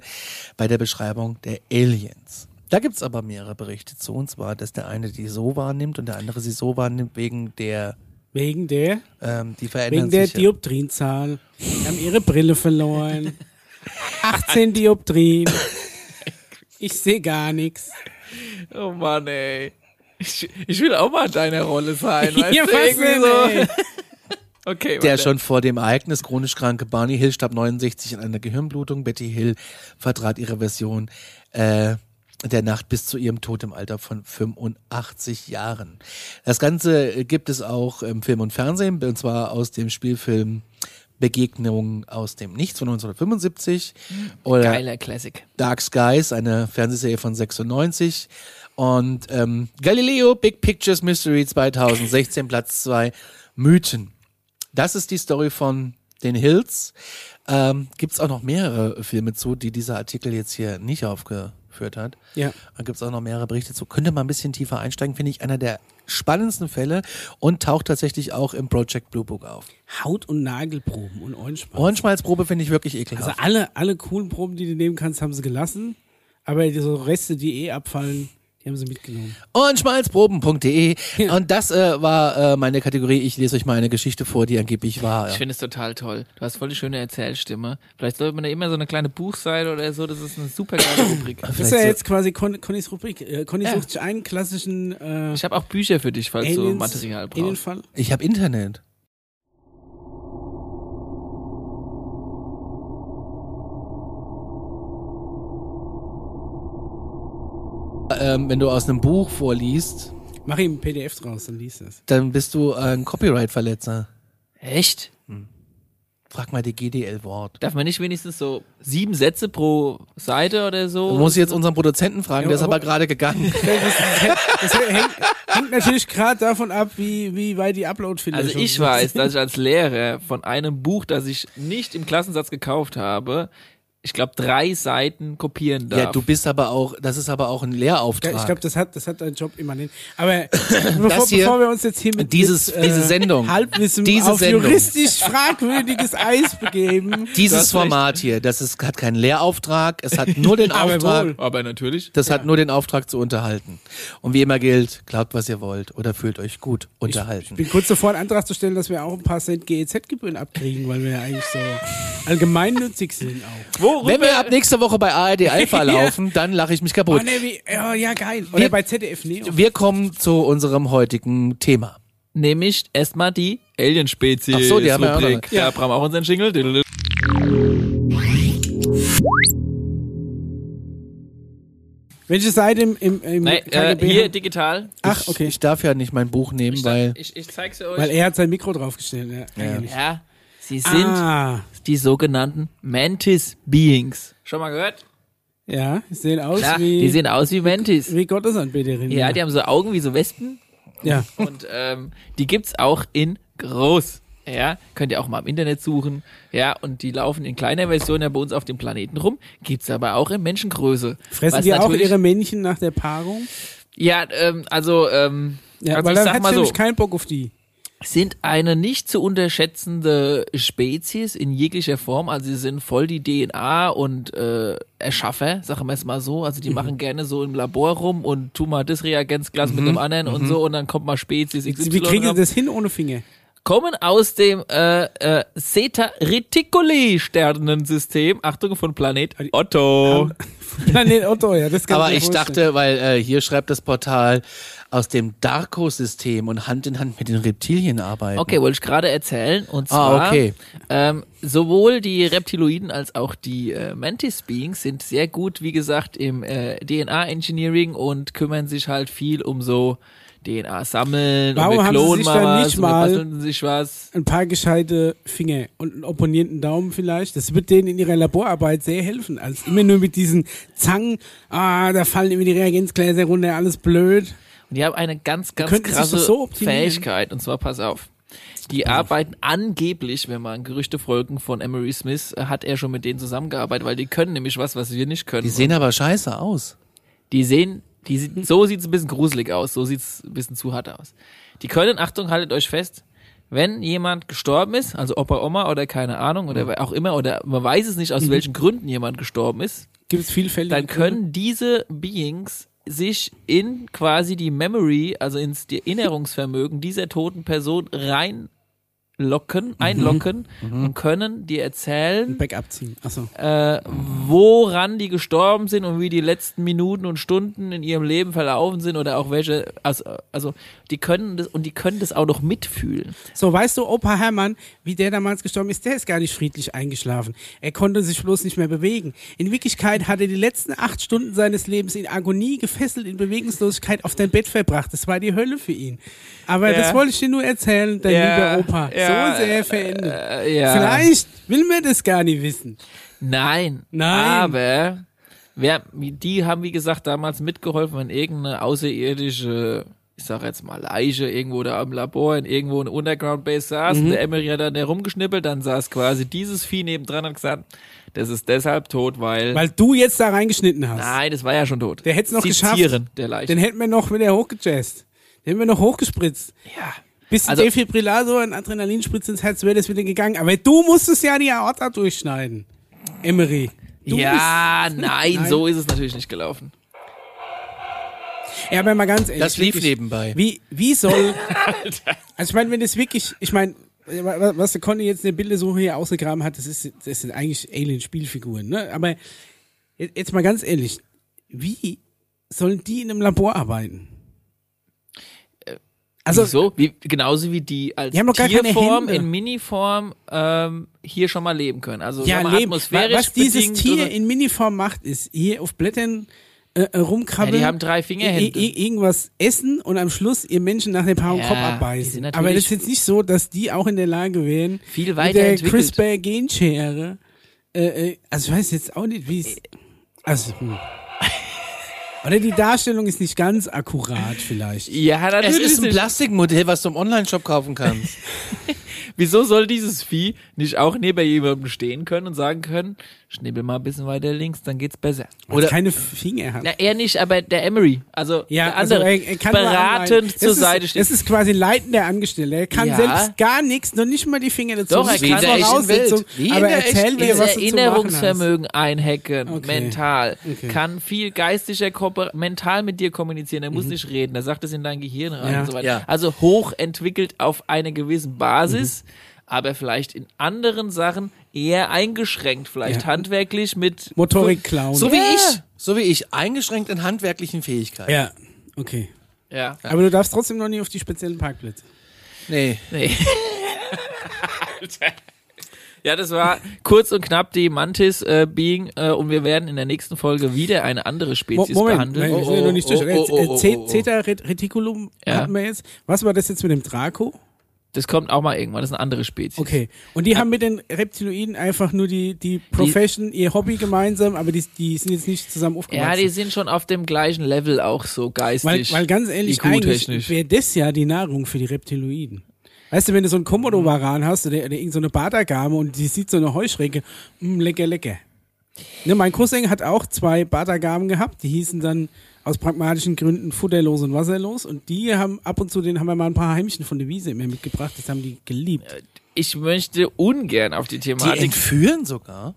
[SPEAKER 2] bei der Beschreibung der Aliens. Da gibt's aber mehrere Berichte zu, und zwar, dass der eine die so wahrnimmt und der andere sie so wahrnimmt, wegen der,
[SPEAKER 1] Wegen der,
[SPEAKER 2] ähm, die verändern
[SPEAKER 1] wegen der
[SPEAKER 2] sich. ja.
[SPEAKER 1] Dioptrienzahl. Die haben ihre Brille verloren. 18 Dioptrien. Ich sehe gar nichts.
[SPEAKER 3] Oh Mann, ey. Ich, ich will auch mal in deiner Rolle sein, weißt
[SPEAKER 1] Ja,
[SPEAKER 3] du?
[SPEAKER 1] was
[SPEAKER 3] Irgendwie
[SPEAKER 1] denn,
[SPEAKER 3] so.
[SPEAKER 1] ey?
[SPEAKER 3] Okay,
[SPEAKER 2] Der
[SPEAKER 3] weiter.
[SPEAKER 2] schon vor dem Ereignis chronisch kranke Barney Hill starb 69 an einer Gehirnblutung. Betty Hill vertrat ihre Version äh, der Nacht bis zu ihrem Tod im Alter von 85 Jahren. Das Ganze äh, gibt es auch im Film und Fernsehen, und zwar aus dem Spielfilm Begegnung aus dem Nichts von 1975 oder
[SPEAKER 3] Hm, Geiler Classic.
[SPEAKER 2] Dark Skies, eine Fernsehserie von 96 und ähm, Galileo Big Pictures Mystery 2016 Platz 2 Mythen. Das ist die Story von den Hills. Ähm, gibt's auch noch mehrere Filme zu, die dieser Artikel jetzt hier nicht aufgeführt hat.
[SPEAKER 1] Ja.
[SPEAKER 2] Da gibt's auch noch mehrere Berichte zu. Könnte man ein bisschen tiefer einsteigen, finde ich einer der spannendsten Fälle und taucht tatsächlich auch im Project Blue Book auf.
[SPEAKER 1] Haut- und Nagelproben und Ohrenschmalz.
[SPEAKER 2] Ohrenschmalzprobe finde ich wirklich ekelhaft.
[SPEAKER 1] Also alle, alle coolen Proben, die du nehmen kannst, haben sie gelassen. Aber die so Reste, die eh abfallen, die haben sie mitgenommen.
[SPEAKER 2] und schmalzproben.de.
[SPEAKER 1] Ja.
[SPEAKER 2] Und das äh, war äh, meine Kategorie. Ich lese euch mal eine Geschichte vor, die angeblich war.
[SPEAKER 3] Ich
[SPEAKER 2] Ja.
[SPEAKER 3] finde es total toll. Du hast voll die schöne Erzählstimme. Vielleicht sollte man da immer so eine kleine Buchseite oder so. Das ist eine super geile Rubrik.
[SPEAKER 1] Das ist
[SPEAKER 2] Vielleicht
[SPEAKER 1] ja
[SPEAKER 2] so-
[SPEAKER 1] jetzt quasi Con Connys Rubrik. Äh, Conny sucht sich einen klassischen äh,
[SPEAKER 3] Ich habe auch Bücher für dich, falls du
[SPEAKER 1] Aliens-
[SPEAKER 3] Material brauchst.
[SPEAKER 1] Alienfall.
[SPEAKER 2] Ich habe Internet. Ähm, wenn du aus einem Buch vorliest,
[SPEAKER 1] Mach ihm ein PDF draus, dann liest das.
[SPEAKER 2] dann bist du ein Copyright-Verletzer.
[SPEAKER 3] Echt?
[SPEAKER 2] Frag mal die GDL-Wort.
[SPEAKER 3] Darf man nicht wenigstens so sieben Sätze pro Seite oder so?
[SPEAKER 2] Du musst jetzt unseren Produzenten fragen, der ist aber gerade gegangen.
[SPEAKER 1] Das, das hängt, hängt natürlich gerade davon ab, wie, wie weit die upload finde
[SPEAKER 3] also ich weiß, dass ich als Lehrer von einem Buch, das ich nicht im Klassensatz gekauft habe, ich glaube drei Seiten kopieren darf.
[SPEAKER 2] Ja, du bist aber auch, das ist aber auch ein Lehrauftrag.
[SPEAKER 1] Ich glaube, das hat, das hat dein Job immanent. Aber bevor,
[SPEAKER 2] hier-
[SPEAKER 1] bevor wir uns jetzt hier mit
[SPEAKER 2] dieses,
[SPEAKER 1] mit, äh,
[SPEAKER 2] diese Sendung,
[SPEAKER 1] Halbwissen
[SPEAKER 2] Diese
[SPEAKER 1] auf
[SPEAKER 2] Sendung.
[SPEAKER 1] juristisch fragwürdiges Eis begeben.
[SPEAKER 3] Du
[SPEAKER 2] dieses
[SPEAKER 3] hast recht.
[SPEAKER 2] Format hier, das ist, hat keinen Lehrauftrag, es hat nur den
[SPEAKER 1] Aber
[SPEAKER 2] Auftrag,
[SPEAKER 1] wohl.
[SPEAKER 3] Aber natürlich.
[SPEAKER 2] das hat nur den Auftrag zu unterhalten. Und wie immer gilt, glaubt, was ihr wollt oder fühlt euch gut unterhalten.
[SPEAKER 1] bin kurz davor, einen Antrag zu stellen, dass wir auch ein paar Cent GEZ-Gebühren abkriegen, weil wir ja eigentlich so allgemeinnützig sind auch.
[SPEAKER 3] Worüber,
[SPEAKER 2] Wenn wir ab nächster Woche bei ARD
[SPEAKER 1] Ja.
[SPEAKER 2] Alpha laufen, dann lache ich mich
[SPEAKER 1] Oh,
[SPEAKER 2] kaputt.
[SPEAKER 1] nee, wie, oh ja, geil. Oder
[SPEAKER 2] Wir-
[SPEAKER 1] bei ZDF Neo.
[SPEAKER 2] Wir kommen zu unserem heutigen Thema.
[SPEAKER 3] nämlich erstmal die Alienspezies.
[SPEAKER 2] Ach so, die haben wir auch noch.
[SPEAKER 3] Rubrik. Da brauchen wir auch unseren Jingle. Diddle-
[SPEAKER 1] Welche Seite im, im, im
[SPEAKER 3] Nee, äh,
[SPEAKER 1] KGB?
[SPEAKER 3] hier digital.
[SPEAKER 1] Ach, okay.
[SPEAKER 2] Ich darf ja nicht mein Buch nehmen, weil
[SPEAKER 3] Ich, ich zeig's euch.
[SPEAKER 1] Weil er hat sein Mikro draufgestellt. Ja, eigentlich.
[SPEAKER 3] ja, Sie sind
[SPEAKER 1] ah,
[SPEAKER 3] die sogenannten Mantis Beings. Schon mal gehört?
[SPEAKER 1] ja, die sehen aus
[SPEAKER 3] Klar,
[SPEAKER 1] wie,
[SPEAKER 3] die sehen aus wie Mantis.
[SPEAKER 1] wie Gottesanbeterin.
[SPEAKER 3] Ja, die haben so Augen wie so Wespen
[SPEAKER 1] ja.
[SPEAKER 3] und ähm, die gibt's auch in groß. Ja, könnt ihr auch mal im Internet suchen. Ja, und die laufen in kleiner Version ja bei uns auf dem Planeten rum, gibt's aber auch in Menschengröße.
[SPEAKER 1] Fressen
[SPEAKER 3] Was
[SPEAKER 1] die auch
[SPEAKER 3] natürlich-
[SPEAKER 1] ihre Männchen nach der Paarung?
[SPEAKER 3] Ja, ähm, also, ähm,
[SPEAKER 1] Ja,
[SPEAKER 3] also
[SPEAKER 1] weil
[SPEAKER 3] ich
[SPEAKER 1] dann
[SPEAKER 3] sag
[SPEAKER 1] hat's
[SPEAKER 3] mal so,
[SPEAKER 1] nämlich keinen Bock auf die.
[SPEAKER 3] sind eine nicht zu unterschätzende Spezies in jeglicher Form. Also sie sind voll die DNA und äh, Erschaffer, sagen wir es mal so. Also die
[SPEAKER 1] Mhm.
[SPEAKER 3] machen gerne so im Labor rum und tu mal das Reagenzglas mit dem anderen und so und dann kommt mal Spezies XY.
[SPEAKER 1] Mhm. Wie kriegen sie
[SPEAKER 3] raus.
[SPEAKER 1] das hin ohne Finger?
[SPEAKER 3] Kommen aus dem äh, äh, Zeta Reticuli Sternensystem, Achtung von Planet
[SPEAKER 1] Äh,
[SPEAKER 3] Otto.
[SPEAKER 1] Planet Otto, ja, das kann
[SPEAKER 2] Aber
[SPEAKER 1] mir
[SPEAKER 2] ich
[SPEAKER 1] vorstellen.
[SPEAKER 2] dachte, weil äh, hier schreibt das Portal aus dem Darko-System und Hand in Hand mit den Reptilien arbeiten.
[SPEAKER 3] Okay, wollte ich gerade erzählen. Und
[SPEAKER 2] Ah,
[SPEAKER 3] zwar,
[SPEAKER 2] okay.
[SPEAKER 3] ähm, sowohl die Reptiloiden als auch die äh, Mantis-Beings sind sehr gut, wie gesagt, im äh, DNA-Engineering und kümmern sich halt viel um so DNA-Sammeln und
[SPEAKER 1] Warum
[SPEAKER 3] wir
[SPEAKER 1] haben sie
[SPEAKER 3] klonen
[SPEAKER 1] sich dann
[SPEAKER 3] mal was
[SPEAKER 1] nicht
[SPEAKER 3] und wir
[SPEAKER 1] mal-
[SPEAKER 3] basteln sich was.
[SPEAKER 1] ein paar gescheite Finger und einen opponierten Daumen vielleicht. Das wird denen in ihrer Laborarbeit sehr helfen. Als immer nur mit diesen Zangen, ah, da fallen immer die Reagenzgläser runter, alles blöd.
[SPEAKER 3] Und die haben eine ganz, ganz
[SPEAKER 1] könnten sich
[SPEAKER 3] krasse
[SPEAKER 1] doch so optimieren.
[SPEAKER 3] Fähigkeit. Und zwar, pass auf. Die arbeiten angeblich, wenn man Gerüchte folgen von Emery Smith, äh, hat er schon mit denen zusammengearbeitet, weil die können nämlich was, was wir nicht können.
[SPEAKER 2] Die sehen aber scheiße aus.
[SPEAKER 3] Die sehen, die, sie- so sieht's ein bisschen gruselig aus, so sieht's ein bisschen zu hart aus. Die können, Achtung, haltet euch fest, wenn jemand gestorben ist, also Opa, Oma oder keine Ahnung oder wer auch immer, oder man weiß es nicht, aus welchen Gründen jemand gestorben ist,
[SPEAKER 1] Gibt es vielfältige.
[SPEAKER 3] dann können diese Beings sich in quasi die Memory, also ins Erinnerungsvermögen dieser toten Person reinlocken, einlocken und können dir erzählen,
[SPEAKER 1] Backup ziehen. Achso.
[SPEAKER 3] äh, woran die gestorben sind und wie die letzten Minuten und Stunden in ihrem Leben verlaufen sind oder auch welche, also, also die können das und die können das auch noch mitfühlen.
[SPEAKER 1] So, weißt du, Opa Hermann, wie der damals gestorben ist, der ist gar nicht friedlich eingeschlafen. Er konnte sich bloß nicht mehr bewegen. In Wirklichkeit hat er die letzten acht Stunden seines Lebens in Agonie gefesselt, in Bewegungslosigkeit auf dein Bett verbracht. Das war die Hölle für ihn. Aber
[SPEAKER 3] Ja.
[SPEAKER 1] das wollte ich dir nur erzählen, dein
[SPEAKER 3] Ja,
[SPEAKER 1] lieber Opa.
[SPEAKER 3] ja,
[SPEAKER 1] so ist er verändert.
[SPEAKER 3] Äh, ja.
[SPEAKER 1] Vielleicht will man das gar nicht wissen.
[SPEAKER 3] Nein.
[SPEAKER 1] Nein.
[SPEAKER 3] Aber wer, die haben, wie gesagt, damals mitgeholfen, wenn irgendeine außerirdische, ich sag jetzt mal, Leiche irgendwo da im Labor, in irgendwo in Underground Base saß,
[SPEAKER 1] Mhm.
[SPEAKER 3] und der Emery hat dann herumgeschnippelt, dann saß quasi dieses Vieh nebendran und hat gesagt, das ist deshalb tot, weil.
[SPEAKER 1] Weil du jetzt da reingeschnitten hast.
[SPEAKER 3] Nein, das war ja schon tot.
[SPEAKER 1] Der hätt's noch geschafft.
[SPEAKER 3] Zitieren der Leiche.
[SPEAKER 1] Den hätten wir noch wieder hochgejazzt. Den hätten wir noch hochgespritzt.
[SPEAKER 3] Ja.
[SPEAKER 1] Bisschen
[SPEAKER 3] Also-
[SPEAKER 1] Defibrillator und Adrenalinspritze ins Herz wäre das wieder gegangen. Aber du musstest ja die Aorta durchschneiden. Emery. Du
[SPEAKER 3] ja, nein,
[SPEAKER 1] Nein.
[SPEAKER 3] so ist es natürlich nicht gelaufen.
[SPEAKER 1] bist- Ja, aber mal ganz ehrlich.
[SPEAKER 2] Das lief
[SPEAKER 1] wirklich,
[SPEAKER 2] nebenbei.
[SPEAKER 1] Wie, wie soll. also, ich meine, wenn das wirklich. Ich meine, wa- was der Conny jetzt in der Bildersuche hier ausgegraben hat, das, ist, das sind eigentlich Alien-Spielfiguren, ne? Aber je- jetzt mal ganz ehrlich. Wie sollen die in einem Labor arbeiten? Also,
[SPEAKER 3] Wieso? Wie, genauso wie die als
[SPEAKER 1] Die haben doch gar keine
[SPEAKER 3] Tierform
[SPEAKER 1] Hände.
[SPEAKER 3] in Miniform ähm, hier schon mal leben können. Also
[SPEAKER 1] ja,
[SPEAKER 3] sagen wir mal,
[SPEAKER 1] leben.
[SPEAKER 3] atmosphärisch
[SPEAKER 1] Was dieses
[SPEAKER 3] bedingt
[SPEAKER 1] Tier
[SPEAKER 3] oder-
[SPEAKER 1] in Miniform macht, ist hier auf Blättern äh, äh, rumkrabbeln.
[SPEAKER 3] Ja, die haben drei Fingerhände.
[SPEAKER 1] i- i- Irgendwas essen und am Schluss ihr Menschen nach dem Paarung
[SPEAKER 3] Ja,
[SPEAKER 1] Kopf
[SPEAKER 3] die sind
[SPEAKER 1] abbeißen.
[SPEAKER 3] natürlich-
[SPEAKER 1] Aber das ist jetzt nicht so, dass die auch in der Lage wären,
[SPEAKER 3] Viel
[SPEAKER 1] mit der
[SPEAKER 3] weiterentwickelt.
[SPEAKER 1] CRISPR-Genschere. Äh, äh, also ich weiß jetzt auch nicht, wie
[SPEAKER 3] Äh.
[SPEAKER 1] es. Also, hm. Oder die Darstellung ist nicht ganz akkurat vielleicht.
[SPEAKER 3] ja,
[SPEAKER 2] Es
[SPEAKER 3] natürlich.
[SPEAKER 2] ist ein
[SPEAKER 3] nicht.
[SPEAKER 2] Plastikmodell, was du im Onlineshop kaufen kannst.
[SPEAKER 3] Wieso soll dieses Vieh nicht auch neben jemandem stehen können und sagen können, schnibbel mal ein bisschen weiter links, dann geht's besser.
[SPEAKER 1] Oder
[SPEAKER 2] Oder-
[SPEAKER 1] keine Finger hat.
[SPEAKER 3] Na, er nicht, aber der Emery, also der
[SPEAKER 1] also
[SPEAKER 3] andere,
[SPEAKER 1] er- er kann nur anleiten.
[SPEAKER 3] beratend
[SPEAKER 1] Das
[SPEAKER 3] zur
[SPEAKER 1] ist,
[SPEAKER 3] Seite stehen.
[SPEAKER 1] Es ist quasi leitender Angestellter. Er kann
[SPEAKER 3] Ja.
[SPEAKER 1] selbst gar nichts, noch nicht mal die Finger dazu.
[SPEAKER 3] Doch, er
[SPEAKER 1] Das
[SPEAKER 3] kann
[SPEAKER 1] ist
[SPEAKER 3] in der echten
[SPEAKER 1] Voraussetzung.
[SPEAKER 2] Welt. Wie in
[SPEAKER 1] Aber
[SPEAKER 2] der
[SPEAKER 1] erzähl
[SPEAKER 2] echten
[SPEAKER 1] mir,
[SPEAKER 3] ins
[SPEAKER 1] was du zu machen hast.
[SPEAKER 3] Erinnerungsvermögen einhacken,
[SPEAKER 1] Okay.
[SPEAKER 3] mental.
[SPEAKER 1] Okay.
[SPEAKER 3] Kann viel geistiger Kooper mental mit dir kommunizieren. Er muss nicht reden, er sagt es in dein Gehirn rein
[SPEAKER 1] Mhm. Ja.
[SPEAKER 3] und so weiter.
[SPEAKER 2] Ja.
[SPEAKER 3] Also hochentwickelt auf einer gewissen
[SPEAKER 1] Mhm.
[SPEAKER 3] Basis, aber vielleicht in anderen Sachen eher eingeschränkt. Vielleicht
[SPEAKER 1] Ja.
[SPEAKER 3] handwerklich mit
[SPEAKER 1] Motorik klauen.
[SPEAKER 2] So wie
[SPEAKER 3] Ja.
[SPEAKER 2] ich. So wie ich. Eingeschränkt in handwerklichen Fähigkeiten.
[SPEAKER 1] ja, okay.
[SPEAKER 3] Ja.
[SPEAKER 1] Aber du darfst trotzdem noch nie auf die speziellen Parkplätze.
[SPEAKER 2] Nee.
[SPEAKER 3] Nee. Ja, das war kurz und knapp die Mantis äh, Being äh, und wir werden in der nächsten Folge wieder eine andere
[SPEAKER 1] Mo-
[SPEAKER 3] Spezies
[SPEAKER 1] Moment,
[SPEAKER 3] behandeln.
[SPEAKER 1] nein, wir
[SPEAKER 2] Oh,
[SPEAKER 1] sind ja
[SPEAKER 2] oh,
[SPEAKER 1] noch nicht durch.
[SPEAKER 2] oh, oh, oh,
[SPEAKER 1] Äh,
[SPEAKER 2] oh,
[SPEAKER 1] Zeta
[SPEAKER 2] oh, oh.
[SPEAKER 1] Zeta Ret- Reticulum
[SPEAKER 3] Ja.
[SPEAKER 1] hatten wir jetzt. Was war das jetzt mit dem Draco?
[SPEAKER 3] Das kommt auch mal irgendwann, das ist eine andere Spezies.
[SPEAKER 1] Okay. Und die haben mit den Reptiloiden einfach nur die, die Profession, ihr Hobby gemeinsam, aber die, die sind jetzt nicht zusammen
[SPEAKER 3] Ja, die
[SPEAKER 1] aufgewachsen.
[SPEAKER 3] sind schon auf dem gleichen Level auch so
[SPEAKER 1] weil,
[SPEAKER 3] geistig.
[SPEAKER 1] weil ganz ehrlich, eigentlich
[SPEAKER 3] IQ-technisch.
[SPEAKER 1] wäre das ja die Nahrung für die Reptiloiden. Weißt du, wenn du so einen Komodo-Varan hast oder, oder irgendeine so eine Badagame und die sieht so eine Heuschrecke, mm, lecker, lecker. Ne, mein Cousin hat auch zwei Badagamen gehabt, die hießen dann aus pragmatischen Gründen futterlos und wasserlos und die haben ab und zu, denen haben wir mal ein paar Heimchen von der Wiese immer mitgebracht, das haben die geliebt.
[SPEAKER 3] Ich möchte ungern auf die
[SPEAKER 2] Die
[SPEAKER 3] Thematik.
[SPEAKER 2] entführen sogar.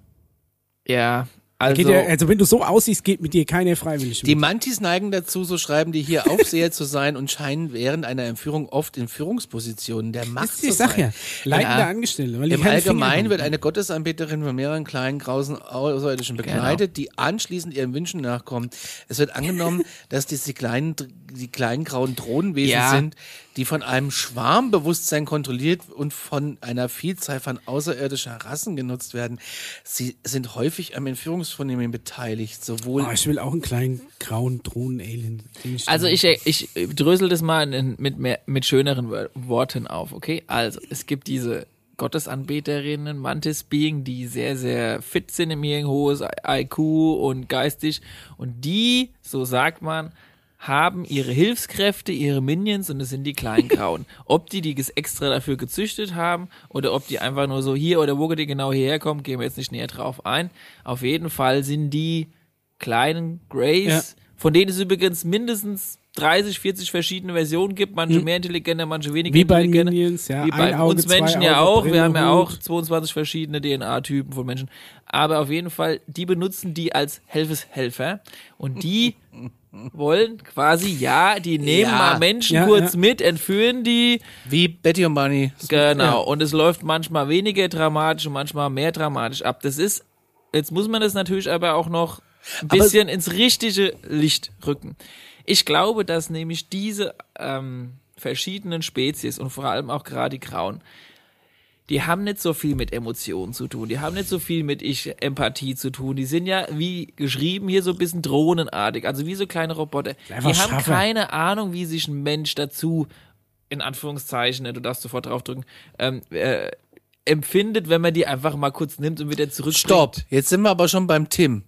[SPEAKER 3] ja, also.
[SPEAKER 1] Geht ja, also wenn du so aussiehst, geht mit dir keiner freiwillig mit.
[SPEAKER 2] Die Mantis neigen dazu, so schreiben die hier, Aufseher zu sein und scheinen während einer Entführung oft in Führungspositionen der Macht
[SPEAKER 1] Das ist
[SPEAKER 2] zu
[SPEAKER 1] die Sache.
[SPEAKER 2] sein.
[SPEAKER 1] Ja. Leitende
[SPEAKER 2] Ja.
[SPEAKER 1] Angestellte. Weil die
[SPEAKER 2] Im
[SPEAKER 1] keine Finger
[SPEAKER 2] Allgemeinen
[SPEAKER 1] haben.
[SPEAKER 2] wird eine Gottesanbeterin von mehreren kleinen grausen Außerirdischen begleitet, die anschließend ihren Wünschen nachkommen. Es wird angenommen, dass dies die kleinen, die kleinen grauen Drohnenwesen
[SPEAKER 3] Ja.
[SPEAKER 2] sind, die von einem Schwarmbewusstsein kontrolliert und von einer Vielzahl von außerirdischer Rassen genutzt werden. Sie sind häufig am Entführungsvornehmen beteiligt, sowohl
[SPEAKER 1] Oh, ich will auch einen kleinen grauen Drohnen-Alien. den ich-
[SPEAKER 3] Also ich, ich drösel das mal in, mit, mehr, mit schöneren Wör- Worten auf, okay? Also, es gibt diese Gottesanbeterinnen, Mantis-Being, die sehr, sehr fit sind im ihren hohes IQ und geistig. Und die, so sagt man, haben ihre Hilfskräfte, ihre Minions und es sind die kleinen Grauen. Ob die die ges- extra dafür gezüchtet haben oder ob die einfach nur so hier oder wo die genau hierher kommen, gehen wir jetzt nicht näher drauf ein. Auf jeden Fall sind die kleinen Grays,
[SPEAKER 1] Ja.
[SPEAKER 3] von denen es übrigens mindestens 30, 40 verschiedene Versionen gibt, manche mehr intelligenter, manche weniger
[SPEAKER 1] Hm. Wie bei
[SPEAKER 3] intelligenter.
[SPEAKER 1] Minions, ja,
[SPEAKER 3] Wie
[SPEAKER 1] ein
[SPEAKER 3] bei
[SPEAKER 1] Auge,
[SPEAKER 3] uns
[SPEAKER 1] zwei
[SPEAKER 3] Menschen ja
[SPEAKER 1] Auge,
[SPEAKER 3] auch,
[SPEAKER 1] Brille,
[SPEAKER 3] wir haben ja
[SPEAKER 1] Hut.
[SPEAKER 3] auch 22 verschiedene DNA-Typen von Menschen. Aber auf jeden Fall, die benutzen die als Helfeshelfer und die wollen quasi, ja, die nehmen
[SPEAKER 2] Ja.
[SPEAKER 3] mal Menschen
[SPEAKER 1] Ja,
[SPEAKER 3] kurz
[SPEAKER 1] ja.
[SPEAKER 3] mit, entführen die,
[SPEAKER 2] wie Betty und Barney.
[SPEAKER 3] Genau, und es läuft manchmal weniger dramatisch und manchmal mehr dramatisch ab. Das ist, jetzt muss man das natürlich aber auch noch ein
[SPEAKER 2] Aber-
[SPEAKER 3] bisschen ins richtige Licht rücken. Ich glaube, dass nämlich diese ähm, verschiedenen Spezies und vor allem auch gerade die Grauen, die haben nicht so viel mit Emotionen zu tun, die haben nicht so viel mit ich Empathie zu tun. Die sind ja, wie geschrieben, hier so ein bisschen drohnenartig, also wie so kleine Roboter.
[SPEAKER 1] Einfach
[SPEAKER 3] die haben
[SPEAKER 1] Schaffe.
[SPEAKER 3] keine Ahnung, wie sich ein Mensch dazu in Anführungszeichen, ne, du darfst sofort draufdrücken, ähm, äh, empfindet, wenn man die einfach mal kurz nimmt und wieder zurückbringt.
[SPEAKER 2] Stopp, jetzt sind wir aber schon beim Tim.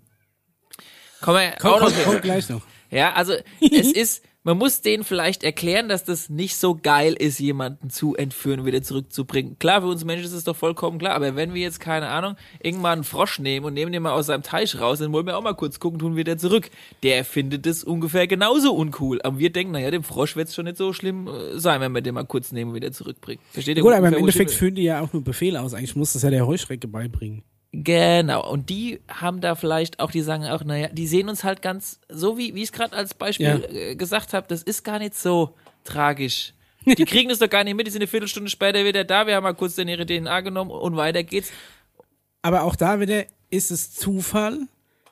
[SPEAKER 3] Komm mal,
[SPEAKER 1] Komm,
[SPEAKER 3] auch
[SPEAKER 1] Oh, komm,
[SPEAKER 3] noch hin.
[SPEAKER 1] komm gleich noch.
[SPEAKER 3] Ja, also es ist, man muss denen vielleicht erklären, dass das nicht so geil ist, jemanden zu entführen und wieder zurückzubringen. Klar, für uns Menschen ist es doch vollkommen klar, aber wenn wir jetzt, keine Ahnung, irgendwann einen Frosch nehmen und nehmen den mal aus seinem Teich raus, dann wollen wir auch mal kurz gucken, tun wir der zurück. Der findet es ungefähr genauso uncool. Aber wir denken, naja, dem Frosch wird's schon nicht so schlimm äh, sein, wenn wir den mal kurz nehmen und wieder zurückbringen. Versteht ihr?
[SPEAKER 1] Gut, aber im
[SPEAKER 3] ungefähr, wo ich
[SPEAKER 1] Endeffekt
[SPEAKER 3] hin will?
[SPEAKER 1] führen die ja auch nur Befehle aus. Eigentlich muss das ja der Heuschrecke beibringen.
[SPEAKER 3] Genau, und die haben da vielleicht auch, die sagen auch, naja, die sehen uns halt ganz, so wie, wie ich es gerade als Beispiel
[SPEAKER 1] Ja.
[SPEAKER 3] äh, gesagt habe, das ist gar nicht so tragisch. Die kriegen das doch gar nicht mit, die sind eine Viertelstunde später wieder da, wir haben mal kurz dann ihre DNA genommen und weiter geht's.
[SPEAKER 1] Aber auch da wieder ist es Zufall,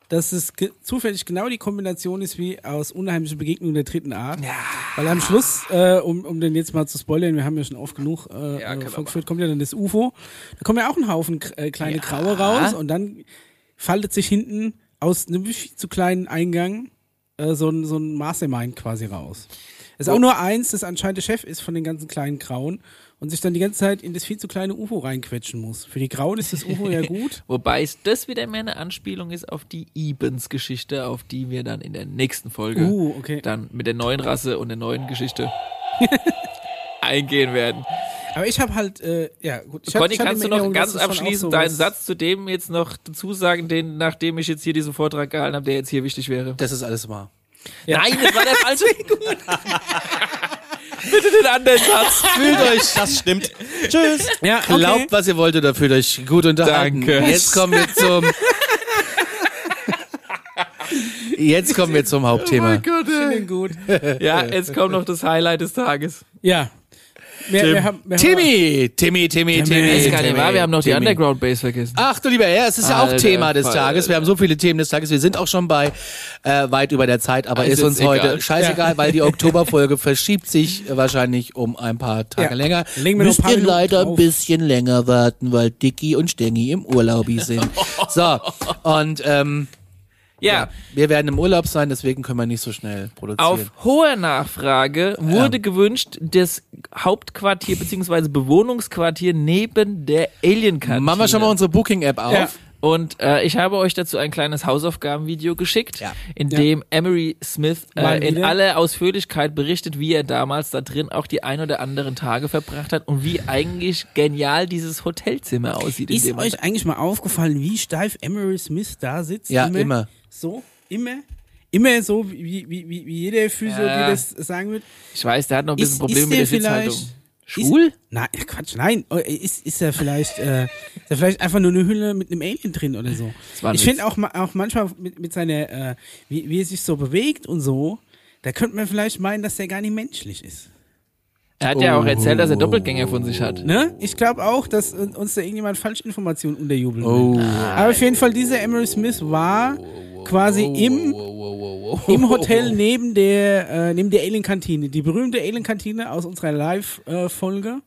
[SPEAKER 1] dass es ge zufällig genau die Kombination ist wie aus unheimlichen Begegnungen der dritten Art. Ja. Weil am Schluss, äh, um, um den jetzt mal zu spoilern, wir haben ja schon oft genug äh,
[SPEAKER 3] Ja,
[SPEAKER 1] äh,
[SPEAKER 3] können wir
[SPEAKER 1] vorgeführt, kommt ja dann das UFO. Da kommen ja auch ein Haufen äh, kleine Graue raus und dann faltet sich hinten aus einem viel zu kleinen Eingang äh, so ein, so ein Mastermind quasi raus. Es ist auch nur eins, das anscheinend der Chef ist von den ganzen kleinen Grauen und sich dann die ganze Zeit in das viel zu kleine UFO reinquetschen muss. Für die Grauen ist das UFO ja gut.
[SPEAKER 3] Wobei es das wieder mehr eine Anspielung ist auf die Ebens-Geschichte, auf die wir dann in der nächsten Folge
[SPEAKER 1] Uh, okay.
[SPEAKER 3] dann mit der neuen Rasse und der neuen Geschichte eingehen werden.
[SPEAKER 1] Aber ich habe halt, äh, ja gut. Ich hab-
[SPEAKER 3] Conny,
[SPEAKER 1] ich hab
[SPEAKER 3] kannst
[SPEAKER 1] in
[SPEAKER 3] du noch
[SPEAKER 1] Erinnerung, dass
[SPEAKER 3] ganz
[SPEAKER 1] es schon auch
[SPEAKER 3] abschließend
[SPEAKER 1] sowas-
[SPEAKER 3] deinen Satz zu dem jetzt noch dazu sagen, den, nachdem ich jetzt hier diesen Vortrag gehalten habe, der jetzt hier wichtig wäre?
[SPEAKER 2] Das ist alles wahr.
[SPEAKER 3] Nein, das war der falsche. Bitte den anderen Satz.
[SPEAKER 2] Fühlt euch
[SPEAKER 4] Das stimmt. Tschüss.
[SPEAKER 1] Ja, okay.
[SPEAKER 2] Glaubt, was ihr wolltet, dafür euch gut unterhalten.
[SPEAKER 3] Danke.
[SPEAKER 2] Jetzt kommen wir zum. Jetzt kommen wir zum
[SPEAKER 3] Oh
[SPEAKER 2] Hauptthema.
[SPEAKER 1] Schön gut.
[SPEAKER 3] Ja, jetzt kommt noch das Highlight des Tages.
[SPEAKER 1] Ja. Wir, wir haben, wir
[SPEAKER 2] Timmy, Timmy, Timmy, Timmy.
[SPEAKER 1] Ist gar
[SPEAKER 2] Timmy, Timmy.
[SPEAKER 3] Base vergessen.
[SPEAKER 2] Ach du lieber Herr, es ist ja auch
[SPEAKER 3] Alter
[SPEAKER 2] Thema des
[SPEAKER 3] Fall.
[SPEAKER 2] Tages. Wir haben so viele Themen des Tages. Wir sind auch schon bei äh, weit über der Zeit, aber
[SPEAKER 3] Ist
[SPEAKER 2] ist, uns
[SPEAKER 3] jetzt egal.
[SPEAKER 2] heute scheißegal, weil die Oktoberfolge verschiebt sich wahrscheinlich um ein paar Tage
[SPEAKER 1] Ja.
[SPEAKER 2] länger.
[SPEAKER 1] Legen wir noch ein
[SPEAKER 2] Müsst
[SPEAKER 1] paar
[SPEAKER 2] ihr
[SPEAKER 1] Minuten
[SPEAKER 2] leider ein
[SPEAKER 1] drauf.
[SPEAKER 2] bisschen länger warten, weil Dicky und Stengi im Urlaub sind. So, und ähm,
[SPEAKER 3] Ja,
[SPEAKER 2] Wir werden im Urlaub sein, deswegen können wir nicht so schnell produzieren.
[SPEAKER 3] auf hohe Nachfrage wurde gewünscht, das Hauptquartier bzw. Bewohnungsquartier neben der Alien-Kantine.
[SPEAKER 2] Machen wir schon mal unsere Booking-App auf.
[SPEAKER 1] Ja.
[SPEAKER 3] Und äh, ich habe euch dazu ein kleines Hausaufgabenvideo geschickt,
[SPEAKER 2] Ja.
[SPEAKER 3] in
[SPEAKER 1] Ja.
[SPEAKER 3] dem Emery Smith
[SPEAKER 1] Mal
[SPEAKER 3] äh, in
[SPEAKER 1] wieder.
[SPEAKER 3] aller Ausführlichkeit berichtet, wie er damals da drin auch die ein oder anderen Tage verbracht hat und wie eigentlich genial dieses Hotelzimmer aussieht. in
[SPEAKER 1] Ist
[SPEAKER 3] dem man-
[SPEAKER 1] euch eigentlich mal aufgefallen, wie steif Emery Smith da sitzt?
[SPEAKER 2] Ja, immer.
[SPEAKER 1] So, immer. Immer so, wie, wie, wie, wie jeder Physio,
[SPEAKER 3] Ja.
[SPEAKER 1] dir das sagen wird.
[SPEAKER 3] ich weiß, der hat noch ein bisschen
[SPEAKER 1] Ist,
[SPEAKER 3] Probleme
[SPEAKER 1] ist
[SPEAKER 3] mit
[SPEAKER 1] der
[SPEAKER 3] der Sitzhaltung.
[SPEAKER 1] vielleicht.
[SPEAKER 3] Schwul?
[SPEAKER 1] Ist, nein, Quatsch, nein. Oh, Ist, ist er vielleicht, äh, ist er vielleicht einfach nur eine Hülle mit einem Alien drin oder so.
[SPEAKER 3] war ein
[SPEAKER 1] Ich
[SPEAKER 3] Witz.
[SPEAKER 1] finde auch, ma- auch manchmal mit, mit seiner, äh, wie, wie er sich so bewegt und so, da könnte man vielleicht meinen, dass der gar nicht menschlich ist.
[SPEAKER 3] Er hat ja auch erzählt, dass er Doppelgänger von sich hat.
[SPEAKER 1] Ne? Ich glaube auch, dass äh, uns da irgendjemand Falschinformationen unterjubeln will. Aber auf jeden Fall, dieser Emery Smith war quasi im, im Hotel neben der, äh, neben der Alien-Kantine. Die berühmte Alien-Kantine aus unserer Live-Folge.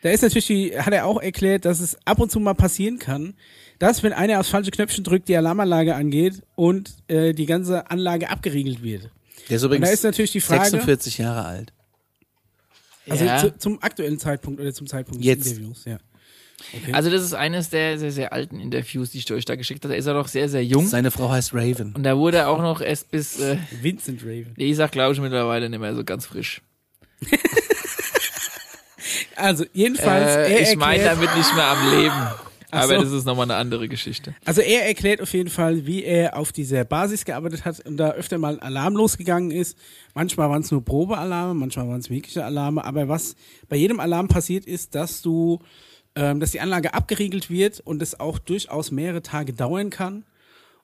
[SPEAKER 1] da ist natürlich, die, hat er auch erklärt, dass es ab und zu mal passieren kann, dass wenn einer aufs falsche Knöpfchen drückt, die Alarmanlage angeht und äh, die ganze Anlage abgeriegelt wird.
[SPEAKER 2] Der ist übrigens
[SPEAKER 1] Und da ist natürlich die Frage-
[SPEAKER 2] 46 Jahre alt.
[SPEAKER 1] Also
[SPEAKER 3] Ja.
[SPEAKER 1] zu, zum aktuellen Zeitpunkt oder zum Zeitpunkt
[SPEAKER 2] Jetzt.
[SPEAKER 1] des Interviews, ja.
[SPEAKER 3] Also das ist eines der sehr, sehr alten Interviews, die ich euch da geschickt habe. Da ist er noch sehr, sehr jung.
[SPEAKER 2] Seine Frau heißt Raven.
[SPEAKER 3] Hm? Und da wurde er auch noch erst bis, äh,
[SPEAKER 1] Vincent Raven.
[SPEAKER 3] nee, ich sag glaube ich mittlerweile nicht mehr so ganz frisch.
[SPEAKER 1] Also jedenfalls, er
[SPEAKER 3] Äh, ich
[SPEAKER 1] erklärt,
[SPEAKER 3] meine damit nicht mehr am Leben. Aber
[SPEAKER 1] so.
[SPEAKER 3] das ist nochmal eine andere Geschichte.
[SPEAKER 1] also er erklärt auf jeden Fall, wie er auf dieser Basis gearbeitet hat und da öfter mal ein Alarm losgegangen ist. Manchmal waren es nur Probealarme, manchmal waren es wirkliche Alarme. Aber was bei jedem Alarm passiert ist, dass du, ähm, dass die Anlage abgeriegelt wird und es auch durchaus mehrere Tage dauern kann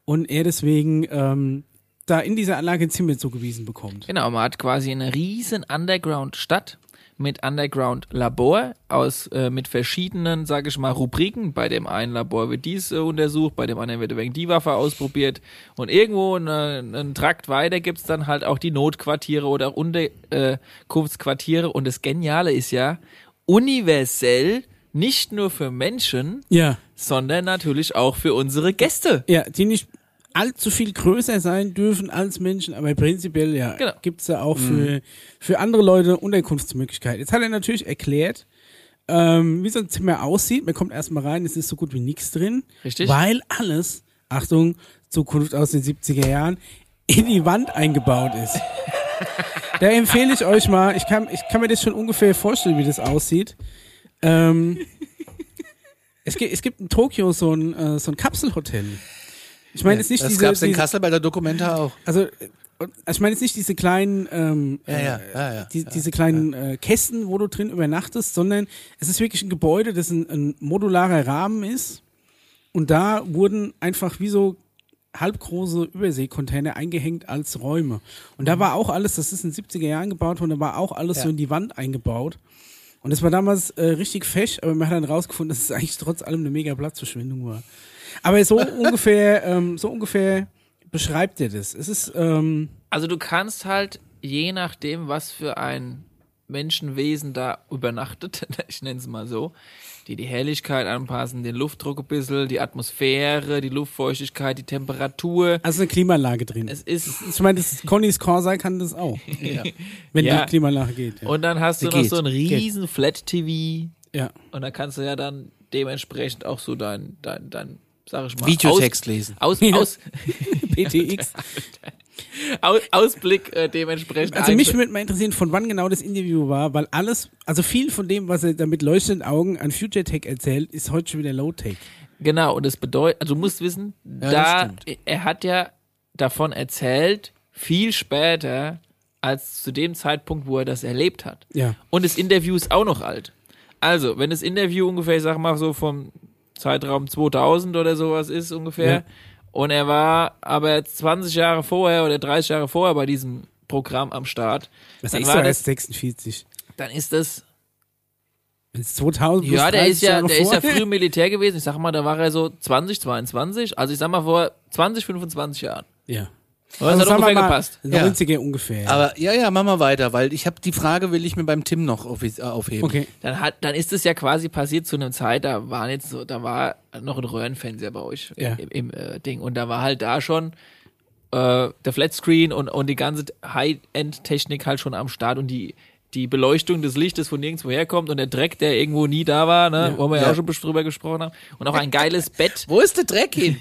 [SPEAKER 1] und er deswegen ähm, da in dieser Anlage ein Zimmer zugewiesen bekommt.
[SPEAKER 3] Genau, man hat quasi eine riesen Underground-Stadt mit Underground-Labor aus äh, mit verschiedenen, sage ich mal, Rubriken. Bei dem einen Labor wird dies äh, untersucht, bei dem anderen wird wegen die Waffe ausprobiert und irgendwo einen, einen Trakt weiter gibt's dann halt auch die Notquartiere oder auch Unterkunftsquartiere. Und das Geniale ist ja universell, nicht nur für Menschen,
[SPEAKER 1] Ja,
[SPEAKER 3] sondern natürlich auch für unsere Gäste.
[SPEAKER 1] ja, die nicht allzu viel größer sein dürfen als Menschen, aber prinzipiell ja,
[SPEAKER 3] Genau.
[SPEAKER 1] gibt's da auch
[SPEAKER 2] Mhm.
[SPEAKER 1] für, für andere Leute Unterkunftsmöglichkeiten. Jetzt hat er natürlich erklärt, ähm, wie so ein Zimmer aussieht. Man kommt erstmal rein, es ist so gut wie nichts drin.
[SPEAKER 3] Richtig.
[SPEAKER 1] Weil alles, Achtung, Zukunft aus den 70er Jahren, in die Wand eingebaut ist. da empfehle ich euch mal, ich kann, ich kann mir das schon ungefähr vorstellen, wie das aussieht. Ähm, es, gibt, es gibt in Tokio so ein, äh, so ein Kapselhotel. Ich meine, es ist nicht
[SPEAKER 2] das
[SPEAKER 1] diese,
[SPEAKER 2] gab's in
[SPEAKER 1] diese-
[SPEAKER 2] Kassel bei der Dokumenta auch.
[SPEAKER 1] also, äh, und- also ich meine jetzt nicht diese kleinen, ähm,
[SPEAKER 2] Ja, ja,
[SPEAKER 1] äh,
[SPEAKER 2] ja, ja,
[SPEAKER 1] die, diese kleinen Äh, Kästen, wo du drin übernachtest, sondern es ist wirklich ein Gebäude, das ein, ein modularer Rahmen ist. Und da wurden einfach wie so halbgroße Überseekontainer eingehängt als Räume. Und
[SPEAKER 2] Mhm.
[SPEAKER 1] da war auch alles, das ist in den 70er Jahren gebaut worden, da war auch alles so in die Wand eingebaut. Und das war damals äh, richtig fesch, aber man hat dann rausgefunden, dass es eigentlich trotz allem eine mega Platzverschwendung war. Aber so ungefähr, ähm, so ungefähr beschreibt er das. Es ist, ähm,
[SPEAKER 3] Also du kannst halt, je nachdem, was für ein Menschenwesen da übernachtet, ich nenne es mal so, die die Helligkeit anpassen, den Luftdruck ein bisschen, die Atmosphäre, die Luftfeuchtigkeit, die Temperatur.
[SPEAKER 1] also eine Klimaanlage drin.
[SPEAKER 3] Es ist
[SPEAKER 1] ich meine, das Connys Corsair kann das auch. Wenn
[SPEAKER 3] Ja.
[SPEAKER 1] die Klimaanlage geht. Ja.
[SPEAKER 3] und dann hast du noch
[SPEAKER 2] Geht.
[SPEAKER 3] so ein riesen Flat TV
[SPEAKER 1] ja.
[SPEAKER 3] und da kannst du ja dann dementsprechend auch so dein dein dein sag ich mal
[SPEAKER 2] Videotext lesen.
[SPEAKER 3] aus
[SPEAKER 1] Ja.
[SPEAKER 3] aus,
[SPEAKER 1] PTX.
[SPEAKER 3] aus Ausblick äh, dementsprechend
[SPEAKER 1] Also mich
[SPEAKER 3] einbe-
[SPEAKER 1] würde mal interessieren, von wann genau das Interview war, weil alles, also viel von dem, was er da mit leuchtenden Augen an Future Tech erzählt, ist heute schon wieder Low Tech.
[SPEAKER 3] Genau, und das bedeutet, also du musst wissen,
[SPEAKER 2] das
[SPEAKER 3] da,
[SPEAKER 2] stimmt.
[SPEAKER 3] er hat ja davon erzählt, viel später, als zu dem Zeitpunkt, wo er das erlebt hat.
[SPEAKER 1] Ja.
[SPEAKER 3] Und das Interview ist auch noch alt. Also, wenn das Interview ungefähr, ich sag mal, so vom Zeitraum 2000 oder sowas ist ungefähr,
[SPEAKER 1] Ja.
[SPEAKER 3] und er war aber 20 Jahre vorher oder 30 Jahre vorher bei diesem Programm am Start,
[SPEAKER 1] Das
[SPEAKER 3] Dann
[SPEAKER 1] ist
[SPEAKER 3] war
[SPEAKER 1] war
[SPEAKER 3] das-
[SPEAKER 1] erst 46.
[SPEAKER 3] dann ist das
[SPEAKER 1] Wenn es 2000 plus
[SPEAKER 3] Ja, der
[SPEAKER 1] 30
[SPEAKER 3] ist ja,
[SPEAKER 1] Jahre
[SPEAKER 3] der ist ja
[SPEAKER 1] vorher-
[SPEAKER 3] früh im Militär gewesen. Ich sag mal, da war er so 20, 22. Also ich sag mal vor 20, 25 Jahren.
[SPEAKER 1] Ja.
[SPEAKER 3] Aber es hat
[SPEAKER 1] sagen wir
[SPEAKER 3] ungefähr
[SPEAKER 1] mal,
[SPEAKER 3] gepasst.
[SPEAKER 1] 90er ungefähr.
[SPEAKER 2] Aber ja, ja, mach mal weiter, weil ich habe die Frage, will ich mir beim Tim noch auf, äh, aufheben.
[SPEAKER 1] okay.
[SPEAKER 3] Dann hat, dann ist es ja quasi passiert zu einer Zeit, da waren jetzt so, da war noch ein Röhrenfernseher bei euch
[SPEAKER 1] Ja.
[SPEAKER 3] im, im äh, Ding und da war halt da schon äh, der Flatscreen und und die ganze High-End-Technik halt schon am Start und die die Beleuchtung des Lichtes von nirgendwo herkommt und der Dreck, der irgendwo nie da war, ne, wo wir ja,
[SPEAKER 2] Ja.
[SPEAKER 3] auch schon drüber gesprochen haben und auch ein geiles Bett.
[SPEAKER 2] Wo ist der Dreck hin?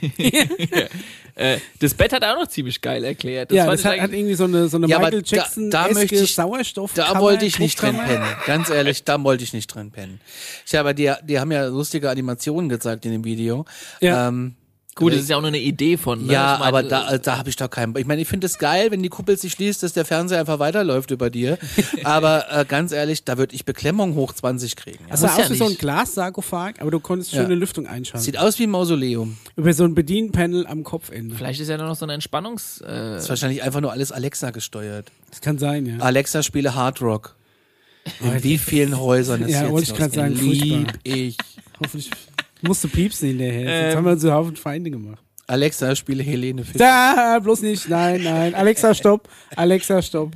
[SPEAKER 3] Äh, das Bett hat er auch noch ziemlich geil erklärt. Das
[SPEAKER 1] ja,
[SPEAKER 3] war
[SPEAKER 1] das hat, hat irgendwie so eine, so eine
[SPEAKER 2] Ja, aber
[SPEAKER 1] Michael
[SPEAKER 2] da-
[SPEAKER 1] Jackson
[SPEAKER 2] da möchte ich-
[SPEAKER 1] Sauerstoff.
[SPEAKER 2] Da wollte ich nicht drin pennen. Ganz ehrlich, da wollte ich nicht drin pennen. Ich habe die, die haben ja lustige Animationen gezeigt in dem Video.
[SPEAKER 1] Ja.
[SPEAKER 2] Ähm,
[SPEAKER 3] Gut, das ist ja auch nur eine Idee von. Ne?
[SPEAKER 2] ja,
[SPEAKER 3] Ich meine,
[SPEAKER 2] aber da, also da habe ich doch keinen. Ich meine, ich finde es geil, wenn die Kuppel sich schließt, dass der Fernseher einfach weiterläuft über dir. aber äh, ganz ehrlich, da würde ich Beklemmung hoch 20 kriegen. Ja.
[SPEAKER 1] Das sah
[SPEAKER 3] Muss
[SPEAKER 1] aus
[SPEAKER 3] ja
[SPEAKER 1] wie so ein
[SPEAKER 3] nicht.
[SPEAKER 1] Glassarkophag, aber du konntest schöne Lüftung einschalten.
[SPEAKER 2] Sieht aus wie ein Mausoleum.
[SPEAKER 1] Über so ein Bedienpanel am Kopfende.
[SPEAKER 3] Vielleicht ist ja nur noch so ein Entspannungs. Äh,
[SPEAKER 2] Ist wahrscheinlich einfach nur alles Alexa gesteuert.
[SPEAKER 1] Das kann sein, ja.
[SPEAKER 2] Alexa spiele Hard Rock. In wie vielen Häusern ist
[SPEAKER 1] Ja,
[SPEAKER 2] jetzt
[SPEAKER 1] wollte ich
[SPEAKER 2] los?
[SPEAKER 1] grad sagen, furchtbar.
[SPEAKER 2] Lieb ich.
[SPEAKER 1] Hoffentlich musst du piepsen hinterher. Jetzt haben wir uns einen Haufen Feinde gemacht.
[SPEAKER 2] Alexa spiele Helene Fischer.
[SPEAKER 1] Da, bloß nicht. Nein, nein. Alexa, stopp. Alexa, stopp.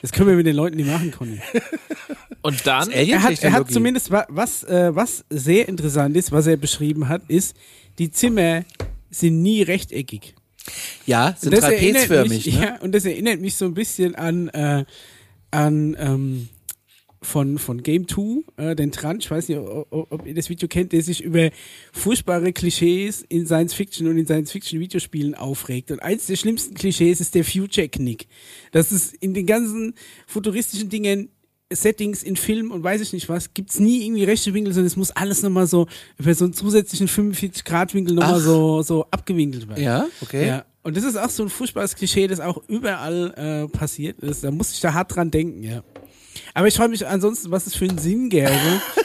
[SPEAKER 1] Das können wir mit den Leuten nicht machen, Conny.
[SPEAKER 3] und dann.
[SPEAKER 1] Er
[SPEAKER 2] Äh,
[SPEAKER 1] hat, er hat
[SPEAKER 2] Alien-Technologie.
[SPEAKER 1] zumindest, wa- was, äh, was sehr interessant ist, was er beschrieben hat, ist, die Zimmer sind nie rechteckig.
[SPEAKER 2] Ja, sind
[SPEAKER 1] Das erinnert
[SPEAKER 2] trapezförmig.
[SPEAKER 1] Mich,
[SPEAKER 2] Ne?
[SPEAKER 1] Ja, und das erinnert mich so ein bisschen an, äh, an ähm, von, von Game 2, äh, den Trant, ich weiß nicht, ob, ob ob ihr das Video kennt, der sich über furchtbare Klischees in Science Fiction und in Science Fiction Videospielen aufregt. Und eins der schlimmsten Klischees ist der Future Knick. Das ist in den ganzen futuristischen Dingen Settings in Filmen und weiß ich nicht was, gibt's nie irgendwie rechte Winkel, sondern es muss alles nochmal so über so einen zusätzlichen 45-Grad-Winkel nochmal
[SPEAKER 2] Ach.
[SPEAKER 1] so, so abgewinkelt werden.
[SPEAKER 2] Ja, okay.
[SPEAKER 1] Ja. Und das ist auch so ein furchtbares Klischee, das auch überall äh, passiert ist. Da muss ich da hart dran denken, ja. Aber ich freue mich ansonsten, was es für einen Sinn gäbe,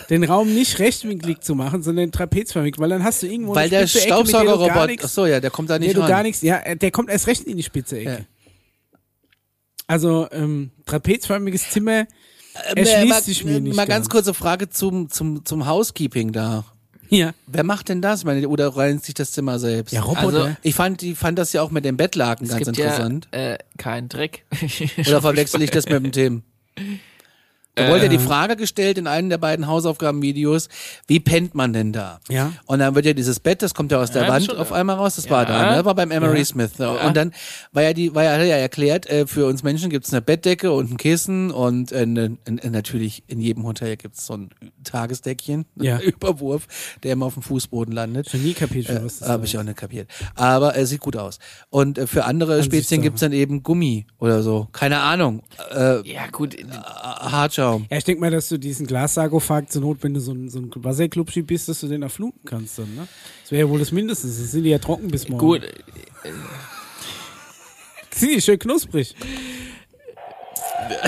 [SPEAKER 1] den Raum nicht rechtwinklig zu machen, sondern trapezförmig, weil dann hast du irgendwo
[SPEAKER 2] Weil der
[SPEAKER 1] spitze Ecke, mit der du gar
[SPEAKER 2] Staubsaugerroboter,
[SPEAKER 1] nichts-
[SPEAKER 2] achso, ja, der kommt da
[SPEAKER 1] Nee,
[SPEAKER 2] nicht
[SPEAKER 1] du gar
[SPEAKER 2] ran.
[SPEAKER 1] nichts, ja, äh, der kommt erst recht in die spitze Ecke. Also, ähm, trapezförmiges Zimmer,
[SPEAKER 2] Ähm,
[SPEAKER 1] erschließt
[SPEAKER 2] mal-
[SPEAKER 1] sich mir nicht
[SPEAKER 2] Mal ganz
[SPEAKER 1] ganz.
[SPEAKER 2] kurze Frage zum, zum, zum Housekeeping da.
[SPEAKER 1] ja.
[SPEAKER 2] Wer macht denn das? Meine, oder reinigt sich das Zimmer selbst?
[SPEAKER 1] Ja, Roboter.
[SPEAKER 3] Also-
[SPEAKER 2] ich fand, die fand das ja auch mit dem Bettlaken
[SPEAKER 3] Es
[SPEAKER 2] ganz
[SPEAKER 3] gibt
[SPEAKER 2] interessant.
[SPEAKER 3] ja äh, keinen Dreck.
[SPEAKER 2] Oder verwechsel ich das mit dem Tim? Da wurde ja die Frage gestellt in einem der beiden Hausaufgabenvideos, wie pennt man denn da?
[SPEAKER 1] Ja.
[SPEAKER 2] Und dann wird ja dieses Bett, das kommt ja aus der
[SPEAKER 3] Ja,
[SPEAKER 2] Wand
[SPEAKER 3] schon,
[SPEAKER 2] auf
[SPEAKER 3] ja.
[SPEAKER 2] einmal raus, das war da, ne? War beim Emery Smith. Und dann war ja die, war ja, hat er ja erklärt, äh, für uns Menschen gibt's eine Bettdecke und ein Kissen und äh, ne, n- äh, natürlich in jedem Hotel gibt's so ein Tagesdeckchen, ne?
[SPEAKER 1] Ja.
[SPEAKER 2] Überwurf, der immer auf dem Fußboden landet. Äh,
[SPEAKER 1] Ich hab nie kapiert, für was das
[SPEAKER 2] Habe
[SPEAKER 1] war.
[SPEAKER 2] ich auch nicht kapiert. Aber es sieht gut aus. Und äh, für andere
[SPEAKER 1] sich
[SPEAKER 2] Spezien
[SPEAKER 1] Sache.
[SPEAKER 2] gibt's dann eben Gummi oder so. Keine Ahnung. Äh, äh,
[SPEAKER 3] ja, gut.
[SPEAKER 2] Hartschaum.
[SPEAKER 1] Ja, ich denke mal, dass du diesen Glassarkophag zur Not, wenn du so ein, so ein Wasserklubschi bist, dass du den erfluten kannst dann, ne? Das wäre ja wohl das Mindeste. Das sind die ja trocken bis morgen.
[SPEAKER 3] Gut.
[SPEAKER 2] oh.
[SPEAKER 1] Sind die schön knusprig.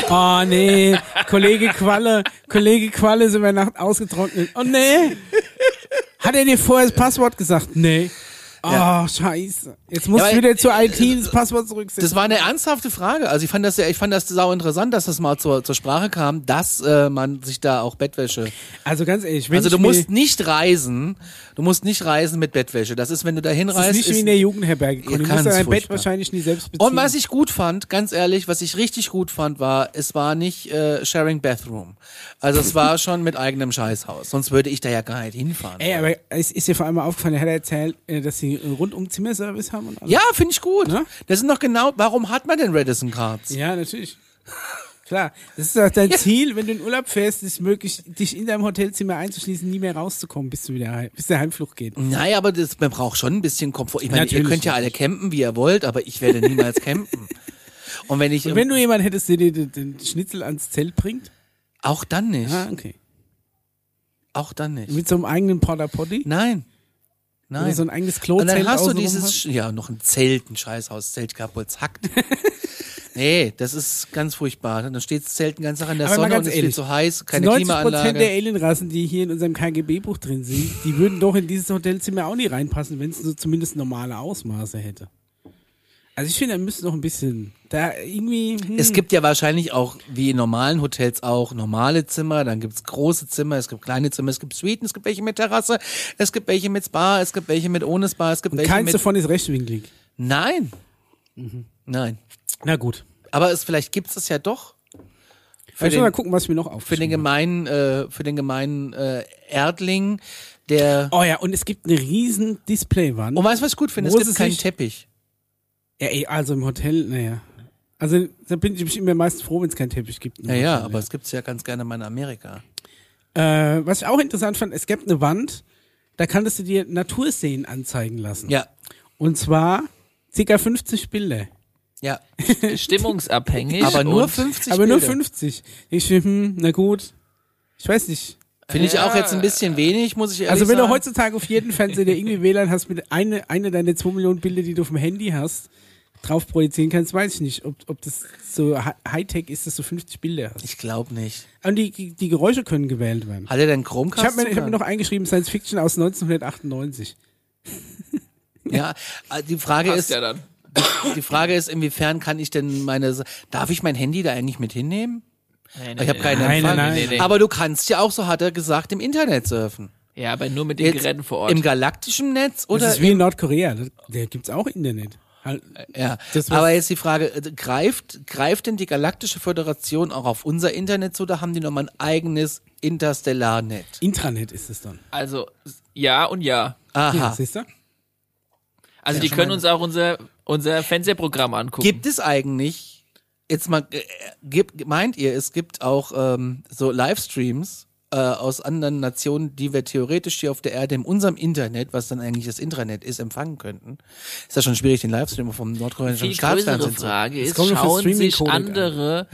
[SPEAKER 1] Oh nee, Kollege Qualle, Kollege Qualle ist über Nacht ausgetrocknet. Oh nee. Hat er dir vorher das Passwort gesagt? Nee. Oh, scheiße. Jetzt musst
[SPEAKER 2] Ja,
[SPEAKER 1] du
[SPEAKER 2] aber-
[SPEAKER 1] wieder zur IT das Passwort
[SPEAKER 2] Das
[SPEAKER 1] zurücksetzen.
[SPEAKER 2] war eine ernsthafte Frage. Also ich fand das ja, ich fand das sau interessant, dass das mal zur, zur Sprache kam, dass äh, man sich da auch Bettwäsche.
[SPEAKER 1] Also ganz ehrlich, wenn
[SPEAKER 2] Also du
[SPEAKER 1] ich mir-
[SPEAKER 2] musst nicht reisen, du musst nicht reisen mit Bettwäsche. Das ist, wenn du da
[SPEAKER 1] das ist
[SPEAKER 2] hinreist.
[SPEAKER 1] nicht wie in der Jugendherberge. Conny. Du
[SPEAKER 2] ganz
[SPEAKER 1] musst dein Bett
[SPEAKER 2] furchtbar.
[SPEAKER 1] wahrscheinlich nie selbst beziehen.
[SPEAKER 2] und was ich gut fand, ganz ehrlich, was ich richtig gut fand, war, es war nicht äh, Sharing Bathroom. Also es war schon mit eigenem Scheißhaus. Sonst würde ich da ja gar nicht hinfahren.
[SPEAKER 1] Ey, aber es ist dir vor allem mal aufgefallen, er hat erzählt, äh, dass sie äh, rundum Zimmerservice haben und alles.
[SPEAKER 2] Ja, finde ich gut.
[SPEAKER 1] Ne?
[SPEAKER 2] Das sind doch genau, warum hat man denn Redison Cards?
[SPEAKER 1] Ja, natürlich. Klar, das ist auch dein Ziel, wenn du in Urlaub fährst, ist möglich, dich in deinem Hotelzimmer einzuschließen, nie mehr rauszukommen, bis du wieder heim, bis der Heimflucht geht.
[SPEAKER 2] Naja, aber das, man braucht schon ein bisschen Komfort. Ich meine,
[SPEAKER 1] Natürlich
[SPEAKER 2] ihr könnt ja alle campen, wie ihr wollt, aber ich werde niemals campen. Und wenn ich,
[SPEAKER 1] Und wenn du jemanden hättest, der dir den, den Schnitzel ans Zelt bringt,
[SPEAKER 2] auch dann nicht,
[SPEAKER 1] ah, okay.
[SPEAKER 2] auch dann nicht.
[SPEAKER 1] Mit so einem eigenen Porta Potty
[SPEAKER 2] Nein,
[SPEAKER 1] oder
[SPEAKER 2] nein.
[SPEAKER 1] so ein eigenes
[SPEAKER 2] Und
[SPEAKER 1] Klozelt
[SPEAKER 2] dann hast du
[SPEAKER 1] außenrum
[SPEAKER 2] dieses,
[SPEAKER 1] hast.
[SPEAKER 2] Sch- ja, noch ein Zelt, ein Scheißhaus, Zelt kaputt, zackt. nee, das ist ganz furchtbar. Dann steht das Zelt den ganzen Tag in der
[SPEAKER 1] Aber mal
[SPEAKER 2] Sonne und
[SPEAKER 1] ganz
[SPEAKER 2] es
[SPEAKER 1] ehrlich,
[SPEAKER 2] ist viel zu heiß, keine
[SPEAKER 1] 90 Prozent der
[SPEAKER 2] Klimaanlage.
[SPEAKER 1] Alienrassen, die hier in unserem KGB-Buch drin sind, die würden doch in dieses Hotelzimmer auch nie reinpassen, wenn es so zumindest normale Ausmaße hätte. Also ich finde, da müsste noch ein bisschen, da irgendwie, hm,
[SPEAKER 2] Es gibt ja wahrscheinlich auch, wie in normalen Hotels auch, normale Zimmer, dann gibt's große Zimmer, es gibt kleine Zimmer, es gibt Suiten, es gibt welche mit Terrasse, es gibt welche mit Spa, es gibt welche mit ohne Spa, es gibt
[SPEAKER 1] und
[SPEAKER 2] welche
[SPEAKER 1] keins
[SPEAKER 2] mit...
[SPEAKER 1] davon ist rechtwinklig.
[SPEAKER 2] Nein. Nein.
[SPEAKER 1] Na gut.
[SPEAKER 2] Aber es, vielleicht gibt es es ja doch. Für
[SPEAKER 1] Ich muss mal
[SPEAKER 2] den,
[SPEAKER 1] gucken, was ich mir noch
[SPEAKER 2] für
[SPEAKER 1] aufgeschrieben
[SPEAKER 2] den gemeinen, äh, für den gemeinen äh, Erdling, der.
[SPEAKER 1] Oh ja, und es gibt eine riesen Displaywand.
[SPEAKER 2] Und weißt du, was ich gut finde? Es
[SPEAKER 1] Muss
[SPEAKER 2] gibt
[SPEAKER 1] es
[SPEAKER 2] keinen
[SPEAKER 1] nicht-
[SPEAKER 2] Teppich.
[SPEAKER 1] Ja, ey, also im Hotel, naja. Also da bin ich immer meist froh, wenn es keinen Teppich gibt. im
[SPEAKER 2] Ja, ja,
[SPEAKER 1] Hotel,
[SPEAKER 2] aber es gibt es ja ganz gerne mal in Amerika.
[SPEAKER 1] ja. Äh, was ich auch interessant fand, es gab eine Wand, da kanntest du dir Naturszenen anzeigen lassen.
[SPEAKER 2] Ja,
[SPEAKER 1] Und zwar ca. 50 Bilder.
[SPEAKER 2] ja.
[SPEAKER 3] Stimmungsabhängig.
[SPEAKER 2] Aber nur
[SPEAKER 3] und-
[SPEAKER 2] 50
[SPEAKER 1] aber nur
[SPEAKER 2] Bilder.
[SPEAKER 1] 50. Ich finde, hm, na gut. Ich weiß nicht.
[SPEAKER 2] Finde ich auch jetzt ein bisschen wenig, muss ich ehrlich
[SPEAKER 1] Also wenn
[SPEAKER 2] sagen.
[SPEAKER 1] du heutzutage auf jeden Fernseher, der irgendwie WLAN hast, mit eine, eine deiner 2 Millionen Bilder, die du auf dem Handy hast, drauf projizieren kannst, weiß ich nicht, ob, ob das so Hi- Hightech ist, dass du 50 Bilder hast.
[SPEAKER 2] ich glaube nicht.
[SPEAKER 1] Und die, die die Geräusche können gewählt werden.
[SPEAKER 2] Hat er denn
[SPEAKER 1] Ich
[SPEAKER 2] Chromecast?
[SPEAKER 1] habe mir, ich hab mir
[SPEAKER 2] Zugang?
[SPEAKER 1] noch eingeschrieben, Science Fiction aus 1998.
[SPEAKER 2] Ja, äh, die Frage
[SPEAKER 3] Passt
[SPEAKER 2] ist,
[SPEAKER 3] ja dann.
[SPEAKER 2] die Frage ist, inwiefern kann ich denn meine, Sa- darf ich mein Handy da eigentlich mit hinnehmen? Ich habe keinen
[SPEAKER 1] Nein,
[SPEAKER 2] Empfang.
[SPEAKER 1] nein, nein.
[SPEAKER 2] Aber du kannst ja auch, so hat er gesagt, im Internet surfen.
[SPEAKER 3] Ja, aber nur mit den
[SPEAKER 2] Jetzt
[SPEAKER 3] Geräten vor Ort.
[SPEAKER 2] Im galaktischen Netz
[SPEAKER 1] Das
[SPEAKER 2] oder?
[SPEAKER 1] ist wie in Nordkorea, da, da gibt's auch Internet. Halt,
[SPEAKER 2] ja.
[SPEAKER 1] das war-
[SPEAKER 2] Aber jetzt die Frage, äh, greift, greift denn die galaktische Föderation auch auf unser Internet zu oder haben die nochmal ein eigenes Interstellarnet?
[SPEAKER 1] Intranet ist es dann.
[SPEAKER 3] also, ja und ja.
[SPEAKER 2] Ah,
[SPEAKER 1] Ja,
[SPEAKER 2] Aha.
[SPEAKER 1] siehst du?
[SPEAKER 3] Also, die können uns auch unser, unser Fernsehprogramm angucken.
[SPEAKER 2] Gibt es eigentlich, jetzt mal, äh, gibt, meint ihr, es gibt auch ähm, so Livestreams äh, aus anderen Nationen, die wir theoretisch hier auf der Erde in unserem Internet, was dann eigentlich das Intranet ist, empfangen könnten? Ist ja schon schwierig, den Livestream vom nordkoreanischen
[SPEAKER 3] Viel größere
[SPEAKER 2] Staatsfernsehen zu
[SPEAKER 3] Frage ist,
[SPEAKER 1] kommt auf den
[SPEAKER 3] schauen sich
[SPEAKER 1] Streaming-Codec an.
[SPEAKER 3] andere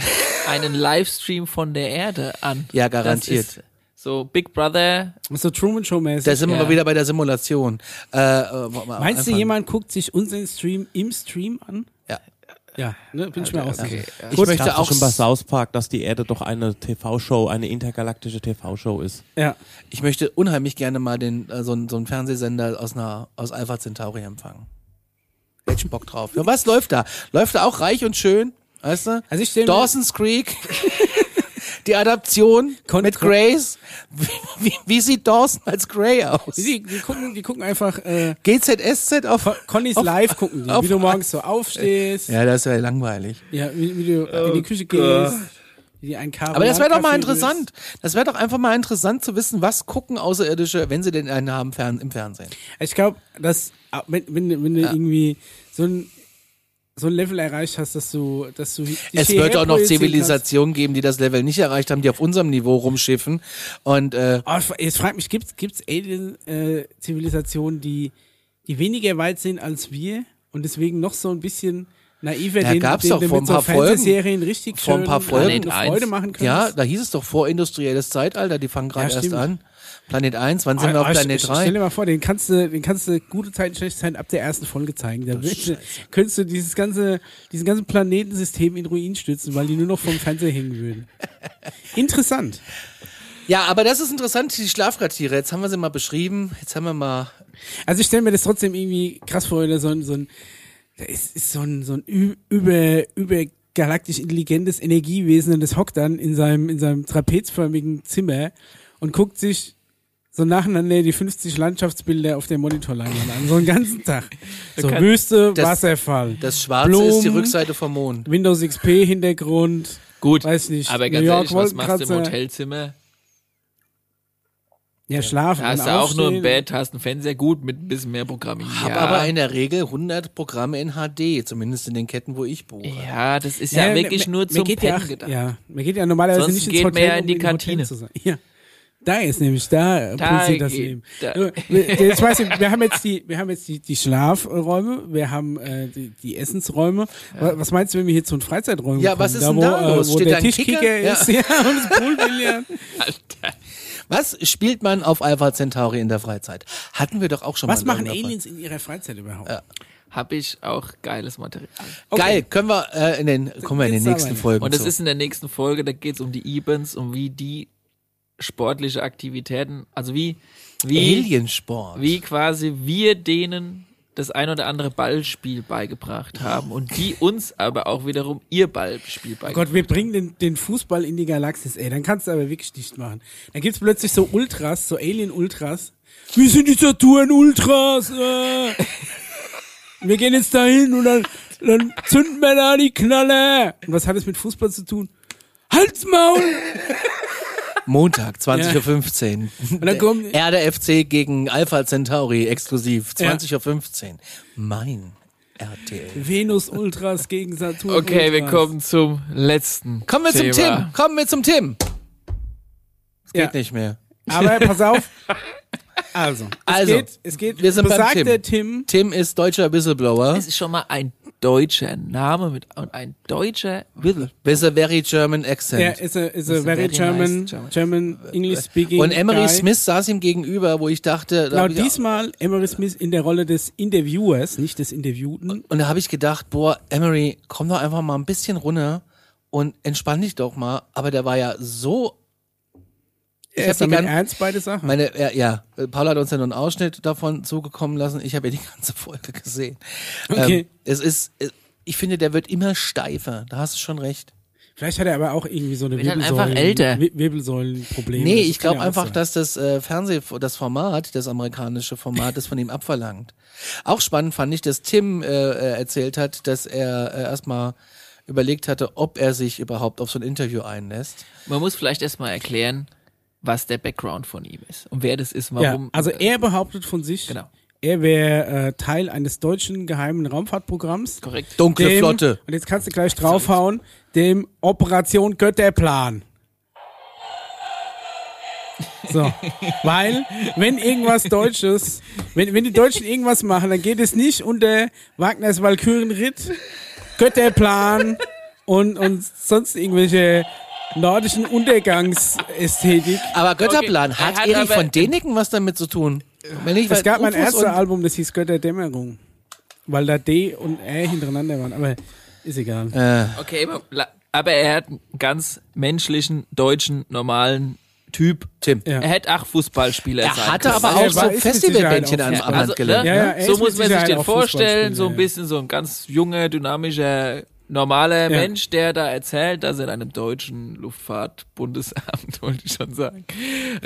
[SPEAKER 3] einen Livestream von der Erde an?
[SPEAKER 2] Ja,
[SPEAKER 3] Das
[SPEAKER 2] garantiert.
[SPEAKER 3] ist So, Big Brother,
[SPEAKER 1] So Also Truman Show mäßig.
[SPEAKER 2] Da sind wir
[SPEAKER 3] Ja.
[SPEAKER 2] mal wieder bei der Simulation. Äh, äh, wo- mal
[SPEAKER 1] Meinst du,
[SPEAKER 2] anfangen.
[SPEAKER 1] jemand guckt sich unseren Stream im Stream an?
[SPEAKER 2] Ja.
[SPEAKER 1] Ja, ne, bin ich mir auch sicher.
[SPEAKER 2] Ich
[SPEAKER 4] Gut,
[SPEAKER 2] möchte
[SPEAKER 4] gab's
[SPEAKER 2] auch,
[SPEAKER 4] schon bei South Park, dass die Erde doch eine TV-Show, eine intergalaktische TV-Show ist.
[SPEAKER 1] Ja.
[SPEAKER 2] ich möchte unheimlich gerne mal den, äh, so, einen- so einen Fernsehsender aus einer, aus Alpha Centauri empfangen. Hätte ich Bock drauf. Ja, was läuft da? Läuft da auch reich und schön? Weißt du?
[SPEAKER 1] Also ich stell mir-
[SPEAKER 2] Dawson's Creek. Die Adaption
[SPEAKER 1] Kon-
[SPEAKER 2] mit
[SPEAKER 1] kon-
[SPEAKER 2] Grace. Wie, wie, wie sieht Dawson als Grey aus?
[SPEAKER 1] Die, die, die, gucken, die gucken einfach äh,
[SPEAKER 2] GZSZ auf.
[SPEAKER 1] Con- Connys
[SPEAKER 2] auf-
[SPEAKER 1] live gucken, die,
[SPEAKER 2] auf-
[SPEAKER 1] wie du morgens so aufstehst, ja,
[SPEAKER 2] Ja, das wäre langweilig.
[SPEAKER 1] wie, wie du in die Küche gehst, wie die einen Kabel
[SPEAKER 2] Oh Aber das wäre doch mal interessant. Das wäre doch einfach mal interessant zu wissen, was gucken Außerirdische, wenn sie denn einen haben, fern, im Fernsehen.
[SPEAKER 1] Also Ich glaube, dass ah, wenn, wenn, du- wenn du irgendwie so ein so ein Level erreicht hast, dass du, dass du dich
[SPEAKER 2] Es
[SPEAKER 1] hierher
[SPEAKER 2] wird auch noch
[SPEAKER 1] projizieren
[SPEAKER 2] Zivilisationen geben, die das Level nicht erreicht haben, die auf unserem Niveau rumschiffen. Und äh,
[SPEAKER 1] kannst. Oh, jetzt fragt mich, gibt's gibt's Alien äh, Zivilisationen, die die weniger weit sind als wir und deswegen noch so ein bisschen naiver
[SPEAKER 2] Ja,
[SPEAKER 1] den,
[SPEAKER 2] gab's
[SPEAKER 1] den,
[SPEAKER 2] doch
[SPEAKER 1] den
[SPEAKER 2] vor
[SPEAKER 1] mit
[SPEAKER 2] ein
[SPEAKER 1] so
[SPEAKER 2] paar Folgen.
[SPEAKER 1] Fernsehserien richtig
[SPEAKER 2] Vor ein
[SPEAKER 1] schön
[SPEAKER 2] paar Folgen.
[SPEAKER 1] eine
[SPEAKER 3] Planet
[SPEAKER 1] Freude
[SPEAKER 3] eins.
[SPEAKER 1] machen können.
[SPEAKER 2] ja, da hieß es doch vorindustrielles Zeitalter, die fangen gerade
[SPEAKER 1] Ja,
[SPEAKER 2] erst
[SPEAKER 1] stimmt. also
[SPEAKER 2] an. Planet 1, wann sind wir auf
[SPEAKER 1] Aber
[SPEAKER 2] Planet
[SPEAKER 1] st- Stell dir
[SPEAKER 2] 3?
[SPEAKER 1] mal vor, den kannst du, den kannst du gute Zeiten, schlechte Zeiten ab der ersten Folge zeigen. Da wird- könntest du dieses ganze, diesen ganzen Planetensystem in Ruin stützen, weil die nur noch vom Fernseher hängen würden. Interessant.
[SPEAKER 2] Ja, aber das ist interessant, die Schlafratiere. Jetzt haben wir sie mal beschrieben. Jetzt haben wir mal.
[SPEAKER 1] Also ich stelle mir das trotzdem irgendwie krass vor, oder so ein, so ein, da ist, ist so ein, so ein ü- über, über galaktisch intelligentes Energiewesen und das hockt dann in seinem, in seinem trapezförmigen Zimmer und guckt sich so nacheinander die 50 Landschaftsbilder auf der Monitorleinwand an, so einen ganzen Tag. So
[SPEAKER 3] kann-
[SPEAKER 1] Wüste,
[SPEAKER 2] Das-
[SPEAKER 1] Wasserfall.
[SPEAKER 2] Das Schwarze ist die
[SPEAKER 1] Blumen,
[SPEAKER 2] Rückseite vom Mond.
[SPEAKER 1] Windows XP Hintergrund.
[SPEAKER 3] Gut,
[SPEAKER 1] Weiß nicht,
[SPEAKER 3] aber
[SPEAKER 1] New
[SPEAKER 3] ganz
[SPEAKER 1] York,
[SPEAKER 3] ehrlich, was machst du im
[SPEAKER 2] äh,
[SPEAKER 1] Wolkenkratzer.
[SPEAKER 3] Hotelzimmer?
[SPEAKER 1] Ja, schlafen.
[SPEAKER 3] Da hast du
[SPEAKER 1] dann
[SPEAKER 3] auch nur ein
[SPEAKER 1] aufstehen.
[SPEAKER 3] Bett, hast einen Fernseher, gut, mit ein bisschen mehr Programm. Ja,
[SPEAKER 2] Hab aber in der Regel 100 Programme in HD, zumindest in den Ketten, wo ich buche.
[SPEAKER 3] ja das ist ja,
[SPEAKER 1] mir-
[SPEAKER 3] wirklich
[SPEAKER 1] mir-
[SPEAKER 3] nur
[SPEAKER 1] mir
[SPEAKER 3] zum
[SPEAKER 1] geht
[SPEAKER 3] Pennen
[SPEAKER 1] ja,
[SPEAKER 3] gedacht.
[SPEAKER 1] Ja, man geht ja normalerweise
[SPEAKER 3] Sonst
[SPEAKER 1] nicht ins
[SPEAKER 3] geht man
[SPEAKER 1] Hotel,
[SPEAKER 3] ja in die
[SPEAKER 1] um im Hotel
[SPEAKER 3] Kantine.
[SPEAKER 1] zu sein. Ja. Da ist nämlich, da,
[SPEAKER 3] Da
[SPEAKER 1] da pulsiert das
[SPEAKER 3] geht-
[SPEAKER 1] Leben.
[SPEAKER 3] da-
[SPEAKER 1] Nur, wir- Jetzt weiß ich, wir haben jetzt die, wir haben jetzt die, die Schlafräume, wir haben äh, die, die Essensräume. Wa- Was meinst du, wenn wir hier zu den Freizeiträumen
[SPEAKER 2] Ja,
[SPEAKER 1] kommen?
[SPEAKER 2] was ist
[SPEAKER 1] da,
[SPEAKER 2] denn
[SPEAKER 1] wo,
[SPEAKER 2] da
[SPEAKER 1] äh,
[SPEAKER 2] los?
[SPEAKER 1] Wo
[SPEAKER 2] Steht da
[SPEAKER 1] der
[SPEAKER 2] ein
[SPEAKER 1] Tischkicker
[SPEAKER 2] Kicker?
[SPEAKER 1] ist, ja, und das Poolbillard.
[SPEAKER 3] Alter.
[SPEAKER 2] Was spielt man auf Alpha Centauri in der Freizeit? Hatten wir doch auch schon
[SPEAKER 1] Was
[SPEAKER 2] mal.
[SPEAKER 1] machen
[SPEAKER 2] in der Freizeit.
[SPEAKER 1] Aliens in ihrer Freizeit
[SPEAKER 2] Äh,
[SPEAKER 1] überhaupt?
[SPEAKER 3] Hab ich auch geiles Material.
[SPEAKER 2] Geil, können wir äh, in den, kommen wir in
[SPEAKER 1] Geht's
[SPEAKER 2] den
[SPEAKER 1] da
[SPEAKER 2] nächsten
[SPEAKER 1] rein.
[SPEAKER 2] Folgen.
[SPEAKER 3] Und das
[SPEAKER 2] zu.
[SPEAKER 3] ist in der nächsten Folge, da geht's um die E-Bands und wie die sportliche Aktivitäten, also wie, wie,
[SPEAKER 2] Aliensport.
[SPEAKER 3] wie quasi wir denen das ein oder andere Ballspiel beigebracht haben und die uns aber auch wiederum ihr Ballspiel
[SPEAKER 1] Oh
[SPEAKER 3] beigebracht
[SPEAKER 1] Gott, wir bringen den, den Fußball in die Galaxis, ey. Dann kannst du aber wirklich dicht machen. Dann gibt's plötzlich so Ultras, so Alien-Ultras. Wir sind die Saturn-Ultras. Äh. Wir gehen jetzt dahin und dann dann zünden wir da die Knalle. Und was hat es mit Fußball zu tun? Halt's Maul!
[SPEAKER 2] Montag, 20.15 Uhr.
[SPEAKER 1] Und dann kommt,
[SPEAKER 2] Erde FC gegen Alpha Centauri exklusiv, 20.15 Uhr. Mein RTL.
[SPEAKER 1] Venus Ultras gegen Saturn.
[SPEAKER 3] Okay, wir
[SPEAKER 1] Ultras.
[SPEAKER 3] kommen zum letzten.
[SPEAKER 2] Kommen wir zum
[SPEAKER 3] Thema.
[SPEAKER 2] Tim. Kommen wir zum Tim. Es
[SPEAKER 1] Ja.
[SPEAKER 2] geht nicht mehr.
[SPEAKER 1] Aber pass auf. Also, es
[SPEAKER 2] Also,
[SPEAKER 1] geht, es geht,
[SPEAKER 2] wir sind beim
[SPEAKER 1] besagter Tim.
[SPEAKER 2] Tim. Tim ist deutscher Whistleblower.
[SPEAKER 3] Es ist schon mal ein deutscher Name mit und ein deutscher Whistle.
[SPEAKER 2] With a very German accent.
[SPEAKER 1] Er ist a, is a
[SPEAKER 3] a
[SPEAKER 1] very
[SPEAKER 3] very
[SPEAKER 1] German,
[SPEAKER 3] nice German.
[SPEAKER 1] German, English speaking.
[SPEAKER 2] Und Emery
[SPEAKER 1] guy.
[SPEAKER 2] Smith saß ihm gegenüber, wo ich dachte, da
[SPEAKER 1] Genau
[SPEAKER 2] hab ich auch-
[SPEAKER 1] diesmal Emery Smith in der Rolle des Interviewers, nicht des Interviewten.
[SPEAKER 2] und da habe ich gedacht, boah, Emery, komm doch einfach mal ein bisschen runter und entspann dich doch mal. Aber der war ja so,
[SPEAKER 1] Er ist
[SPEAKER 2] hab die
[SPEAKER 1] damit
[SPEAKER 2] gan-
[SPEAKER 1] ernst beide Sachen.
[SPEAKER 2] meine, ja, ja, Paul hat uns ja nur einen Ausschnitt davon zugekommen lassen. Ich habe ja die ganze Folge gesehen. Ähm,
[SPEAKER 1] Okay.
[SPEAKER 2] es ist, äh, ich finde, der wird immer steifer. Da hast du schon recht.
[SPEAKER 1] Vielleicht hat er aber auch irgendwie so eine
[SPEAKER 3] Wird halt
[SPEAKER 1] Wirbelsäulen,
[SPEAKER 3] einfach älter.
[SPEAKER 1] Wi- Wirbelsäulenprobleme.
[SPEAKER 2] Nee,
[SPEAKER 1] Das genau
[SPEAKER 2] ich
[SPEAKER 1] kann
[SPEAKER 2] glaube
[SPEAKER 1] ja auch
[SPEAKER 2] einfach,
[SPEAKER 1] sein.
[SPEAKER 2] dass das äh, Fernseh, das Format, das amerikanische Format, das von ihm abverlangt. Auch spannend fand ich, dass Tim äh, äh, erzählt hat, dass er äh, erstmal überlegt hatte, ob er sich überhaupt auf so ein Interview einlässt.
[SPEAKER 3] Man muss vielleicht erstmal erklären, was der Background von ihm ist und wer das ist,
[SPEAKER 1] Ja,
[SPEAKER 3] warum.
[SPEAKER 1] also er behauptet von sich,
[SPEAKER 3] Genau.
[SPEAKER 1] er wäre äh, Teil eines deutschen geheimen Raumfahrtprogramms.
[SPEAKER 3] korrekt.
[SPEAKER 2] Dunkle
[SPEAKER 1] Dem,
[SPEAKER 2] Flotte.
[SPEAKER 1] Und jetzt kannst du gleich draufhauen, dem Operation Götterplan. So, weil wenn irgendwas Deutsches, wenn, wenn die Deutschen irgendwas machen, dann geht es nicht unter Wagners Walkürenritt, Götterplan und, und sonst irgendwelche nordischen Untergangsästhetik.
[SPEAKER 2] Aber Götterplan,
[SPEAKER 3] Okay, er
[SPEAKER 2] hat,
[SPEAKER 3] hat
[SPEAKER 2] Erich
[SPEAKER 3] aber-
[SPEAKER 2] von Däniken was damit zu tun? Wenn nicht,
[SPEAKER 1] Es
[SPEAKER 2] weil
[SPEAKER 1] gab mein
[SPEAKER 2] Äh, UFOs
[SPEAKER 1] erstes
[SPEAKER 2] und-
[SPEAKER 1] Album, das hieß Götterdämmerung. Weil da D und R hintereinander waren, aber ist egal.
[SPEAKER 2] Äh.
[SPEAKER 3] Okay, aber, la- aber er hat einen ganz menschlichen, deutschen, normalen Typ. Tim.
[SPEAKER 1] Ja.
[SPEAKER 3] Er hätte auch Fußballspieler
[SPEAKER 2] Er
[SPEAKER 3] sein
[SPEAKER 2] hatte
[SPEAKER 3] können.
[SPEAKER 2] aber
[SPEAKER 1] Also Er
[SPEAKER 2] auch so
[SPEAKER 1] war- ist mit
[SPEAKER 2] Festivalbändchen
[SPEAKER 1] Sicherheit
[SPEAKER 2] am
[SPEAKER 1] auch
[SPEAKER 2] am Handgelenk.
[SPEAKER 3] ne?
[SPEAKER 1] Ja, ja, er
[SPEAKER 3] so
[SPEAKER 1] ist
[SPEAKER 3] muss
[SPEAKER 1] mit
[SPEAKER 3] man sich
[SPEAKER 1] Sicherheit
[SPEAKER 3] den
[SPEAKER 1] auch
[SPEAKER 3] vorstellen, so
[SPEAKER 1] Fußballspieler,
[SPEAKER 3] ein
[SPEAKER 1] ja.
[SPEAKER 3] bisschen so ein ganz junger, dynamischer, normaler
[SPEAKER 1] Ja.
[SPEAKER 3] Mensch, der da erzählt, dass er in einem deutschen Luftfahrtbundesamt, wollte ich schon sagen,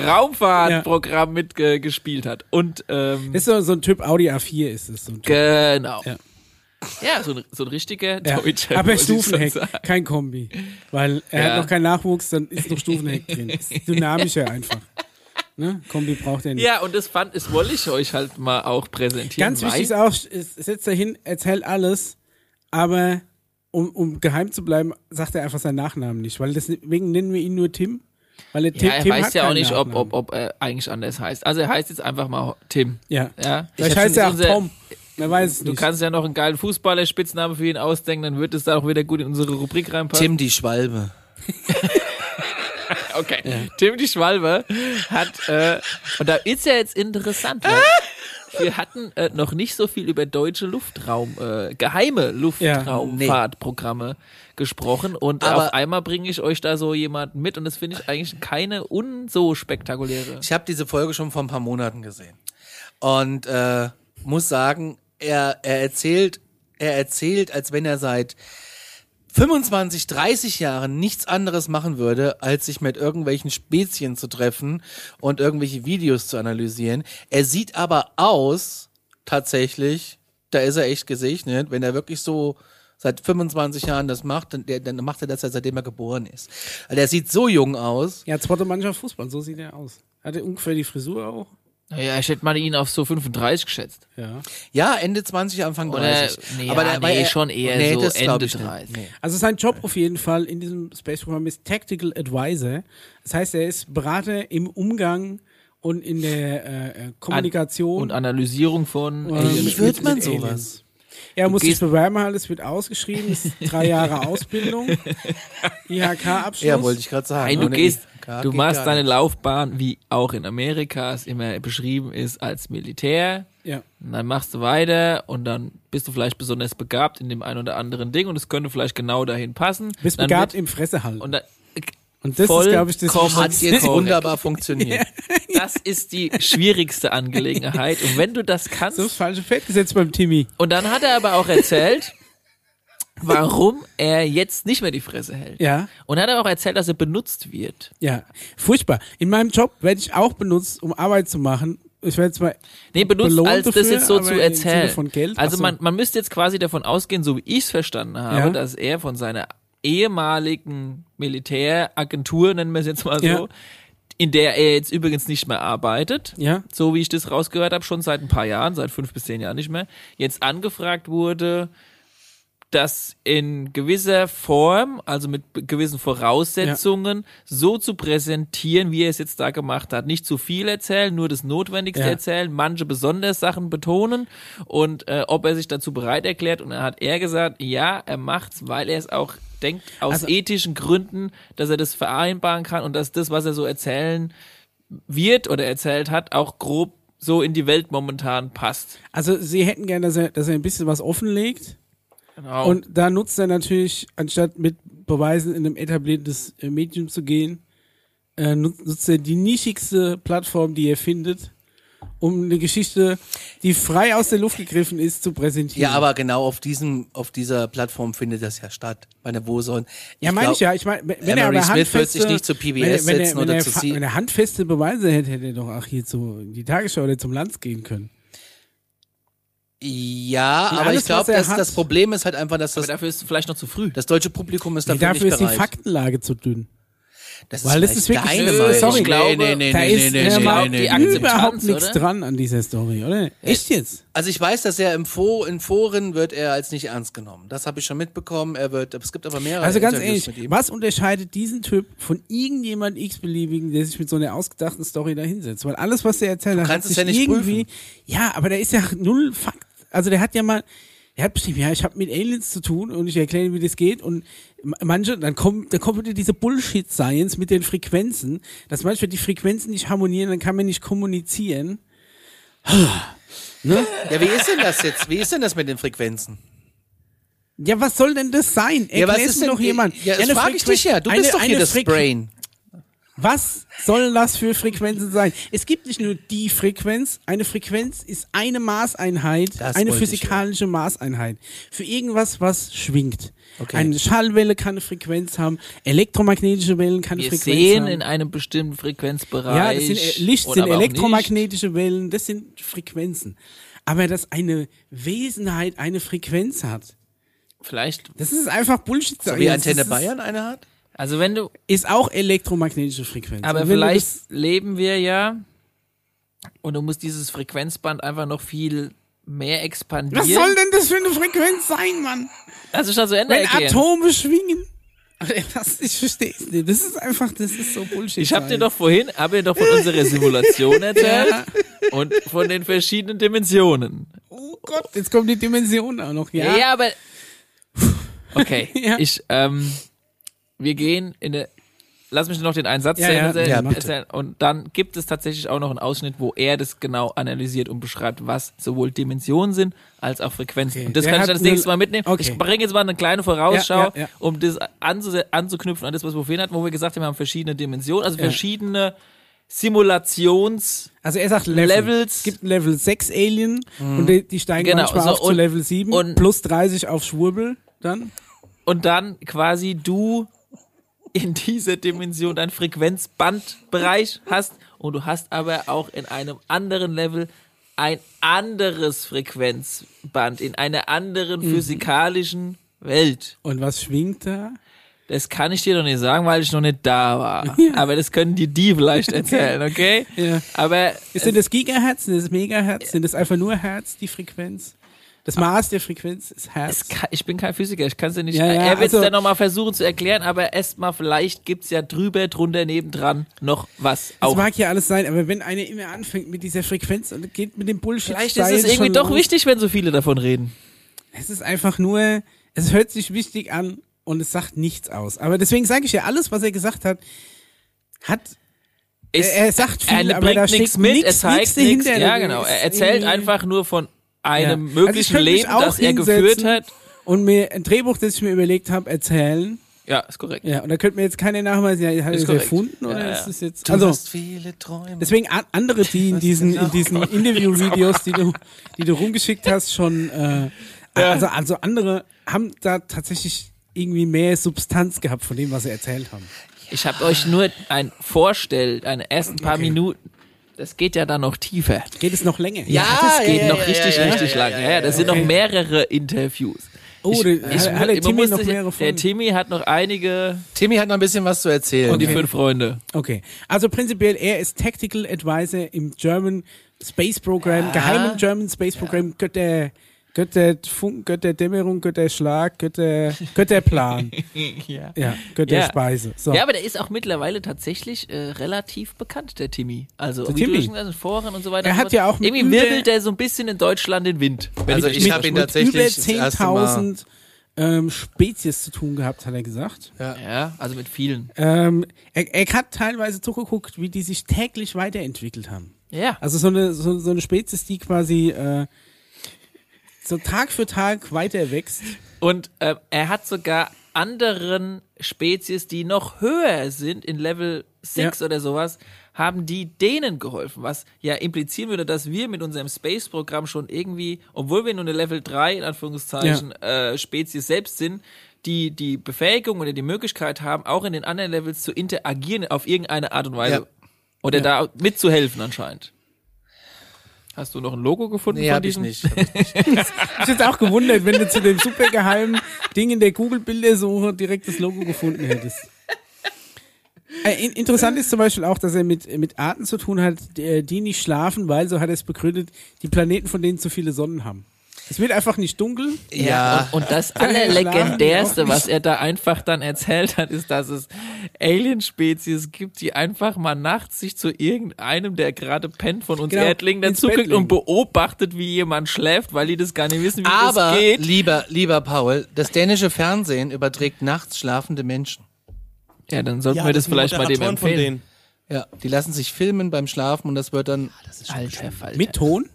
[SPEAKER 3] Raumfahrtprogramm mitgespielt hat. Und ähm,
[SPEAKER 1] Ist so, so ein Typ Audi A4 ist es. So ein typ.
[SPEAKER 3] genau.
[SPEAKER 1] Ja.
[SPEAKER 3] Ja, so, ein, so ein richtiger
[SPEAKER 1] Ja.
[SPEAKER 3] Deutscher.
[SPEAKER 1] Aber
[SPEAKER 3] wollte ich schon
[SPEAKER 1] Stufenheck,
[SPEAKER 3] sagen.
[SPEAKER 1] kein Kombi. Weil er
[SPEAKER 3] Ja.
[SPEAKER 1] hat noch keinen Nachwuchs, dann ist noch Stufenheck drin. Ist dynamischer einfach. Ne? Kombi braucht er nicht.
[SPEAKER 3] Ja, und das fand, das wollte ich euch halt mal auch präsentieren.
[SPEAKER 1] Ganz
[SPEAKER 3] weil-
[SPEAKER 1] wichtig ist auch, ist, setzt er hin, erzählt alles, aber um, um geheim zu bleiben, sagt er einfach seinen Nachnamen nicht. Weil deswegen nennen wir ihn nur Tim. Weil er Tim,
[SPEAKER 3] Ja, er
[SPEAKER 1] Tim
[SPEAKER 3] weiß
[SPEAKER 1] hat
[SPEAKER 3] ja auch
[SPEAKER 1] keinen
[SPEAKER 3] nicht, ob,
[SPEAKER 1] Nachnamen.
[SPEAKER 3] ob, ob er eigentlich anders heißt. Also er heißt jetzt einfach mal Tim.
[SPEAKER 1] Ja.
[SPEAKER 3] Ja.
[SPEAKER 1] Vielleicht heißt er auch
[SPEAKER 3] unser-
[SPEAKER 1] Tom. Man weiß es
[SPEAKER 3] Du
[SPEAKER 1] nicht.
[SPEAKER 3] kannst ja noch einen geilen Fußballer-Spitznamen für ihn ausdenken, dann wird es da auch wieder gut in unsere Rubrik reinpassen.
[SPEAKER 2] Tim die Schwalbe.
[SPEAKER 3] Okay. Tim die Schwalbe hat, äh, und da ist ja jetzt interessant, weil wir hatten äh, noch nicht so viel über deutsche Luftraum, äh, geheime Luftraumfahrtprogramme gesprochen und
[SPEAKER 2] Aber-
[SPEAKER 3] auf einmal bringe ich euch da so jemanden mit und das finde ich eigentlich keine un so spektakuläre.
[SPEAKER 2] Ich habe diese Folge schon vor ein paar Monaten gesehen. Und äh, muss sagen, er, er erzählt, er erzählt, als wenn er seit 25, 30 Jahren nichts anderes machen würde, als sich mit irgendwelchen Spezien zu treffen und irgendwelche Videos zu analysieren. Er sieht aber aus, tatsächlich, da ist er echt gesegnet, wenn er wirklich so seit 25 Jahren das macht, dann, der, dann macht er das ja seitdem er geboren ist. Also er sieht so jung aus.
[SPEAKER 1] Ja, zweite Mannschaft Fußball, so sieht er aus. Hat er ungefähr die Frisur auch?
[SPEAKER 3] Naja, ich hätte mal ihn auf so 35 geschätzt.
[SPEAKER 1] Ja.
[SPEAKER 2] Ja, Ende 20, Anfang
[SPEAKER 3] Oder-
[SPEAKER 2] 30.
[SPEAKER 3] nee,
[SPEAKER 2] aber
[SPEAKER 3] ja,
[SPEAKER 1] ah,
[SPEAKER 2] der, weil
[SPEAKER 3] nee,
[SPEAKER 2] er,
[SPEAKER 3] schon eher so
[SPEAKER 2] das glaub
[SPEAKER 3] Ende
[SPEAKER 2] ich nicht.
[SPEAKER 3] 30.
[SPEAKER 2] Nee.
[SPEAKER 1] Also sein Job auf jeden Fall in diesem Space Program ist Tactical Advisor. Das heißt, er ist Berater im Umgang und in der äh, äh, Kommunikation.
[SPEAKER 3] Und Analysierung von
[SPEAKER 1] ähm,
[SPEAKER 3] Aliens.
[SPEAKER 2] Wie wird
[SPEAKER 1] mit-
[SPEAKER 2] man
[SPEAKER 1] mit
[SPEAKER 2] sowas?
[SPEAKER 1] Aliens. Er muss sich
[SPEAKER 3] gehst-
[SPEAKER 1] bewerben, halt, es wird ausgeschrieben, es ist drei Jahre Ausbildung, IHK-Abschluss.
[SPEAKER 2] Ja, wollte ich gerade sagen.
[SPEAKER 3] Nein, du
[SPEAKER 2] Ohne
[SPEAKER 3] gehst,
[SPEAKER 2] IHK
[SPEAKER 3] du
[SPEAKER 2] geht
[SPEAKER 3] machst
[SPEAKER 2] gar
[SPEAKER 3] deine
[SPEAKER 2] nicht.
[SPEAKER 3] Laufbahn, wie auch in Amerika es immer beschrieben ist, als Militär.
[SPEAKER 1] Ja.
[SPEAKER 3] Und dann machst du weiter und dann bist du vielleicht besonders begabt in dem ein oder anderen Ding und es könnte vielleicht genau dahin passen.
[SPEAKER 1] Bist
[SPEAKER 3] dann
[SPEAKER 1] begabt
[SPEAKER 3] wird-
[SPEAKER 1] im Fresse halten.
[SPEAKER 3] und
[SPEAKER 1] Und,
[SPEAKER 3] dann,
[SPEAKER 1] das ist,
[SPEAKER 3] voll
[SPEAKER 1] glaube ich, das
[SPEAKER 3] kommen-
[SPEAKER 2] Hat jetzt
[SPEAKER 3] Korrekt.
[SPEAKER 2] wunderbar funktioniert.
[SPEAKER 3] das ist die schwierigste Angelegenheit. Und wenn du das kannst,
[SPEAKER 1] so das falsche Pferd gesetzt beim Timmy.
[SPEAKER 3] und dann hat er aber auch erzählt, warum er jetzt nicht mehr die Fresse hält.
[SPEAKER 1] Ja.
[SPEAKER 3] Und hat er auch erzählt, dass er benutzt wird.
[SPEAKER 1] Ja, furchtbar. In meinem Job werde ich auch benutzt, um Arbeit zu machen, ich werde zwar
[SPEAKER 3] Nee, benutzt,
[SPEAKER 1] belohnt
[SPEAKER 3] als das
[SPEAKER 1] dafür,
[SPEAKER 3] jetzt so
[SPEAKER 1] aber
[SPEAKER 3] zu
[SPEAKER 1] im Sinne
[SPEAKER 3] erzählen.
[SPEAKER 1] von Geld?
[SPEAKER 3] Also
[SPEAKER 1] Ach so.
[SPEAKER 3] man, man müsste jetzt quasi davon ausgehen, so wie ich es verstanden habe,
[SPEAKER 1] Ja.
[SPEAKER 3] dass er von seiner ehemaligen Militäragentur, nennen wir es jetzt mal so,
[SPEAKER 1] Ja.
[SPEAKER 3] in der er jetzt übrigens nicht mehr arbeitet,
[SPEAKER 1] Ja.
[SPEAKER 3] so wie ich das rausgehört habe, schon seit ein paar Jahren, seit fünf bis zehn Jahren nicht mehr, jetzt angefragt wurde, das in gewisser Form, also mit be- gewissen Voraussetzungen, so zu präsentieren, wie er es jetzt da gemacht hat. Nicht zu viel erzählen, nur das Notwendigste
[SPEAKER 1] Ja.
[SPEAKER 3] erzählen, manche besonders Sachen betonen und äh, ob er sich dazu bereit erklärt. Und dann hat er gesagt, ja, er macht's, weil er es auch denkt, aus
[SPEAKER 1] Also-
[SPEAKER 3] ethischen Gründen, dass er das vereinbaren kann und dass das, was er so erzählen wird oder erzählt hat, auch grob so in die Welt momentan passt.
[SPEAKER 1] Also sie hätten gern, dass er, dass er ein bisschen was offenlegt.
[SPEAKER 3] Genau.
[SPEAKER 1] Und da nutzt er natürlich, anstatt mit Beweisen in einem etabliertes äh, Medium zu gehen, äh, nut- nutzt er die nischigste Plattform, die er findet, um eine Geschichte, die frei aus der Luft gegriffen ist, zu präsentieren.
[SPEAKER 2] Ja, aber genau auf diesem, auf dieser Plattform findet das ja statt. Bei der Woson.
[SPEAKER 1] Ja, meine ich ja. Ich meine, wenn er
[SPEAKER 2] Emery
[SPEAKER 1] aber
[SPEAKER 2] Smith wird
[SPEAKER 1] handfeste,
[SPEAKER 2] sich nicht zu PBS
[SPEAKER 1] wenn,
[SPEAKER 2] setzen
[SPEAKER 1] wenn
[SPEAKER 2] oder
[SPEAKER 1] er,
[SPEAKER 2] zu
[SPEAKER 1] fa-
[SPEAKER 2] Sie-
[SPEAKER 1] wenn er handfeste Beweise hätte, hätte er doch auch hier zu in die Tagesschau oder zum Land gehen können.
[SPEAKER 2] Ja,
[SPEAKER 1] Und
[SPEAKER 2] aber
[SPEAKER 1] alles,
[SPEAKER 2] ich glaube,
[SPEAKER 1] was er
[SPEAKER 2] dass
[SPEAKER 1] hat-
[SPEAKER 2] das Problem ist halt einfach, dass
[SPEAKER 3] Aber
[SPEAKER 2] das,
[SPEAKER 3] dafür ist es vielleicht noch zu früh.
[SPEAKER 2] das deutsche Publikum ist
[SPEAKER 1] Nee,
[SPEAKER 2] dafür,
[SPEAKER 1] dafür
[SPEAKER 2] nicht
[SPEAKER 1] ist die
[SPEAKER 2] bereit.
[SPEAKER 1] Faktenlage zu dünn.
[SPEAKER 2] das
[SPEAKER 1] weil das ist
[SPEAKER 2] vielleicht
[SPEAKER 1] wirklich-
[SPEAKER 2] deine
[SPEAKER 1] Nö,
[SPEAKER 2] Meinung.
[SPEAKER 1] sorry,
[SPEAKER 3] glaube,
[SPEAKER 1] da ist
[SPEAKER 3] nee,
[SPEAKER 1] ja
[SPEAKER 3] nee, nee, nee.
[SPEAKER 1] überhaupt
[SPEAKER 3] Akzeptanz,
[SPEAKER 1] nichts
[SPEAKER 3] oder?
[SPEAKER 1] dran an dieser Story, oder? Echt jetzt?
[SPEAKER 2] Also ich weiß, dass er im Fo in Foren wird er als nicht ernst genommen. Das habe ich schon mitbekommen. Er wird, es gibt aber mehrere
[SPEAKER 1] Also ganz
[SPEAKER 2] Interviews mit
[SPEAKER 1] ehrlich,
[SPEAKER 2] ihm.
[SPEAKER 1] was unterscheidet diesen Typ von irgendjemand x-beliebigen, der sich mit so einer ausgedachten Story da hinsetzt? Weil alles, was der erzählt, hat
[SPEAKER 2] kannst
[SPEAKER 1] sich
[SPEAKER 2] es ja nicht
[SPEAKER 1] irgendwie, ja, aber der ist ja null Fakt. Also der hat ja mal, der hat bestimmt, ja, ich habe mit Aliens zu tun und ich erkläre, wie das geht und ma- manche, dann kommt, dann kommt wieder diese Bullshit-Science mit den Frequenzen, dass manchmal die Frequenzen nicht harmonieren, dann kann man nicht kommunizieren. Ne?
[SPEAKER 2] Ja, wie ist denn das jetzt? Wie ist denn das mit den Frequenzen?
[SPEAKER 1] Ja, was soll denn das sein?
[SPEAKER 2] Ja, was
[SPEAKER 1] Erklär's
[SPEAKER 2] ist
[SPEAKER 1] mir
[SPEAKER 2] denn
[SPEAKER 1] doch jemand.
[SPEAKER 2] Ja, das
[SPEAKER 1] eine
[SPEAKER 2] frage ich
[SPEAKER 1] Frequen-
[SPEAKER 2] dich ja. Du
[SPEAKER 1] eine-
[SPEAKER 2] bist doch hier
[SPEAKER 1] eine
[SPEAKER 2] das
[SPEAKER 1] Frequen-
[SPEAKER 2] Brain.
[SPEAKER 1] Was sollen das für Frequenzen sein? Es gibt nicht nur die Frequenz. Eine Frequenz ist eine Maßeinheit,
[SPEAKER 2] Das
[SPEAKER 1] eine
[SPEAKER 2] wollte ich
[SPEAKER 1] physikalische Maßeinheit für irgendwas, was schwingt.
[SPEAKER 2] Okay.
[SPEAKER 1] Eine Schallwelle kann eine Frequenz haben, elektromagnetische Wellen kann eine
[SPEAKER 3] Wir
[SPEAKER 1] Frequenz
[SPEAKER 3] sehen
[SPEAKER 1] haben.
[SPEAKER 3] in einem bestimmten Frequenzbereich.
[SPEAKER 1] ja, das sind äh, Licht,
[SPEAKER 3] oder
[SPEAKER 1] sind
[SPEAKER 3] aber auch
[SPEAKER 1] elektromagnetische Wellen, das sind Frequenzen. Aber dass eine Wesenheit eine Frequenz hat,
[SPEAKER 3] nicht. Vielleicht.
[SPEAKER 1] das ist einfach Bullshit.
[SPEAKER 2] So wie Antenne Bayern eine hat?
[SPEAKER 3] Also wenn du.
[SPEAKER 1] Ist auch elektromagnetische Frequenz.
[SPEAKER 3] Aber
[SPEAKER 1] Und wenn du
[SPEAKER 3] vielleicht
[SPEAKER 1] das-
[SPEAKER 3] leben wir ja. Und du musst dieses Frequenzband einfach noch viel mehr expandieren.
[SPEAKER 1] Was soll denn das für eine Frequenz sein, Mann?
[SPEAKER 3] Also schon so Ende
[SPEAKER 1] Wenn
[SPEAKER 3] erklären.
[SPEAKER 1] Atome schwingen. Aber Das, ich verstehe es nicht. Das ist einfach, das ist so Bullshit.
[SPEAKER 3] ich hab dir doch vorhin, hab dir doch von unserer Simulation erzählt und von den verschiedenen Dimensionen.
[SPEAKER 1] Oh Gott, jetzt kommt die Dimension auch noch. Ja.
[SPEAKER 3] Ja, aber. Okay.
[SPEAKER 1] Ja.
[SPEAKER 3] Ich, ähm, wir gehen in eine. Lass mich noch den einen Satz
[SPEAKER 1] Ja,
[SPEAKER 3] zu Ende
[SPEAKER 1] ja.
[SPEAKER 3] erzählen,
[SPEAKER 1] Ja, bitte.
[SPEAKER 3] erzählen. Und dann gibt es tatsächlich auch noch einen Ausschnitt, wo er das genau analysiert und beschreibt, was sowohl Dimensionen sind als auch Frequenzen.
[SPEAKER 1] Okay.
[SPEAKER 3] Und das
[SPEAKER 1] Der
[SPEAKER 3] kann ich
[SPEAKER 1] hat
[SPEAKER 3] dann das nächste
[SPEAKER 1] eine-
[SPEAKER 3] Mal mitnehmen.
[SPEAKER 1] Okay.
[SPEAKER 3] Ich bringe jetzt mal eine kleine Vorausschau,
[SPEAKER 1] Ja, ja, ja.
[SPEAKER 3] um das anzuse- anzuknüpfen an das, was wir vorhin hatten, wo wir gesagt haben, wir haben verschiedene Dimensionen, also verschiedene Simulations-
[SPEAKER 1] Also er sagt Level.
[SPEAKER 3] Levels.
[SPEAKER 1] Es gibt ein Level 6 Alien und die, die steigen
[SPEAKER 3] Genau,
[SPEAKER 1] manchmal
[SPEAKER 3] so,
[SPEAKER 1] auf zu
[SPEAKER 3] und-
[SPEAKER 1] Level 7
[SPEAKER 3] und-
[SPEAKER 1] plus 30 auf Schwurbel dann.
[SPEAKER 3] und dann quasi du in dieser Dimension deinen Frequenzbandbereich hast und du hast aber auch in einem anderen Level ein anderes Frequenzband in einer anderen
[SPEAKER 1] Mhm.
[SPEAKER 3] physikalischen Welt.
[SPEAKER 1] Und was schwingt da?
[SPEAKER 3] Das kann ich dir doch nicht sagen, weil ich noch nicht da war.
[SPEAKER 1] Ja.
[SPEAKER 3] Aber das können dir die vielleicht erzählen, okay?
[SPEAKER 1] Ja.
[SPEAKER 3] Aber
[SPEAKER 1] Sind das Gigahertz? Sind das Megahertz? Sind das einfach nur Hertz, die Frequenz? Das Maß der Frequenz ist Hertz.
[SPEAKER 3] Ah. Es kann, ich bin kein Physiker, ich kann es dir nicht.
[SPEAKER 1] Ja, ja,
[SPEAKER 3] er wird es
[SPEAKER 1] also-
[SPEAKER 3] dann nochmal versuchen zu erklären, aber erstmal, vielleicht gibt's ja drüber, drunter, nebendran noch was.
[SPEAKER 1] Das
[SPEAKER 3] Auch.
[SPEAKER 1] mag ja alles sein, aber wenn einer immer anfängt mit dieser Frequenz und geht mit dem Bullshit.
[SPEAKER 3] Vielleicht ist es irgendwie doch
[SPEAKER 1] wichtig.
[SPEAKER 3] wichtig, wenn so viele davon reden.
[SPEAKER 1] Es ist einfach nur, es hört sich wichtig an und es sagt nichts aus. Aber deswegen sage ich ja, alles, was er gesagt hat, hat,
[SPEAKER 3] Es-
[SPEAKER 1] er, er sagt viel,
[SPEAKER 3] er
[SPEAKER 1] aber da
[SPEAKER 3] bringt nichts
[SPEAKER 1] steckt
[SPEAKER 3] mit,
[SPEAKER 1] nichts,
[SPEAKER 3] er zeigt
[SPEAKER 1] nichts
[SPEAKER 3] nichts.
[SPEAKER 1] dahinter.
[SPEAKER 3] Ja, genau. Er
[SPEAKER 1] Ist
[SPEAKER 3] erzählt
[SPEAKER 1] irgendwie-
[SPEAKER 3] einfach nur von einem
[SPEAKER 1] Mhm. Ja. Also ich
[SPEAKER 3] möglichen
[SPEAKER 1] könnte mich
[SPEAKER 3] Leben,
[SPEAKER 1] auch
[SPEAKER 3] das er
[SPEAKER 1] hinsetzen
[SPEAKER 3] geführt hat.
[SPEAKER 1] Und mir ein Drehbuch, das ich mir überlegt habe, erzählen.
[SPEAKER 3] Ja, ist korrekt.
[SPEAKER 1] Ja, und da könnte mir jetzt keiner nachweisen, ja, hat er
[SPEAKER 3] Ist
[SPEAKER 1] das
[SPEAKER 3] korrekt.
[SPEAKER 1] erfunden oder
[SPEAKER 3] Ja, ja.
[SPEAKER 1] ist das jetzt.
[SPEAKER 2] Du
[SPEAKER 1] Also,
[SPEAKER 2] hast viele Träume.
[SPEAKER 1] deswegen an- andere, die in diesen, in diesen Interview-Videos, die du, die du rumgeschickt hast, schon, äh, also, also andere haben da tatsächlich irgendwie mehr Substanz gehabt von dem, was sie erzählt haben.
[SPEAKER 3] Ich habe euch nur ein Vorstell, eine ersten paar Minuten Das geht ja dann noch tiefer.
[SPEAKER 1] Geht es noch länger?
[SPEAKER 2] Ja,
[SPEAKER 3] das geht
[SPEAKER 2] Ah, ja,
[SPEAKER 3] noch
[SPEAKER 2] ja,
[SPEAKER 3] richtig,
[SPEAKER 2] ja, ja,
[SPEAKER 3] richtig
[SPEAKER 2] ja,
[SPEAKER 3] lang.
[SPEAKER 2] ja,
[SPEAKER 3] Ja,
[SPEAKER 2] ja,
[SPEAKER 3] das sind noch mehrere Interviews.
[SPEAKER 1] Oh, der- hat- hat der
[SPEAKER 3] man
[SPEAKER 1] Timmy
[SPEAKER 3] muss
[SPEAKER 1] noch
[SPEAKER 3] sich-
[SPEAKER 1] mehrere
[SPEAKER 3] der
[SPEAKER 1] Folgen?
[SPEAKER 3] Timmy hat noch einige
[SPEAKER 2] Timmy hat noch ein bisschen was zu erzählen.
[SPEAKER 3] und die fünf Freunde.
[SPEAKER 1] Okay. Also prinzipiell, er ist Tactical Advisor im German Space Program, geheimen German Space Program, Götter, Götter Funk, Götter Dämmerung, Götter Schlag, Götter, Götterplan.
[SPEAKER 3] Ja.
[SPEAKER 1] ja, Götter Speise. So.
[SPEAKER 3] Ja, aber der ist auch mittlerweile tatsächlich äh, relativ bekannt, der Timmy. Also der
[SPEAKER 1] Timmy.
[SPEAKER 3] Timmy. Schon, also in Foren und so weiter.
[SPEAKER 1] Er
[SPEAKER 3] und
[SPEAKER 1] hat
[SPEAKER 3] so fort.
[SPEAKER 1] ja auch mit
[SPEAKER 3] irgendwie
[SPEAKER 1] über-
[SPEAKER 3] wirbelt der so ein bisschen in Deutschland den Wind. wenn
[SPEAKER 2] Also
[SPEAKER 3] ich
[SPEAKER 2] ich
[SPEAKER 3] richtig
[SPEAKER 2] habe ihn
[SPEAKER 3] verstehe.
[SPEAKER 1] Über
[SPEAKER 2] tatsächlich das erste Mal.
[SPEAKER 1] 10.000 ähm, Spezies zu tun gehabt, hat er gesagt.
[SPEAKER 3] Ja, also mit vielen.
[SPEAKER 1] Ähm, er, er hat teilweise zugeguckt, wie die sich täglich weiterentwickelt haben.
[SPEAKER 3] Ja.
[SPEAKER 1] Also so eine, so, so eine Spezies, die quasi äh, so Tag für Tag weiter wächst.
[SPEAKER 3] Und ähm, er hat sogar anderen Spezies, die noch höher sind, in Level 6 oder sowas, haben die denen geholfen, was ja implizieren würde, dass wir mit unserem Space-Programm schon irgendwie, obwohl wir nur eine Level 3 in Anführungszeichen äh, Spezies selbst sind, die die Befähigung oder die Möglichkeit haben, auch in den anderen Levels zu interagieren auf irgendeine Art und Weise. Oder da mitzuhelfen anscheinend. Hast du noch ein Logo gefunden
[SPEAKER 2] Nee,
[SPEAKER 3] von
[SPEAKER 2] hab ich
[SPEAKER 3] diesem?
[SPEAKER 2] nicht.
[SPEAKER 1] Ich jetzt auch gewundert, wenn du zu dem supergeheimen Ding in der Google-Bildersuche direkt das Logo gefunden hättest. Äh, in- Interessant ist zum Beispiel auch, dass er mit, mit Arten zu tun hat, die äh, die nicht schlafen, weil, so hat er es begründet, die Planeten von denen zu viele Sonnen haben. Es wird einfach nicht dunkel.
[SPEAKER 2] Ja.
[SPEAKER 3] Und, und das
[SPEAKER 1] Schlafen
[SPEAKER 3] Allerlegendärste,
[SPEAKER 1] die auch
[SPEAKER 3] was er da einfach dann erzählt hat, ist, dass es Alien-Spezies gibt, die einfach mal nachts sich zu irgendeinem, der gerade pennt von uns
[SPEAKER 1] Genau,
[SPEAKER 3] Erdlingen,
[SPEAKER 1] ins Bett
[SPEAKER 3] dazuguckt und
[SPEAKER 1] legen.
[SPEAKER 3] beobachtet, wie jemand schläft, weil die das gar nicht wissen, wie das
[SPEAKER 2] Aber,
[SPEAKER 3] geht.
[SPEAKER 2] lieber, lieber Paul, das dänische Fernsehen überträgt nachts schlafende Menschen.
[SPEAKER 3] Ja, dann sollten wir das, vielleicht mal dem
[SPEAKER 4] Moderatoren von
[SPEAKER 3] empfehlen.
[SPEAKER 4] denen.
[SPEAKER 2] Ja, die lassen sich filmen beim Schlafen und das wird dann,
[SPEAKER 3] Alter Falter.
[SPEAKER 1] Mit Ton?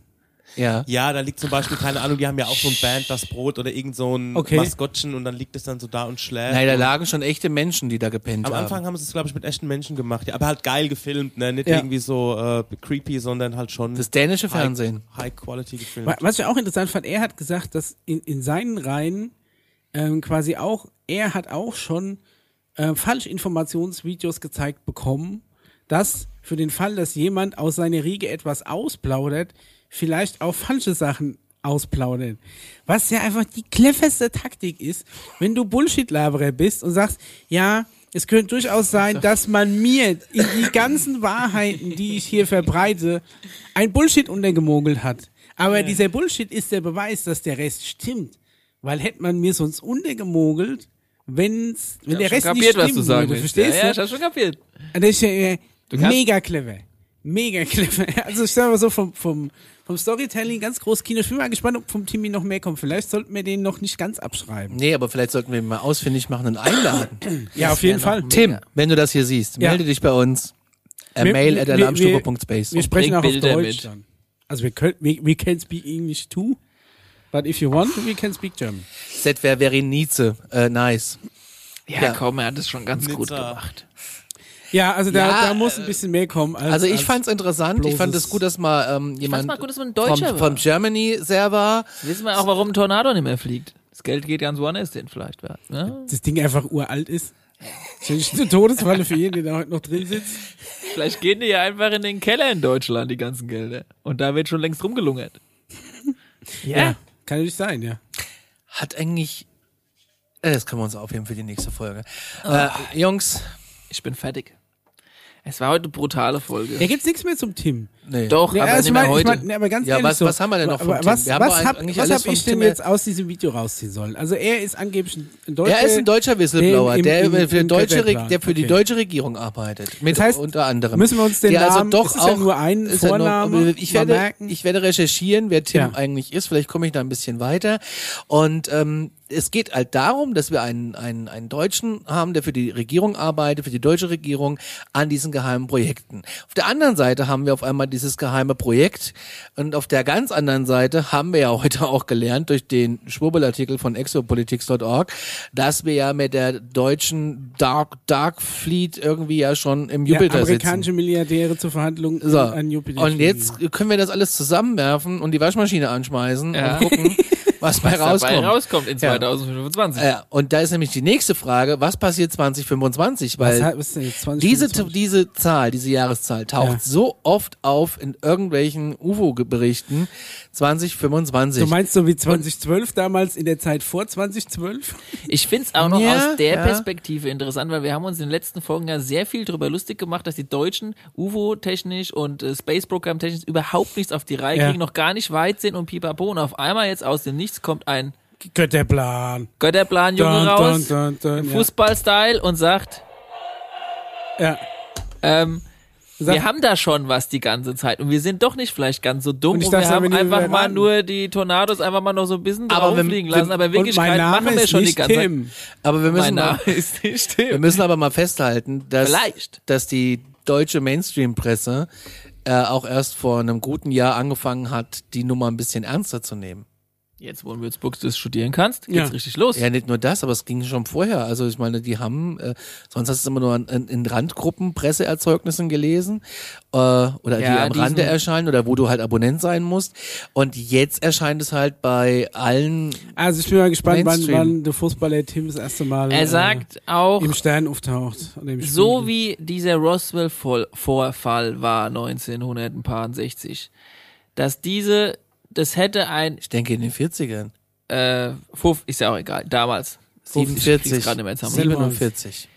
[SPEAKER 2] ja.
[SPEAKER 4] Ja, da liegt zum Beispiel, keine Ahnung, die haben ja auch so ein Band, das Brot oder irgend so ein
[SPEAKER 1] Okay.
[SPEAKER 4] Maskottchen und dann liegt es dann so da und schläft.
[SPEAKER 2] Nein, da lagen schon echte Menschen, die da gepennt
[SPEAKER 4] Am Anfang
[SPEAKER 2] haben.
[SPEAKER 4] haben sie es, glaube ich, mit echten Menschen gemacht, ja, aber halt geil gefilmt, ne? Nicht
[SPEAKER 1] Ja.
[SPEAKER 4] irgendwie so äh, creepy, sondern halt schon
[SPEAKER 2] Das dänische Fernsehen.
[SPEAKER 4] High, high Quality gefilmt.
[SPEAKER 1] Wa- Was ich auch interessant fand, er hat gesagt, dass in, in seinen Reihen ähm, quasi auch, er hat auch schon äh, Falschinformationsvideos gezeigt bekommen, dass für den Fall, dass jemand aus seiner Riege etwas ausplaudert, vielleicht auch falsche Sachen ausplaudern. Was ja einfach die cleverste Taktik ist, wenn du Bullshit-Laberer bist und sagst, ja, es könnte durchaus sein, dass man mir in die ganzen Wahrheiten, die ich hier verbreite, ein Bullshit untergemogelt hat. Aber dieser Bullshit ist der Beweis, dass der Rest stimmt. Weil hätte man mir sonst untergemogelt, wenn's, wenn der
[SPEAKER 3] Ich hab
[SPEAKER 1] Rest
[SPEAKER 3] schon
[SPEAKER 1] nicht
[SPEAKER 3] kapiert,
[SPEAKER 1] stimmen
[SPEAKER 3] was du sagen
[SPEAKER 1] würde,
[SPEAKER 3] willst.
[SPEAKER 1] verstehst
[SPEAKER 3] ja, ja, ich
[SPEAKER 1] du?
[SPEAKER 3] hab schon kapiert.
[SPEAKER 1] Und das ist ja äh,
[SPEAKER 3] kannst-
[SPEAKER 1] mega clever. Mega clever. Also ich sag mal so, vom, vom, vom Storytelling ganz groß Kino. Ich bin mal gespannt, ob vom Timmy noch mehr kommt. Vielleicht sollten wir den noch nicht ganz abschreiben.
[SPEAKER 2] Nee, aber vielleicht sollten wir ihn mal ausfindig machen und einladen.
[SPEAKER 1] Ja, auf jeden Fall.
[SPEAKER 2] Tim, wenn du das hier siehst,
[SPEAKER 1] Ja.
[SPEAKER 2] melde dich bei uns. Äh,
[SPEAKER 1] Wir-
[SPEAKER 2] mail
[SPEAKER 1] wir-
[SPEAKER 2] at
[SPEAKER 1] wir-
[SPEAKER 2] alarmstufe.space.
[SPEAKER 1] Wir sprechen
[SPEAKER 3] bringt
[SPEAKER 1] auch auf
[SPEAKER 3] Bilder
[SPEAKER 1] Deutsch
[SPEAKER 3] mit.
[SPEAKER 1] dann. Also wir können, we, we can speak English too. But if you want to, we can speak German.
[SPEAKER 2] Set wäre Verenice. Äh, nice.
[SPEAKER 3] Ja,
[SPEAKER 2] Ja.
[SPEAKER 3] komm, er hat es schon ganz gut
[SPEAKER 4] Nizza.
[SPEAKER 3] gemacht.
[SPEAKER 1] Ja, also da,
[SPEAKER 2] Ja, äh,
[SPEAKER 1] da muss ein bisschen mehr kommen. Als,
[SPEAKER 2] Also ich
[SPEAKER 1] als-
[SPEAKER 2] fand's interessant. Ich fand
[SPEAKER 1] bloßes-
[SPEAKER 2] es gut, dass mal ähm, jemand
[SPEAKER 3] mal gut, dass man ein
[SPEAKER 2] vom,
[SPEAKER 3] Deutscher war.
[SPEAKER 2] vom Germany sehr war.
[SPEAKER 3] Wissen wir auch, warum ein Tornado nicht mehr fliegt. Das Geld geht ganz woanders hin vielleicht. Ja? Ne?
[SPEAKER 1] das Ding einfach uralt ist. Natürlich eine Todesfalle für jeden, der da heute noch drin sitzt.
[SPEAKER 3] Vielleicht gehen die ja einfach in den Keller in Deutschland, die ganzen Gelder. Und da wird schon längst rumgelungert. Ja.
[SPEAKER 1] Kann natürlich sein, ja.
[SPEAKER 2] Hat eigentlich... Äh, Das können wir uns aufheben für die nächste Folge. Äh, Jungs,
[SPEAKER 3] Ich bin fertig. Es war heute eine brutale Folge.
[SPEAKER 1] Da gibt's nichts mehr zum Tim.
[SPEAKER 2] nee.
[SPEAKER 3] Doch,
[SPEAKER 1] Ja,
[SPEAKER 3] aber
[SPEAKER 1] also
[SPEAKER 3] nicht
[SPEAKER 1] ich
[SPEAKER 3] mehr
[SPEAKER 1] meine, ich
[SPEAKER 3] heute.
[SPEAKER 1] mein, nee, aber ganz
[SPEAKER 2] Ja,
[SPEAKER 1] ehrlich
[SPEAKER 2] was-
[SPEAKER 1] so,
[SPEAKER 2] was haben wir denn noch vom
[SPEAKER 1] aber
[SPEAKER 2] Tim?
[SPEAKER 1] was,
[SPEAKER 2] Wir haben doch
[SPEAKER 1] was habe
[SPEAKER 2] eigentlich
[SPEAKER 1] was
[SPEAKER 2] alles
[SPEAKER 1] hab
[SPEAKER 2] vom
[SPEAKER 1] ich denn
[SPEAKER 2] Tim
[SPEAKER 1] jetzt aus diesem Video rausziehen sollen? Also er ist angeblich ein ein Deutscher.
[SPEAKER 2] Er ist ein deutscher Whistleblower,
[SPEAKER 1] im-
[SPEAKER 2] der,
[SPEAKER 1] im-
[SPEAKER 2] für,
[SPEAKER 1] im
[SPEAKER 2] deutsche, Reg-
[SPEAKER 1] Götterplan.
[SPEAKER 2] der für die
[SPEAKER 1] Okay.
[SPEAKER 2] deutsche Regierung arbeitet. Mit
[SPEAKER 1] Das heißt,
[SPEAKER 2] unter anderem.
[SPEAKER 1] müssen wir uns den
[SPEAKER 2] der
[SPEAKER 1] Namen-
[SPEAKER 2] also doch
[SPEAKER 1] es ist
[SPEAKER 2] auch,
[SPEAKER 1] ja nur ein
[SPEAKER 2] ist ja nur-
[SPEAKER 1] Vorname,
[SPEAKER 2] ich,
[SPEAKER 1] mal
[SPEAKER 2] werde,
[SPEAKER 1] merken.
[SPEAKER 2] ich werde recherchieren, wer Tim
[SPEAKER 1] Ja.
[SPEAKER 2] eigentlich ist. Vielleicht komme ich da ein bisschen weiter. Und ähm, es geht halt darum, dass wir einen, einen, einen Deutschen haben, der für die Regierung arbeitet, für die deutsche Regierung an diesen geheimen Projekten. Auf der anderen Seite haben wir auf einmal dieses geheime Projekt und auf der ganz anderen Seite haben wir ja heute auch gelernt durch den Schwurbelartikel von exopolitics.org, dass wir ja mit der deutschen Dark Dark Fleet irgendwie ja schon im
[SPEAKER 1] ja,
[SPEAKER 2] Jupiter sitzen.
[SPEAKER 1] amerikanische Milliardäre zur Verhandlung
[SPEAKER 2] So.
[SPEAKER 1] an Jupiter.
[SPEAKER 2] Und jetzt können wir das alles zusammenwerfen und die Waschmaschine anschmeißen
[SPEAKER 3] Ja.
[SPEAKER 2] und gucken, was bei
[SPEAKER 3] Was dabei
[SPEAKER 2] rauskommt.
[SPEAKER 3] rauskommt in
[SPEAKER 2] Ja.
[SPEAKER 3] 2025.
[SPEAKER 1] Äh,
[SPEAKER 2] Ja, und da ist nämlich die nächste Frage, was passiert 2025? Weil
[SPEAKER 1] Was hat- was ist denn jetzt 20,
[SPEAKER 2] halt diese,
[SPEAKER 1] 25?
[SPEAKER 2] diese Zahl, diese Jahreszahl taucht
[SPEAKER 1] Ja.
[SPEAKER 2] so oft auf in irgendwelchen UFO-Berichten 2025.
[SPEAKER 1] Du meinst so wie 2012 damals in der Zeit vor 2012?
[SPEAKER 3] Ich find's auch noch
[SPEAKER 2] Ja,
[SPEAKER 3] aus der
[SPEAKER 2] ja.
[SPEAKER 3] Perspektive interessant, weil wir haben uns in den letzten Folgen ja sehr viel drüber lustig gemacht, dass die Deutschen UFO-technisch und äh, Space-Programm-technisch überhaupt nichts auf die Reihe
[SPEAKER 1] Ja.
[SPEAKER 3] kriegen, noch gar nicht weit sind und pipapo. Und auf einmal jetzt aus dem Nichts kommt ein
[SPEAKER 1] Götterplan.
[SPEAKER 3] Götterplan-Junge
[SPEAKER 1] Dun,
[SPEAKER 3] raus,
[SPEAKER 1] dun, dun, dun, ja.
[SPEAKER 3] Fußball-Style und sagt,
[SPEAKER 1] Ja.
[SPEAKER 3] ähm,
[SPEAKER 1] Sag-
[SPEAKER 3] wir haben da schon was die ganze Zeit und wir sind doch nicht vielleicht ganz so dumm
[SPEAKER 1] Und
[SPEAKER 3] und,
[SPEAKER 1] ich
[SPEAKER 3] wir
[SPEAKER 1] dachte,
[SPEAKER 3] haben
[SPEAKER 1] wenn die
[SPEAKER 3] einfach mal
[SPEAKER 1] überraten.
[SPEAKER 3] nur die Tornados einfach mal noch so ein bisschen
[SPEAKER 2] Aber wenn-
[SPEAKER 3] draufliegen lassen, aber in
[SPEAKER 1] Und mein
[SPEAKER 3] Wirklichkeit
[SPEAKER 1] Name
[SPEAKER 3] machen wir
[SPEAKER 1] ist
[SPEAKER 3] schon die
[SPEAKER 1] nicht
[SPEAKER 3] ganze Zeit.
[SPEAKER 1] Tim.
[SPEAKER 2] aber wir
[SPEAKER 3] Mein
[SPEAKER 2] müssen,
[SPEAKER 3] Name
[SPEAKER 2] ab-
[SPEAKER 3] ist nicht
[SPEAKER 2] wir
[SPEAKER 3] Tim.
[SPEAKER 2] müssen aber mal festhalten, dass,
[SPEAKER 3] Vielleicht.
[SPEAKER 2] dass die deutsche Mainstream-Presse äh, auch erst vor einem guten Jahr angefangen hat, die Nummer ein bisschen ernster zu nehmen.
[SPEAKER 3] Jetzt, wo in Würzburg du das studieren kannst, geht's
[SPEAKER 1] Ja.
[SPEAKER 3] richtig los.
[SPEAKER 2] Ja, nicht nur das, aber es ging schon vorher. Also ich meine, die haben, äh, sonst hast du immer nur an, in, in Randgruppen Presseerzeugnissen gelesen äh, oder die
[SPEAKER 3] Ja,
[SPEAKER 2] am
[SPEAKER 3] diesen-
[SPEAKER 2] Rande erscheinen oder wo du halt Abonnent sein musst. Und jetzt erscheint es halt bei allen.
[SPEAKER 1] Also ich bin mal gespannt, wann,
[SPEAKER 2] Mainstream.
[SPEAKER 1] wann der Fußballer Tim das erste Mal
[SPEAKER 3] Er sagt auch,
[SPEAKER 1] äh, im Stern auftaucht. Oder im
[SPEAKER 3] so
[SPEAKER 1] Spiegel.
[SPEAKER 3] wie dieser Roswell-Vorfall war 1960, dass diese, das hätte ein,
[SPEAKER 2] Ich denke in den 40ern.
[SPEAKER 3] äh, fünf- ist ja auch egal, damals.
[SPEAKER 2] 47,
[SPEAKER 3] gerade mehr zusammen.
[SPEAKER 2] 47.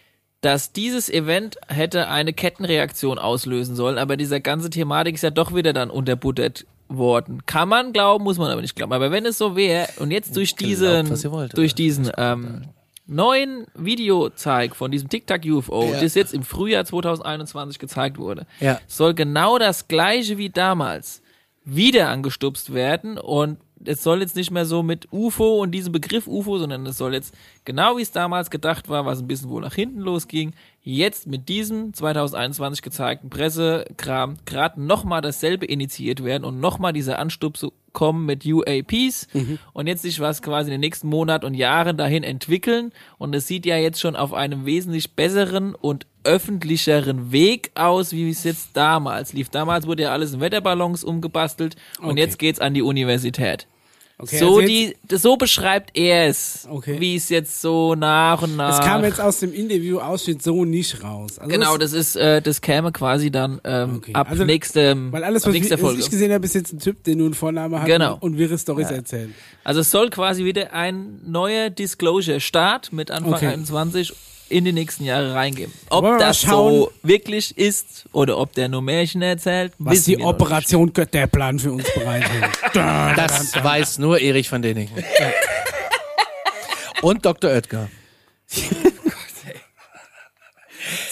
[SPEAKER 3] dass dieses Event hätte eine Kettenreaktion auslösen sollen, aber dieser ganze Thematik ist ja doch wieder dann unterbuttert worden. Kann man glauben, muss man aber nicht glauben. Aber wenn es so wäre und jetzt durch
[SPEAKER 2] Glaubt,
[SPEAKER 3] diesen,
[SPEAKER 2] was ihr wollt,
[SPEAKER 3] durch
[SPEAKER 2] aber
[SPEAKER 3] diesen ähm, neuen Videozeig von diesem Tic Tac UFO,
[SPEAKER 2] Ja.
[SPEAKER 3] das jetzt im Frühjahr 2021 gezeigt wurde,
[SPEAKER 2] Ja.
[SPEAKER 3] soll genau das gleiche wie damals wieder angestupst werden und es soll jetzt nicht mehr so mit UFO und diesem Begriff UFO, sondern es soll jetzt genau wie es damals gedacht war, was ein bisschen wohl nach hinten losging, jetzt mit diesem 2021 gezeigten Pressekram gerade nochmal dasselbe initiiert werden und nochmal dieser Anstups kommen mit UAPs
[SPEAKER 1] Mhm.
[SPEAKER 3] und jetzt sich was quasi in den nächsten Monat und Jahren dahin entwickeln und es sieht ja jetzt schon auf einem wesentlich besseren und öffentlicheren Weg aus, wie es jetzt damals lief. Damals wurde ja alles in Wetterballons umgebastelt und
[SPEAKER 1] Okay.
[SPEAKER 3] jetzt geht's an die Universität.
[SPEAKER 1] Okay,
[SPEAKER 3] so,
[SPEAKER 1] also jetzt-
[SPEAKER 3] die, das- so beschreibt er es,
[SPEAKER 1] Okay.
[SPEAKER 3] wie es jetzt so nach und nach.
[SPEAKER 1] Es kam jetzt aus dem Interview-Ausschnitt so nicht raus. Also
[SPEAKER 3] genau,
[SPEAKER 1] das,
[SPEAKER 3] das ist, äh, das käme quasi dann ähm,
[SPEAKER 1] Okay.
[SPEAKER 3] ab
[SPEAKER 1] Also,
[SPEAKER 3] nächstem,
[SPEAKER 1] Weil alles,
[SPEAKER 3] ab
[SPEAKER 1] was, ich-
[SPEAKER 3] nächster
[SPEAKER 1] was
[SPEAKER 3] Folge.
[SPEAKER 1] ich gesehen habe, ist jetzt ein Typ, der nur einen Vornamen hat
[SPEAKER 3] Genau.
[SPEAKER 1] und wirre Storys erzählt.
[SPEAKER 3] Also es soll quasi wieder ein neuer Disclosure-Start mit Anfang
[SPEAKER 1] Okay.
[SPEAKER 3] 21 in die nächsten Jahre reingeben. Ob
[SPEAKER 1] Wollen wir mal
[SPEAKER 3] das
[SPEAKER 1] schauen?
[SPEAKER 3] so wirklich ist oder ob der nur Märchen erzählt,
[SPEAKER 1] Was
[SPEAKER 3] wissen
[SPEAKER 1] die
[SPEAKER 3] wir noch nicht.
[SPEAKER 1] Operation Götterplan für uns bereithält.
[SPEAKER 2] Das weiß nur Erich von Däniken. Und Dr. Oetker.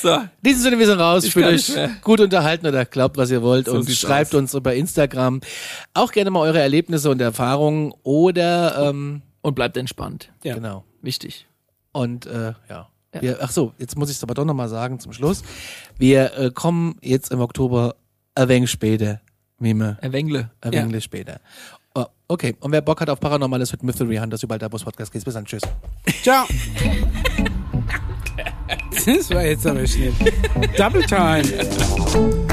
[SPEAKER 3] So.
[SPEAKER 2] In diesem Sinne, wir sind raus. Ich bin
[SPEAKER 3] kann
[SPEAKER 2] euch
[SPEAKER 3] nicht mehr.
[SPEAKER 2] gut unterhalten oder glaubt, was ihr wollt. und
[SPEAKER 3] sieht's
[SPEAKER 2] schreibt uns über Instagram auch gerne mal eure Erlebnisse und Erfahrungen
[SPEAKER 3] Oh.
[SPEAKER 2] oder ähm,
[SPEAKER 3] Und bleibt entspannt.
[SPEAKER 1] Ja.
[SPEAKER 2] genau.
[SPEAKER 3] Wichtig.
[SPEAKER 2] Und äh, ja. Wir, ach so, jetzt muss ich es aber doch nochmal sagen zum Schluss. Wir äh, kommen jetzt im Oktober ein wenig später. Mime,
[SPEAKER 3] Herr Wengle.
[SPEAKER 2] ein
[SPEAKER 1] Ja.
[SPEAKER 2] wenig später. Oh, okay, und wer Bock hat auf Paranormales mit Mystery Hunters überall da, wo es Podcast geht. Bis dann, tschüss.
[SPEAKER 1] Ciao. Das war jetzt aber schnell. Double Time.